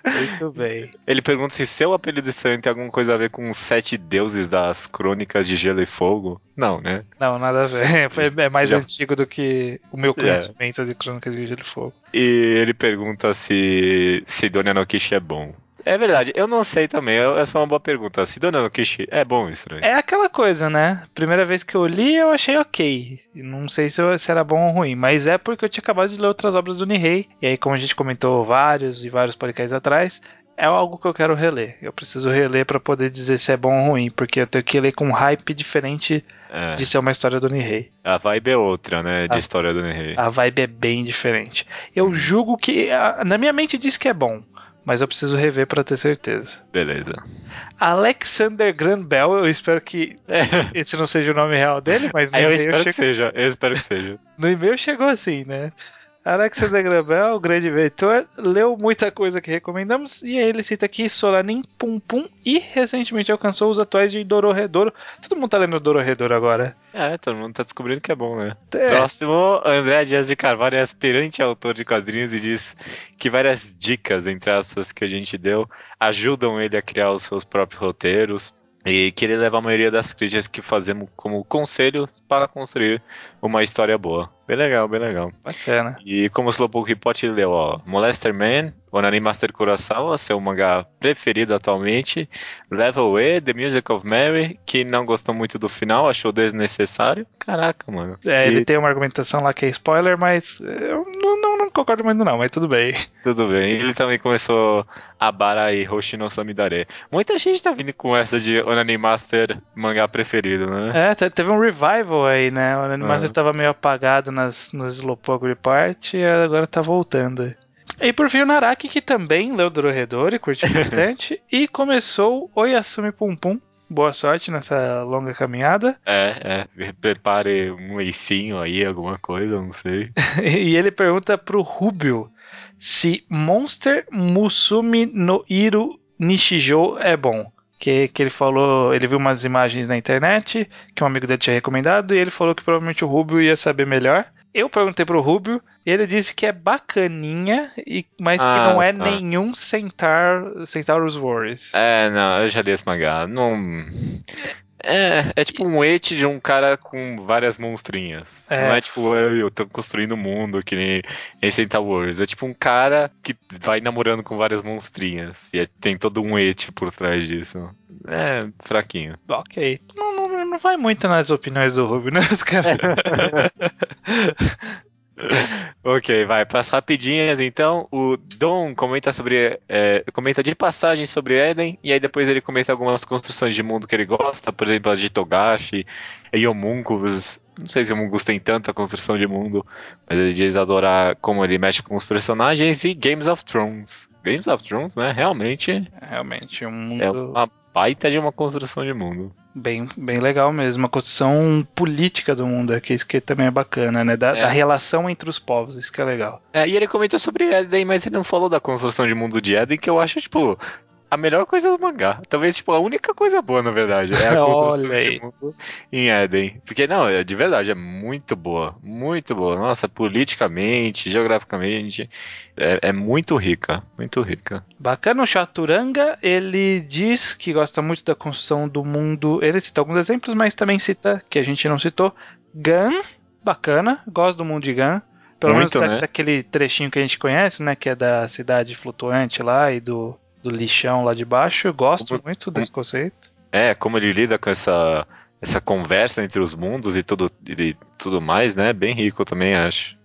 A: Muito bem.
B: Ele pergunta se seu apelido estranho tem alguma coisa a ver com os sete deuses das crônicas de gelo e fogo. Não, né?
A: Não, nada a ver. Foi, é mais
B: Já-
A: antigo do que o meu conhecimento de Crônicas de Gelo e Fogo.
B: E ele pergunta se Sidonia no Kishi é bom. É verdade, eu não sei também. eu- Essa é uma boa pergunta. Sidonia no Kishi é bom, estranho?
A: É aquela coisa, né? Primeira vez que eu li, eu achei ok. Não sei se, eu- se era bom ou ruim, mas é porque eu tinha acabado de ler outras obras do Nihei. E aí, como a gente comentou vários e vários podcasts atrás, é algo que eu quero reler. Eu preciso reler pra poder dizer se é bom ou ruim, porque eu tenho que ler com um hype diferente
B: É,
A: de ser uma história do Nihei.
B: a vibe é outra, né? De
A: Ah.
B: história do Nihei.
A: A vibe é bem diferente. Eu
B: Uhum.
A: julgo que. ah, Na minha mente diz que é bom, mas eu preciso rever pra ter certeza.
B: Beleza.
A: Alexander Graham Bell, eu espero que esse não seja o nome real dele, mas no
B: É. Ah, eu
A: e-mail
B: espero que
A: chegou-
B: seja, eu espero que seja.
A: no e-mail chegou assim, né? Alexander Graham Bell, o grande inventor, leu muita coisa que recomendamos e aí ele cita aqui Solanin Pum Pum e recentemente alcançou os atuais de Dororedoro. Todo mundo tá lendo Dororedoro agora.
B: É, todo mundo tá descobrindo que é bom, né?
A: É,
B: Próximo, André Dias de Carvalho é aspirante autor de quadrinhos e diz que várias dicas, entre aspas, que a gente deu ajudam ele a criar os seus próprios roteiros e que ele leva a maioria das críticas que fazemos como conselhos para construir uma história boa. Bem legal, bem legal.
A: bacana.
B: E como o Slowpoke Pot leu, ó, Molester Man, Onani Master Kurosawa, seu mangá preferido atualmente, Level E, The Music of Mary, que não gostou muito do final, achou desnecessário. Caraca, mano.
A: É,
B: E
A: ele tem uma argumentação lá que é spoiler, mas eh, eu não, não- não concordo muito não, mas tudo bem.
B: Tudo bem. Ele também começou a Bara e Hoshi no Samidare. Muita gente tá vindo com essa de Onani Master mangá preferido, né?
A: É, te- teve um revival aí, né? O Animaster
B: Ah.
A: tava meio apagado nas, no Slowpoke Report e agora tá voltando. E por fim o Naraki, que também leu Dororedor e curtiu bastante, e começou o Yasumi Pum Pum. Boa sorte nessa longa caminhada.
B: É, é. Prepare um eicinho aí, alguma coisa, não sei.
A: E ele pergunta pro Rubio se Monster Musume no Iru Nishijo é bom. Que, que ele falou, ele viu umas imagens na internet que um amigo dele tinha recomendado e ele falou que provavelmente o Rubio ia saber melhor. Eu perguntei pro Rubio e ele disse que é bacaninha, e, mas que
B: Ah,
A: não é
B: tá.
A: nenhum Centaur, Centaurus Warriors.
B: É, não, eu já li esse mangá. Não. É, é tipo um et de um cara com várias monstrinhas.
A: É.
B: Não é tipo, eu, eu tô construindo o um mundo que nem em Centaur Wars. É tipo um cara que vai namorando com várias monstrinhas. E é- tem todo um et por trás disso. É, fraquinho.
A: Ok. Não, não, não vai muito nas opiniões do Rubio, né, os caras?
B: Ok, vai, pras rapidinhas então. O Dom comenta sobre. é, comenta de passagem sobre Eden, e aí depois ele comenta algumas construções de mundo que ele gosta, por exemplo, as de Togashi e Homunculus. Não sei se Homunculus tem tanta construção de mundo, mas ele diz adorar como ele mexe com os personagens e Games of Thrones. Games of Thrones, né? Realmente
A: Realmente, um mundo.
B: é uma baita de uma construção de mundo.
A: Bem, bem legal mesmo. A construção política do mundo aqui, isso que também é bacana, né? Da,
B: É.
A: da relação entre os povos, isso que é legal.
B: É, e ele comentou sobre Eden, mas ele não falou da construção de mundo de Eden, que eu acho, tipo, a melhor coisa do mangá. Talvez, tipo, a única coisa boa, na verdade, é a construção
A: Olha aí.
B: de mundo em Eden. Porque, não, é de verdade, é muito boa. Muito boa. Nossa, politicamente, geograficamente, é, é muito rica. Muito rica.
A: Bacana, o Chaturanga, ele diz que gosta muito da construção do mundo. Ele cita alguns exemplos, mas também cita, que a gente não citou, Gun. Bacana, gosto do mundo de Gun. Pelo menos
B: Muito,
A: da-
B: né?
A: daquele trechinho que a gente conhece, né? Que é da cidade flutuante lá e do, do lixão lá de baixo. Eu Gosto
B: Como-
A: muito desse conceito.
B: É, como ele lida com essa, essa conversa entre os mundos e tudo, e tudo mais, né? Bem rico também, acho.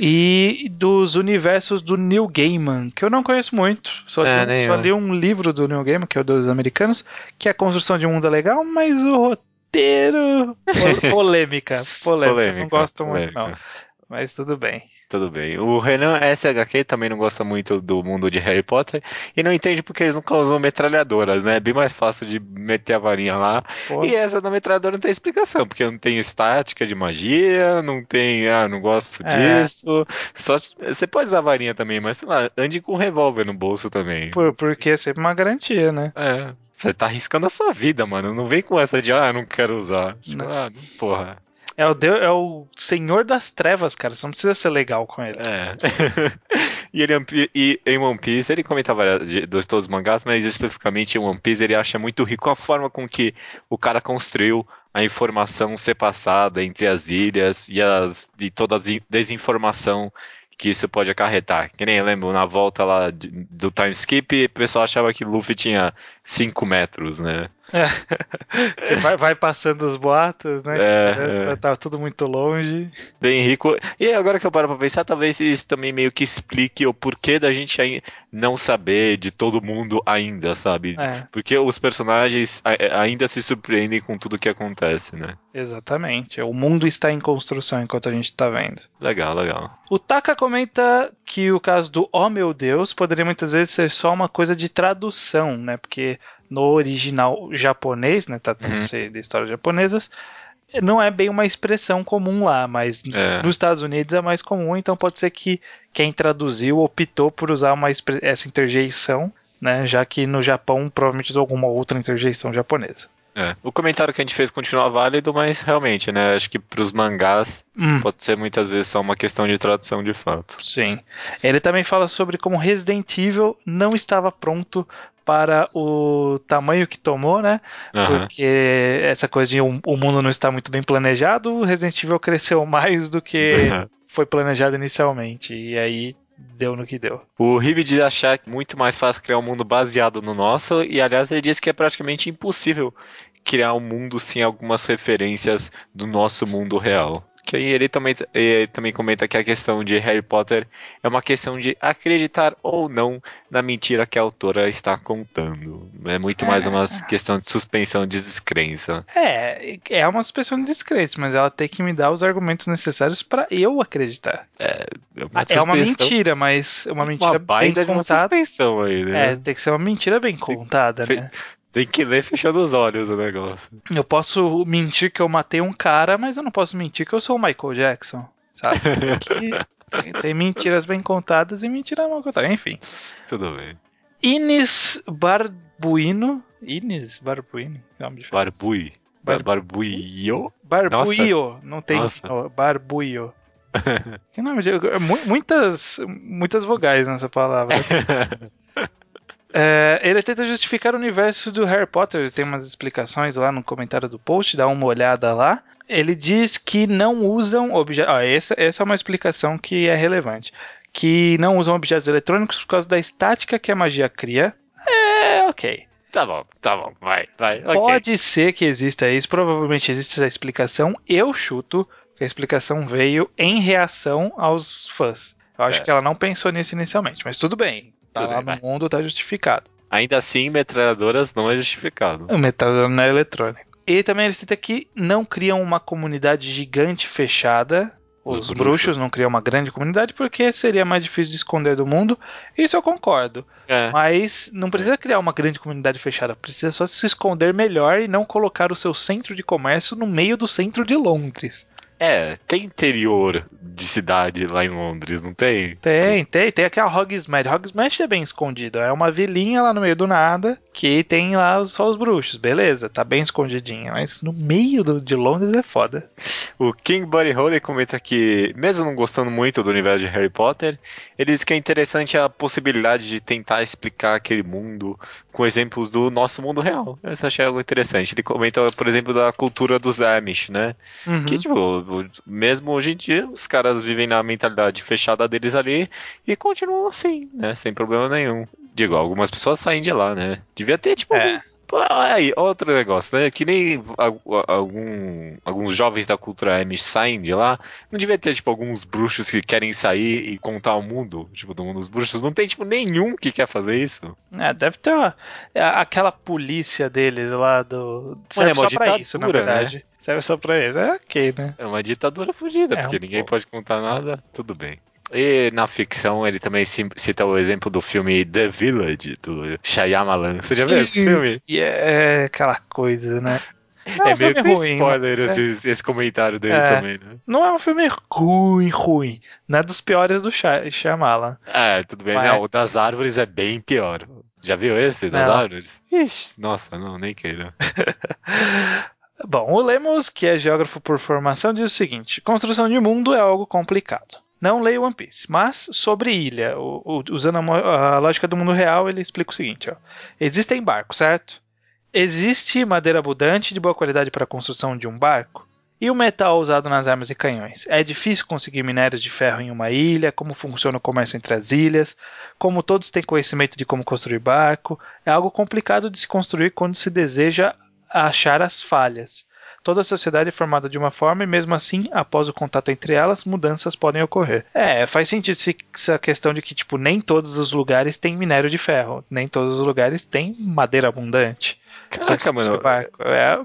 A: E dos universos do Neil Gaiman, que eu não conheço muito. Só,
B: É,
A: li,
B: nem
A: só
B: eu.
A: li um livro do Neil Gaiman, que é o dos americanos, que a construção de um mundo é legal, mas o roteiro. Pol- polêmica, polêmica. Não gosto muito, não.
B: polêmica.
A: Mas tudo bem.
B: Tudo bem. O Renan SHQ também não gosta muito do mundo de Harry Potter e não entende porque eles nunca usam metralhadoras, né? É bem mais fácil de meter a varinha lá.
A: Pô,
B: E essa da metralhadora não tem explicação, porque não tem estática de magia, não tem, ah, não gosto
A: É.
B: disso. Só você pode usar a varinha também, mas sei lá, ande com um revólver no bolso também.
A: por- porque é sempre uma garantia, né?
B: É. Você tá arriscando a sua vida, mano. Não vem com essa de, ah, não quero usar. Tipo,
A: Não.
B: ah, porra.
A: É o, Deu- é o senhor das trevas, cara. Você não precisa ser legal com ele.
B: É. e, ele, ampi- e em One Piece, ele comenta várias, de, dos todos os mangás, mas especificamente em One Piece, ele acha muito rico a forma com que o cara construiu a informação ser passada entre as ilhas e, as, e toda a desi- desinformação que isso pode acarretar. Que nem eu lembro, na volta lá de- do time skip, o pessoal achava que Luffy tinha 5 metros, né?
A: Que vai, vai passando os boatos, né?
B: É, é.
A: Tá, tá tudo muito longe.
B: Bem rico. E agora que eu paro pra pensar, talvez isso também meio que explique o porquê da gente ai- não saber de todo mundo ainda, sabe?
A: É,
B: Porque os personagens a- é, ainda se surpreendem com tudo que acontece, né?
A: exatamente. O mundo está em construção enquanto a gente tá vendo.
B: Legal, legal.
A: O Taka comenta que o caso do Oh Meu Deus poderia muitas vezes ser só uma coisa de tradução, né? Porque no original japonês, né? Tratando
B: Uhum.
A: se de histórias japonesas, não é bem uma expressão comum lá, mas
B: É.
A: nos Estados Unidos é mais comum, então pode ser que quem traduziu optou por usar uma, expre- essa interjeição, né? Já que no Japão provavelmente usou alguma outra interjeição japonesa.
B: É. O comentário que a gente fez continua válido, mas realmente, né? Acho que pros mangás
A: Hum.
B: pode ser muitas vezes só uma questão de tradução de fato.
A: Sim. Ele também fala sobre como Resident Evil não estava pronto para o tamanho que tomou, né?
B: Aham.
A: Porque essa coisa de um- o mundo não está muito bem planejado, o Resident Evil cresceu mais do que foi planejado inicialmente. E aí deu no que deu.
B: O Ribe diz achar muito mais fácil criar um mundo baseado no nosso, e aliás, ele diz que é praticamente impossível criar um mundo sem algumas referências do nosso mundo real. Que aí ele também, ele também comenta que a questão de Harry Potter é uma questão de acreditar ou não na mentira que a autora está contando. É muito mais uma questão de suspensão de descrença.
A: É, é uma suspensão de descrédito, mas ela tem que me dar os argumentos necessários para eu acreditar. é uma
B: suspensão-
A: mentira, mas uma mentira
B: Uma
A: bem
B: baita de uma
A: contada.
B: suspensão aí, né?
A: É, tem que ser uma mentira bem contada, né?
B: Tem que ler fechando os olhos o negócio.
A: Eu posso mentir que eu matei um cara, mas eu não posso mentir que eu sou o Michael Jackson, sabe? Que tem, tem mentiras bem contadas e mentira mal contada, enfim.
B: Tudo bem.
A: Ines Barbuino. Ines Barbuino? Que Nome de...
B: Barbui.
A: Bar-
B: Bar Barbuio?
A: Barbuio, não tem.
B: Nossa.
A: não, Barbuio. que nome de... mu- Muitas, muitas vogais nessa palavra. É, ele tenta justificar o universo do Harry Potter, tem umas explicações lá no comentário do post, dá uma olhada lá. Ele diz que não usam objetos. essa, essa é uma explicação que é relevante. Que não usam objetos eletrônicos por causa da estática que a magia cria. É, ok.
B: Tá bom, tá bom, vai, vai. ok.
A: Pode ser que exista isso, provavelmente existe essa explicação. Eu chuto que a explicação veio em reação aos fãs. Eu acho
B: É.
A: que ela não pensou nisso inicialmente, mas tudo bem. Tá
B: Tudo
A: lá
B: bem,
A: no mundo, tá justificado.
B: Ainda assim, metralhadoras não é justificado.
A: O metal não é eletrônico. E também ele cita que não criam uma comunidade gigante fechada. Os,
B: Os
A: bruxos.
B: bruxos
A: não criam uma grande comunidade porque seria mais difícil de esconder do mundo. Isso eu concordo.
B: É.
A: Mas não precisa criar uma grande comunidade fechada. Precisa só se esconder melhor e não colocar o seu centro de comércio no meio do centro de Londres.
B: é, tem interior de cidade lá em Londres, não tem?
A: Tem, tem. Tem aqui a Hogsmeade. Hogsmeade é bem escondida. É uma vilinha lá no meio do nada que tem lá só os bruxos. Beleza, tá bem escondidinha. Mas no meio do- de Londres é foda.
B: O King Buddy Holly comenta que, mesmo não gostando muito do universo de Harry Potter, ele diz que é interessante a possibilidade de tentar explicar aquele mundo com exemplos do nosso mundo real. Eu só achei algo interessante. Ele comenta, por exemplo, da cultura dos Amish, né?
A: Uhum.
B: Que, tipo, o- mesmo hoje em dia, os caras vivem na mentalidade fechada deles ali e continuam assim, né? Sem problema nenhum. Digo, algumas pessoas saem de lá, né? Devia ter, tipo.
A: É.
B: algum- Pô, aí, outro negócio, né? Que nem a- a- algum, alguns jovens da cultura M saem de lá. Não devia ter, tipo, alguns bruxos que querem sair e contar ao mundo, tipo, do mundo dos bruxos. Não tem, tipo, nenhum que quer fazer isso.
A: É, deve ter uma- a- aquela polícia deles lá do.
B: é
A: Serve
B: uma
A: só pra
B: ditadura,
A: isso, na verdade. Serve só pra eles. É ok, né?
B: É uma ditadura fodida,
A: É,
B: porque
A: um
B: ninguém
A: pouco.
B: pode contar nada, tudo bem. E na ficção ele também sim- cita o exemplo do filme The Village, do Shyamalan. Você já viu esse
A: Ih,
B: filme?
A: E é aquela coisa, né? Não
B: é
A: um filme
B: meio que
A: ruim,
B: spoiler
A: mas é-
B: esse, esse comentário dele
A: É.
B: também, né?
A: Não é um filme ruim, ruim. Não é dos piores do Shy- Shyamalan.
B: É, tudo bem.
A: Mas-
B: Não, o das árvores é bem pior. Já viu esse, das
A: Não.
B: árvores? Ixi, nossa, não, nem queira.
A: Bom, o Lemos, que é geógrafo por formação, diz o seguinte: construção de mundo é algo complicado. Não leio One Piece, mas sobre ilha, o- o- usando a, mo- a lógica do mundo real, ele explica o seguinte: ó. existem barcos, certo? Existe madeira abundante de boa qualidade para a construção de um barco? E o metal usado nas armas e canhões? É difícil conseguir minérios de ferro em uma ilha? Como funciona o comércio entre as ilhas? Como todos têm conhecimento de como construir barco? É algo complicado de se construir quando se deseja achar as falhas. Toda a sociedade é formada de uma forma e, mesmo assim, após o contato entre elas, mudanças podem ocorrer. É, faz sentido se- essa questão de que, tipo, nem todos os lugares têm minério de ferro, nem todos os lugares têm madeira abundante.
B: Caraca,
A: Como se faz
B: mano,
A: o barco? É,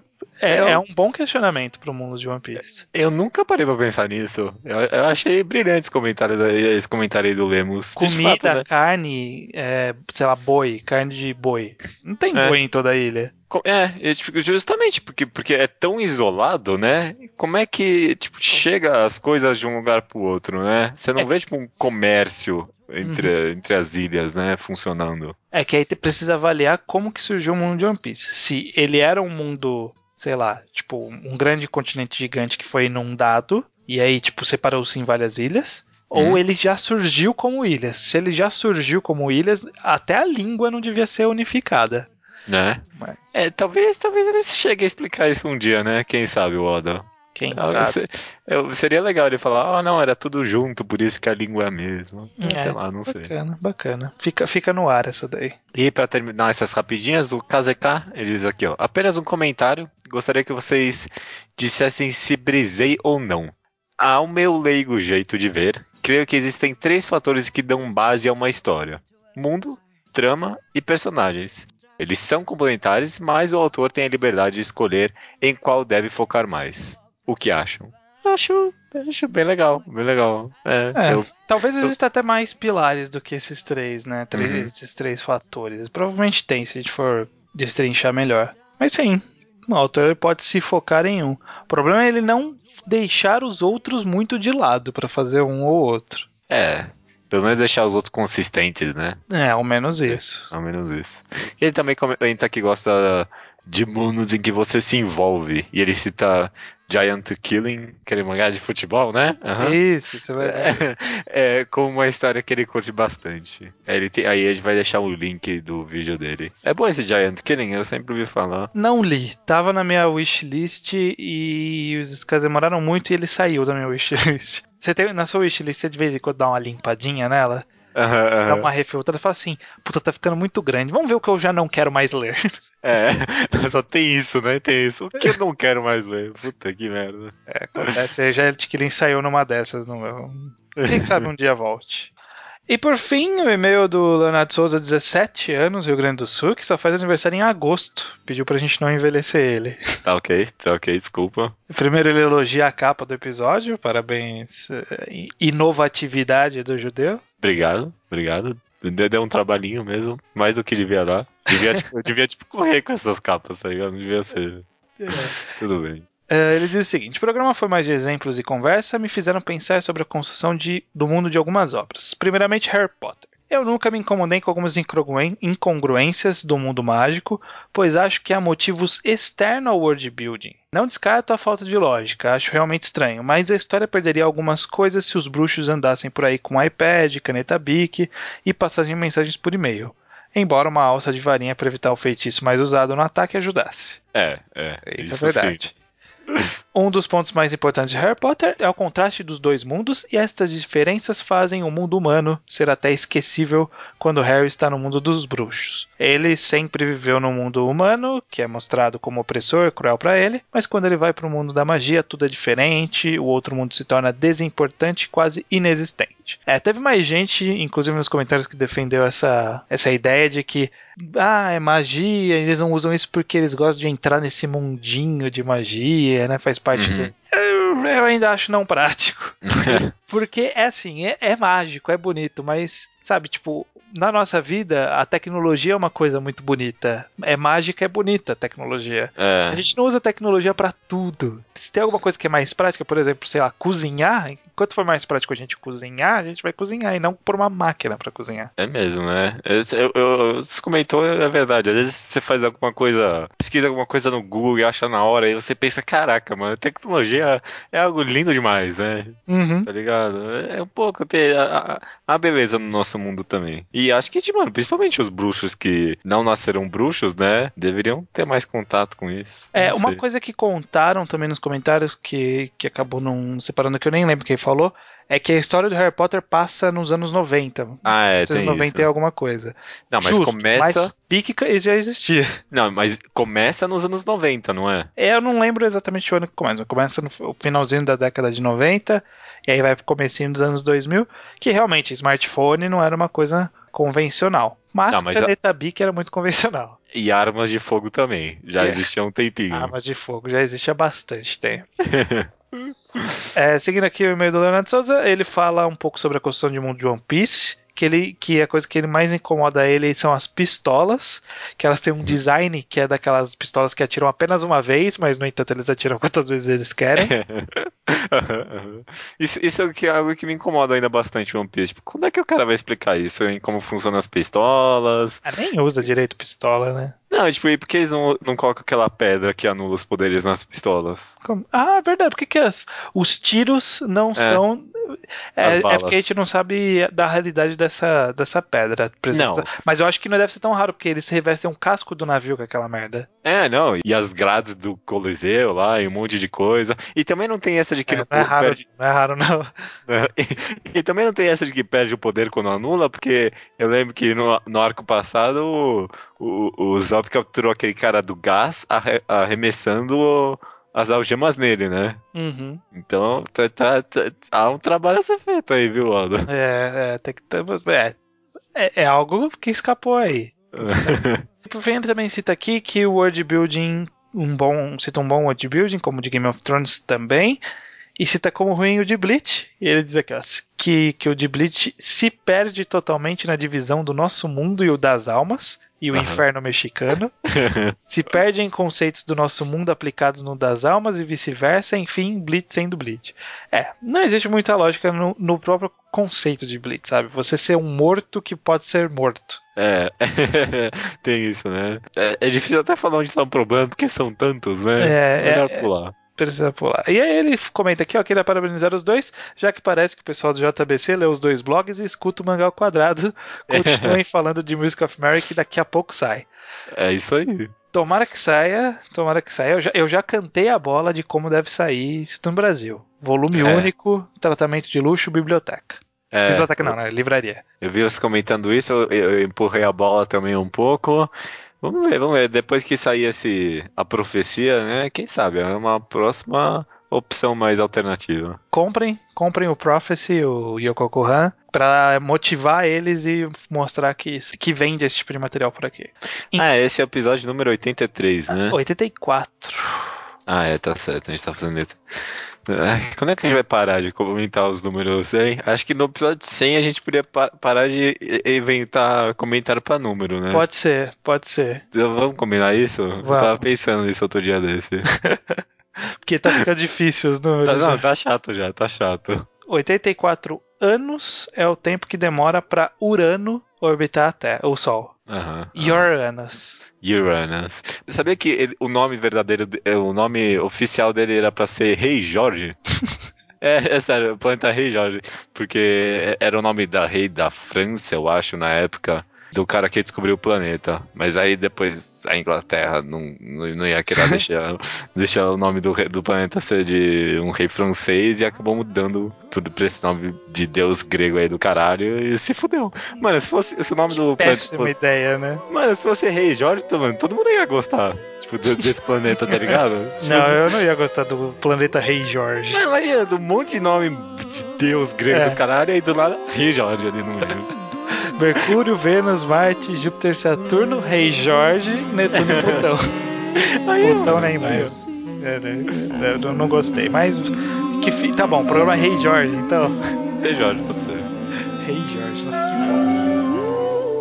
A: é,
B: Eu-
A: é um bom questionamento pro mundo de One Piece.
B: eu nunca parei pra pensar nisso. Eu, eu achei brilhante esse comentário, da- esse comentário aí do Lemos. De
A: Comida,
B: fato, né?
A: carne, é, sei lá, boi, carne de boi. Não tem
B: É.
A: boi em toda a ilha.
B: Co- É, eu, tipo, justamente porque, porque é tão isolado, né? Como é que tipo,
A: Então.
B: chega as coisas de um lugar pro outro, né? Você
A: É.
B: não vê tipo, um comércio
A: Uhum.
B: entre, entre as ilhas, né? Funcionando.
A: É que aí te- precisa avaliar como que surgiu o mundo de One Piece. Se ele era um mundo, sei lá, tipo, um grande continente gigante que foi inundado e aí, tipo, separou-se em várias ilhas. Ou
B: Hum.
A: ele já surgiu como ilhas. Se ele já surgiu como ilhas, até a língua não devia ser unificada.
B: Né?
A: Mas-
B: É, talvez, talvez ele chegue a explicar isso um dia, né? Quem sabe, o Oda.
A: Quem
B: Ah,
A: sabe?
B: se- eu- seria legal ele falar, ah, não, era tudo junto, por isso que a língua é a mesma.
A: É,
B: sei lá, não sei.
A: Bacana, bacana. Fica, fica no ar essa daí.
B: E para terminar essas rapidinhas, o KZK, ele diz aqui, ó. Apenas um comentário. Gostaria que vocês dissessem se brisei ou não. Ao meu leigo jeito de ver, creio que existem três fatores que dão base a uma história: mundo, trama e personagens. Eles são complementares, mas o autor tem a liberdade de escolher em qual deve focar mais. O que acham? Acho, acho bem legal, bem legal. É,
A: É.
B: eu-
A: Talvez exista até mais pilares do que esses três, né? Três-
B: Uhum.
A: Esses três fatores. Provavelmente tem, se a gente for destrinchar melhor. Mas sim, o autor pode se focar em um. O problema é ele não deixar os outros muito de lado pra fazer um ou outro.
B: é, pelo menos deixar os outros consistentes, né?
A: É, ao menos isso.
B: Ao menos isso. E ele também comenta que gosta de mundos em que você se envolve. E ele cita Giant Killing, aquele mangá de futebol, né? Aham.
A: Isso, você vai.
B: É, é, como uma história que ele curte bastante. Aí Ele tem, aí a gente vai deixar o link do vídeo dele. É bom esse Giant Killing, eu sempre ouvi falar.
A: Não li. Tava na minha wishlist e os caras demoraram muito e ele saiu da minha wishlist. Você tem, na sua wishlist, você de vez em quando dá uma limpadinha nela?
B: Aham,
A: Você dá
B: aham.
A: uma refiltrada e fala assim: puta, tá ficando muito grande. Vamos ver o que eu já não quero mais ler.
B: É, só tem isso, né? Tem isso. O que eu não quero mais ler? Puta que merda.
A: Acontece, aí já é que ele ensaiou numa dessas, não eu- Quem sabe um dia volte. E por fim, o e-mail do Leonardo Souza, 17 anos, Rio Grande do Sul, que só faz aniversário em agosto. Pediu pra gente não envelhecer ele.
B: Tá ok, tá ok, desculpa.
A: Primeiro ele elogia a capa do episódio, parabéns. eh, Inovatividade do judeu.
B: Obrigado, obrigado. Deu deu um trabalhinho mesmo, mais do que devia dar. Devia, tipo, eu devia, tipo, correr com essas capas, tá ligado? Não devia ser. Tudo bem.
A: É, ele diz o seguinte: o programa foi mais de exemplos e conversa, me fizeram pensar sobre a construção de- do mundo de algumas obras. Primeiramente, Harry Potter. Eu nunca me incomodei com algumas incongru- incongruências do mundo mágico, pois acho que há motivos externos ao world building. Não descarto a falta de lógica, acho realmente estranho, mas a história perderia algumas coisas se os bruxos andassem por aí com iPad, caneta Bic e passagem de mensagens por e-mail. Embora uma alça de varinha para evitar o feitiço mais usado no ataque ajudasse.
B: É, é.
A: Isso, é verdade. Um dos pontos mais importantes de Harry Potter é o contraste dos dois mundos, e estas diferenças fazem o mundo humano ser até esquecível quando Harry está no mundo dos bruxos. Ele sempre viveu no mundo humano, que é mostrado como opressor, cruel para ele, mas quando ele vai para o mundo da magia, tudo é diferente, o outro mundo se torna desimportante, quase inexistente. É, teve mais gente, inclusive nos comentários, que defendeu essa, essa ideia de que ah, é magia, eles não usam isso porque eles gostam de entrar nesse mundinho de magia, né? Faz parte
B: Uhum.
A: do. Eu, eu ainda acho não prático. porque é assim, é, é mágico, é bonito, mas, sabe, tipo, na nossa vida, a tecnologia é uma coisa muito bonita. É mágica, é bonita a tecnologia.
B: É.
A: A gente não usa tecnologia pra tudo. Se tem alguma coisa que é mais prática, por exemplo, sei lá, cozinhar, enquanto for mais prático a gente cozinhar, a gente vai cozinhar e não por uma máquina pra cozinhar.
B: É mesmo, né? Esse- Eu, eu, você comentou, é verdade. Às vezes você faz alguma coisa, pesquisa alguma coisa no Google e acha na hora, e você pensa, caraca, mano, tecnologia é algo lindo demais, né?
A: Uhum.
B: é Tá ligado? É um pouco. Tem a, a- a beleza no nosso mundo também. E acho que, tipo, mano, principalmente os bruxos que não nasceram bruxos, né? Deveriam ter mais contato com isso.
A: É,
B: Não
A: uma
B: sei.
A: coisa que contaram também nos comentários, que, que acabou não separando, que eu nem lembro quem falou, é que a história do Harry Potter passa nos anos 90.
B: Ah, é,
A: Esses
B: tem
A: 90 e
B: isso.
A: alguma coisa.
B: Não, mas
A: é Justo,
B: começa.
A: Mas pique que já existia.
B: Não, mas começa nos anos 90, não é?
A: É, Eu não lembro exatamente o ano que começa, mas começa no f- o finalzinho da década de 90, e aí vai pro comecinho dos anos 2000, que realmente smartphone não era uma coisa convencional. Mas,
B: Não,
A: a
B: mas a-
A: caneta Bic era muito convencional.
B: E armas de fogo também. Já
A: É. Ah,
B: existia há um tempinho.
A: Armas de fogo já existe há bastante tempo. É, seguindo aqui o e-mail do Leonardo Souza, ele fala um pouco sobre a construção de mundo de One Piece. Que, ele, que a coisa que ele mais incomoda ele são as pistolas, que elas têm um design que é daquelas pistolas que atiram apenas uma vez, mas no entanto eles atiram quantas vezes eles querem.
B: isso, isso é o que- algo que me incomoda ainda bastante, One Piece. Tipo, como é que o cara vai explicar isso? Em como funcionam as pistolas?
A: Ah, nem usa direito pistola, né?
B: Não, tipo, e por que eles não, não colocam aquela pedra que anula os poderes nas pistolas?
A: Como- Ah, é verdade, por que, que as- os tiros não são.
B: É. As
A: É, é
B: balas.
A: porque a gente não sabe da realidade dessa, dessa pedra. Por exemplo,
B: Não.
A: Mas eu acho que não deve ser tão raro, porque eles revestem um casco do navio com aquela merda.
B: É, não, e as grades do Coliseu lá, e um monte de coisa. E também não tem essa de que
A: É,
B: não,
A: não é raro,
B: perde,
A: não é raro, não.
B: né? E, e também não tem essa de que perde o poder quando anula, porque eu lembro que no, no arco passado o, o, o Zop capturou aquele cara do gás arre- arremessando o- as algemas nele, né?
A: Uhum.
B: Então, tá, tá- tá- há um trabalho a ser feito aí, viu, Aldo?
A: É, é, tem que. ter- É, é, é algo que escapou aí. E Por fim, ele também cita aqui que o world building, um bom, cita um bom world building, como o de Game of Thrones também, e cita como ruim o de Bleach. E ele diz aqui, ó, que, que o de Bleach se perde totalmente na divisão do nosso mundo e o das almas, e o
B: Aham.
A: inferno mexicano. se perde em conceitos do nosso mundo aplicados no das almas e vice-versa, enfim, Bleach sendo Bleach. É, não existe muita lógica no, no próprio conceito de Bleach, sabe? Você ser um morto que pode ser morto.
B: É, tem isso, né? É, é difícil até falar onde tá o problema, porque são tantos, né?
A: É,
B: Melhor
A: é,
B: pular.
A: precisa pular. E aí ele comenta aqui, ó, que ele é parabenizar os dois, já que parece que o pessoal do JBC lê os dois blogs e escuta o Mangá ao Quadrado. Continuem falando de Music of Mary, que daqui a pouco sai.
B: É isso aí.
A: Tomara que saia, tomara que saia. Eu já, eu já cantei a bola de como deve sair isso no Brasil. Volume
B: É.
A: único, tratamento de luxo, biblioteca.
B: É,
A: biblioteca não, né? Livraria.
B: Eu vi você comentando isso, eu, eu empurrei a bola também um pouco. Vamos ver, vamos ver. Depois que sair esse, a profecia, né? Quem sabe? É uma próxima opção mais alternativa.
A: Comprem, comprem o Prophecy, o Yokokuhan, pra motivar eles e mostrar que, que vende esse tipo de material por aqui. Em- Ah,
B: Ah, esse é o episódio número 83, né?
A: 84.
B: Ah, é, tá certo. A gente tá fazendo isso. Ai, Quando é que a gente vai parar de comentar os números, hein? Acho que no episódio 100 a gente podia pa- parar de i- inventar comentário pra número, né?
A: Pode ser, pode ser.
B: Então, Vamos combinar isso? Eu tava
A: Vamos.
B: pensando nisso outro dia desse.
A: Porque tá ficando difícil os
B: Tá-
A: números.
B: não,
A: né?
B: tá chato já, tá chato.
A: 84 anos é o tempo que demora pra Urano orbitar a Terra, o Sol.
B: Aham.
A: Uranus.
B: Uranus. Você sabia que ele- o nome verdadeiro, de- eh, o nome oficial dele era pra ser Rei Jorge? é, é sério, o planeta Rei Jorge. Porque era o nome da rei da França, eu acho, na época. Do cara que descobriu o planeta. Mas aí depois a Inglaterra não, não, não ia querer deixar, deixar o nome do, rei- do planeta ser de um rei francês e acabou mudando tudo pra esse nome de deus grego aí do caralho e se fudeu. Mano, se fosse se o nome
A: um
B: do planeta.
A: Péssima
B: fosse-
A: ideia, né?
B: Mano, se você é rei Jorge, tá, mano, todo mundo ia gostar. Tipo, do- desse planeta, tá ligado? Tipo,
A: Não, eu não ia gostar do planeta Rei Jorge.
B: Mano, imagina, um monte de nome de deus grego
A: É.
B: do caralho, aí do lado, rei Jorge ali no meio.
A: Mercúrio, Vênus, Marte, Júpiter, Saturno, Rei Jorge, Netuno e Plutão.
B: Aí,
A: Plutão nem mais. É, né? Eu não gostei, mas que fi... tá bom, o programa é Rei Jorge, então.
B: rei Jorge, pode ser.
A: Rei Jorge, nossa que bom.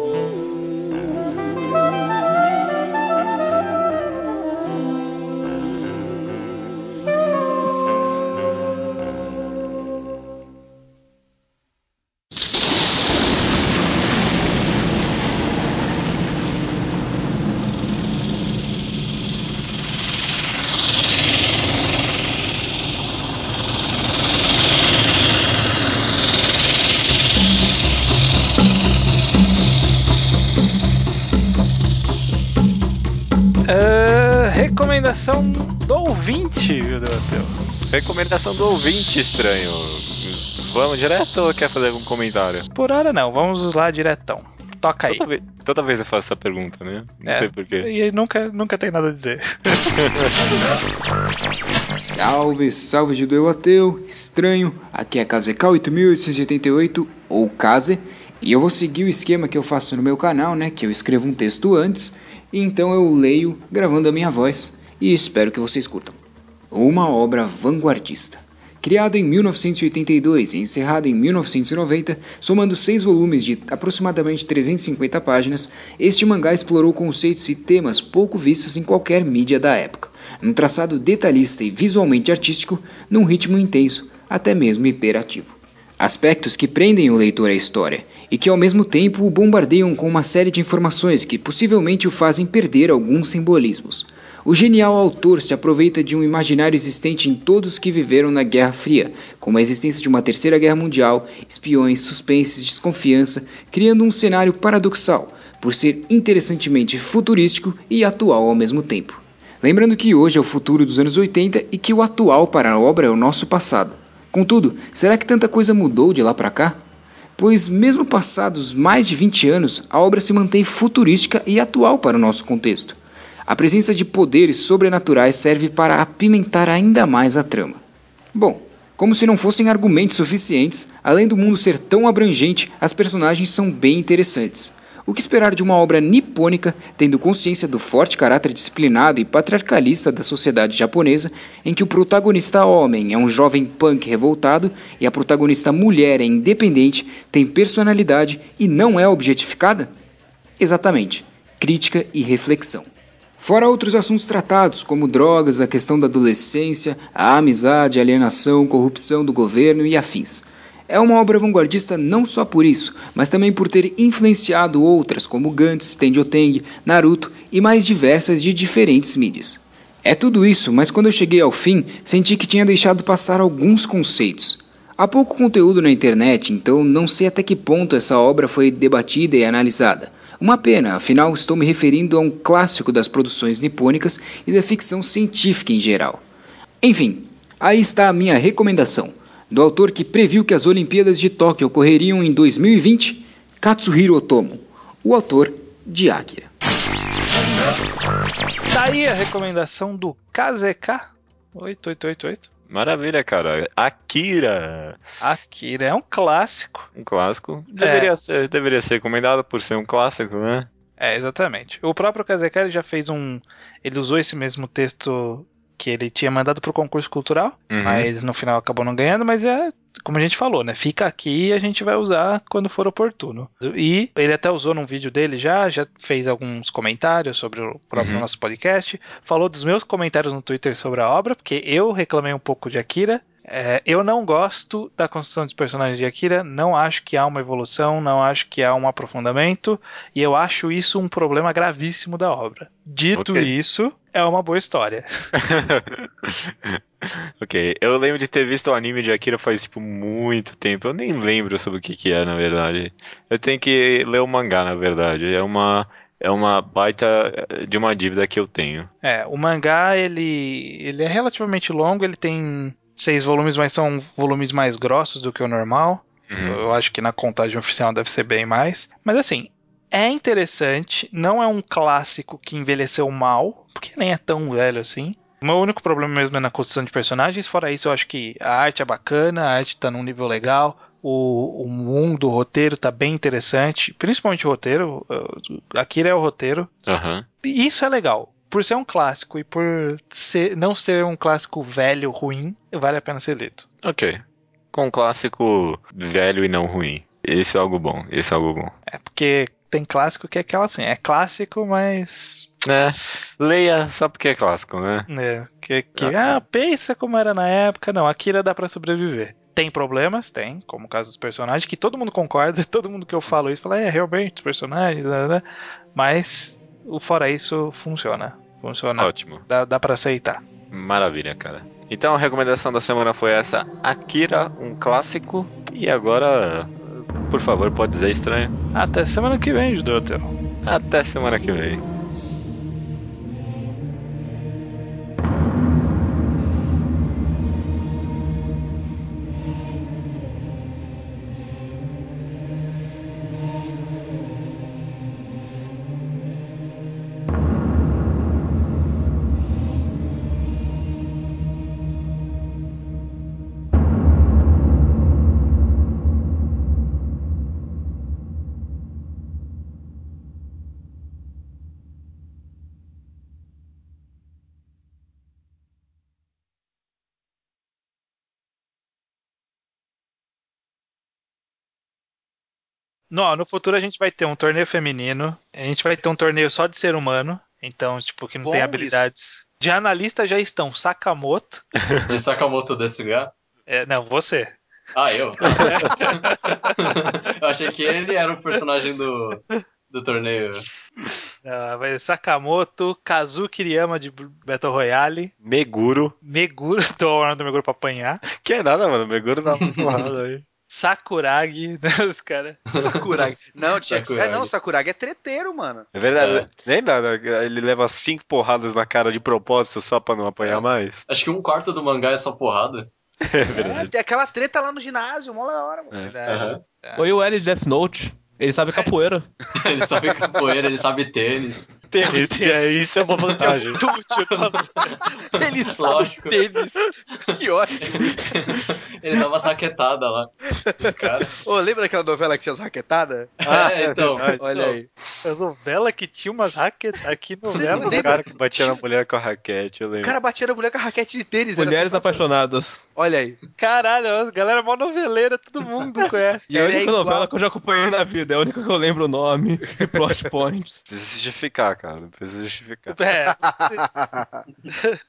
A: Ah, Do ouvinte, viu, Debateu?
B: Recomendação do ouvinte estranho. Vamos direto ou quer fazer algum comentário?
A: Por hora não, vamos lá diretão. Toca aí.
B: Toda vez, toda vez eu faço essa pergunta, né? Não
A: É.
B: sei porquê.
A: E nunca, nunca tem nada a dizer.
H: Salve, salve judeu ateu, estranho, aqui é Kazekal 8888 ou Kaze, e eu vou seguir o esquema que eu faço no meu canal, né, que eu escrevo um texto antes, e então eu leio gravando a minha voz, e espero que vocês curtam. Uma obra vanguardista. Criado em 1982 e encerrado em 1990, somando seis volumes de aproximadamente 350 páginas, este mangá explorou conceitos e temas pouco vistos em qualquer mídia da época, num traçado detalhista e visualmente artístico, num ritmo intenso, até mesmo hiperativo. Aspectos que prendem o leitor à história e que ao mesmo tempo o bombardeiam com uma série de informações que possivelmente o fazem perder alguns simbolismos. O genial autor se aproveita de um imaginário existente em todos que viveram na Guerra Fria, como a existência de uma Terceira Guerra Mundial, espiões, suspenses, desconfiança, criando um cenário paradoxal, por ser interessantemente futurístico e atual ao mesmo tempo. Lembrando que hoje é o futuro dos anos 80 e que o atual para a obra é o nosso passado. Contudo, será que tanta coisa mudou de lá para cá? Pois, mesmo passados mais de 20 anos, a obra se mantém futurística e atual para o nosso contexto. A presença de poderes sobrenaturais serve para apimentar ainda mais a trama. Bom, como se não fossem argumentos suficientes, além do mundo ser tão abrangente, as personagens são bem interessantes. O que esperar de uma obra nipônica, tendo consciência do forte caráter disciplinado e patriarcalista da sociedade japonesa, em que o protagonista homem é um jovem punk revoltado e a protagonista mulher é independente, tem personalidade e não é objetificada? Exatamente, crítica e reflexão. Fora outros assuntos tratados, como drogas, a questão da adolescência, a amizade, alienação, corrupção do governo e afins. É uma obra vanguardista não só por isso, mas também por ter influenciado outras como Gantz, Tenjo Teng, Naruto e mais diversas de diferentes mídias. É tudo isso, mas quando eu cheguei ao fim, senti que tinha deixado passar alguns conceitos. Há pouco conteúdo na internet, então não sei até que ponto essa obra foi debatida e analisada. Uma pena, afinal estou me referindo a um clássico das produções nipônicas e da ficção científica em geral. Enfim, aí está a minha recomendação, do autor que previu que as Olimpíadas de Tóquio ocorreriam em 2020, Katsuhiro Otomo, o autor de Akira.
A: Tá aí a recomendação do KZK 8888.
B: Maravilha, cara. Akira.
A: Akira é um clássico.
B: Um clássico. Deveria, ser, deveria ser recomendado por ser um clássico, né?
A: É, exatamente. O próprio Kazekar já fez um. Ele usou esse mesmo texto que ele tinha mandado pro concurso cultural,
B: Uhum.
A: mas no final acabou não ganhando, mas é como a gente falou, né? Fica aqui e a gente vai usar quando for oportuno. E ele até usou num vídeo dele já, já fez alguns comentários sobre o próprio
B: Uhum.
A: nosso podcast, falou dos meus comentários no Twitter sobre a obra, porque eu reclamei um pouco de Akira. É, eu não gosto da construção dos personagens de Akira, não acho que há uma evolução, não acho que há um aprofundamento, e eu acho isso um problema gravíssimo da obra. Dito
B: Ok.
A: isso, é uma boa história.
B: ok, eu lembro de ter visto o anime de Akira faz, tipo, muito tempo. Eu nem lembro sobre o que que é, na verdade. Eu tenho que ler o mangá, na verdade. É uma, é uma baita eh, de uma dívida que eu tenho.
A: É, o mangá ele, ele é relativamente longo, ele tem seis volumes, mas são volumes mais grossos do que o normal.
B: Hum.
A: Eu acho que na contagem oficial deve ser bem mais. Mas assim, é interessante, não é um clássico que envelheceu mal, porque nem é tão velho assim. O meu único problema mesmo é na construção de personagens, fora isso, eu acho que a arte é bacana, a arte tá num nível legal. O, o mundo, o roteiro tá bem interessante, principalmente o roteiro. uh, Akira é o roteiro,
B: Aham.
A: e isso é legal. Por ser um clássico e por ser- não ser um clássico velho ruim, vale a pena ser lido.
B: Ok. Com um clássico velho e não ruim. Isso é algo bom, isso é algo bom.
A: É porque tem clássico que é aquela assim, é clássico, mas.
B: É, leia só porque é clássico, né?
A: né, que, que,
B: Ah.
A: ah, pensa como era na época. Não, Akira dá pra sobreviver. Tem problemas? Tem, como o caso dos personagens, que todo mundo concorda, todo mundo que eu falo isso fala, é, realmente, os personagens, né, né, mas o fora isso funciona. Funciona.
B: Ótimo.
A: Dá, dá pra aceitar.
B: Maravilha, cara. Então a recomendação da semana foi essa: Akira, um clássico. E agora, por favor, pode dizer estranho.
A: Até semana que vem, Judeu.
B: Até semana que vem.
A: Não, no futuro a gente vai ter um torneio feminino, a gente vai ter um torneio só de ser humano, então, tipo, que não
D: Bom
A: tem
D: isso.
A: habilidades. De analista já estão Sakamoto.
E: De Sakamoto desse lugar?
A: É, não, você.
E: Ah, eu? eu achei que ele era o personagem do, do torneio.
A: Ah, vai ser Sakamoto, Kazu Kiriyama de Battle Royale,
B: Meguro.
A: Meguro, tô orando do Meguro pra apanhar,
B: Que é nada, mano. Meguro dá uma porrada aí.
A: Sakuragi, né, os caras.
D: Sakuragi. Não, tinha que... É,
E: Sakuragi.
D: não, Sakuragi é treteiro, mano.
B: É verdade.
E: É.
B: Lembra? né? Ele leva cinco porradas na cara de propósito só pra não apanhar mais.
E: Acho que um quarto do mangá é só porrada.
B: É
D: É,
B: verdade.
D: tem aquela treta lá no ginásio, mó da hora, mano.
A: É.
E: Aham.
C: Oi, o L de Death Note. Ele sabe capoeira.
E: Ele sabe capoeira, ele sabe tênis.
B: Tem, isso, é, isso é uma vantagem.
D: Ele sabe
E: Lógico.
D: tênis. né? Que ótimo.
E: Ele dá umas raquetadas lá. Os caras.
D: Ô, lembra daquela novela que tinha as raquetadas?
E: é, então.
D: Olha
E: então,
D: aí.
A: As novelas É que tinha umas raquetas aqui novela.
B: O cara que batia na mulher com a raquete, eu
D: O
B: lembro.
D: cara batia na mulher com a raquete de tênis. era
C: Mulheres
D: sensacional.
C: apaixonadas.
D: Olha aí.
A: Caralho, ó, galera é mó noveleira, todo mundo conhece.
C: E é a
D: Ele é
C: única
D: igual-
C: novela que eu já acompanhei na vida. É a única que eu lembro o nome e plot points.
B: Precisa justificar, cara. Precisa justificar.
A: É,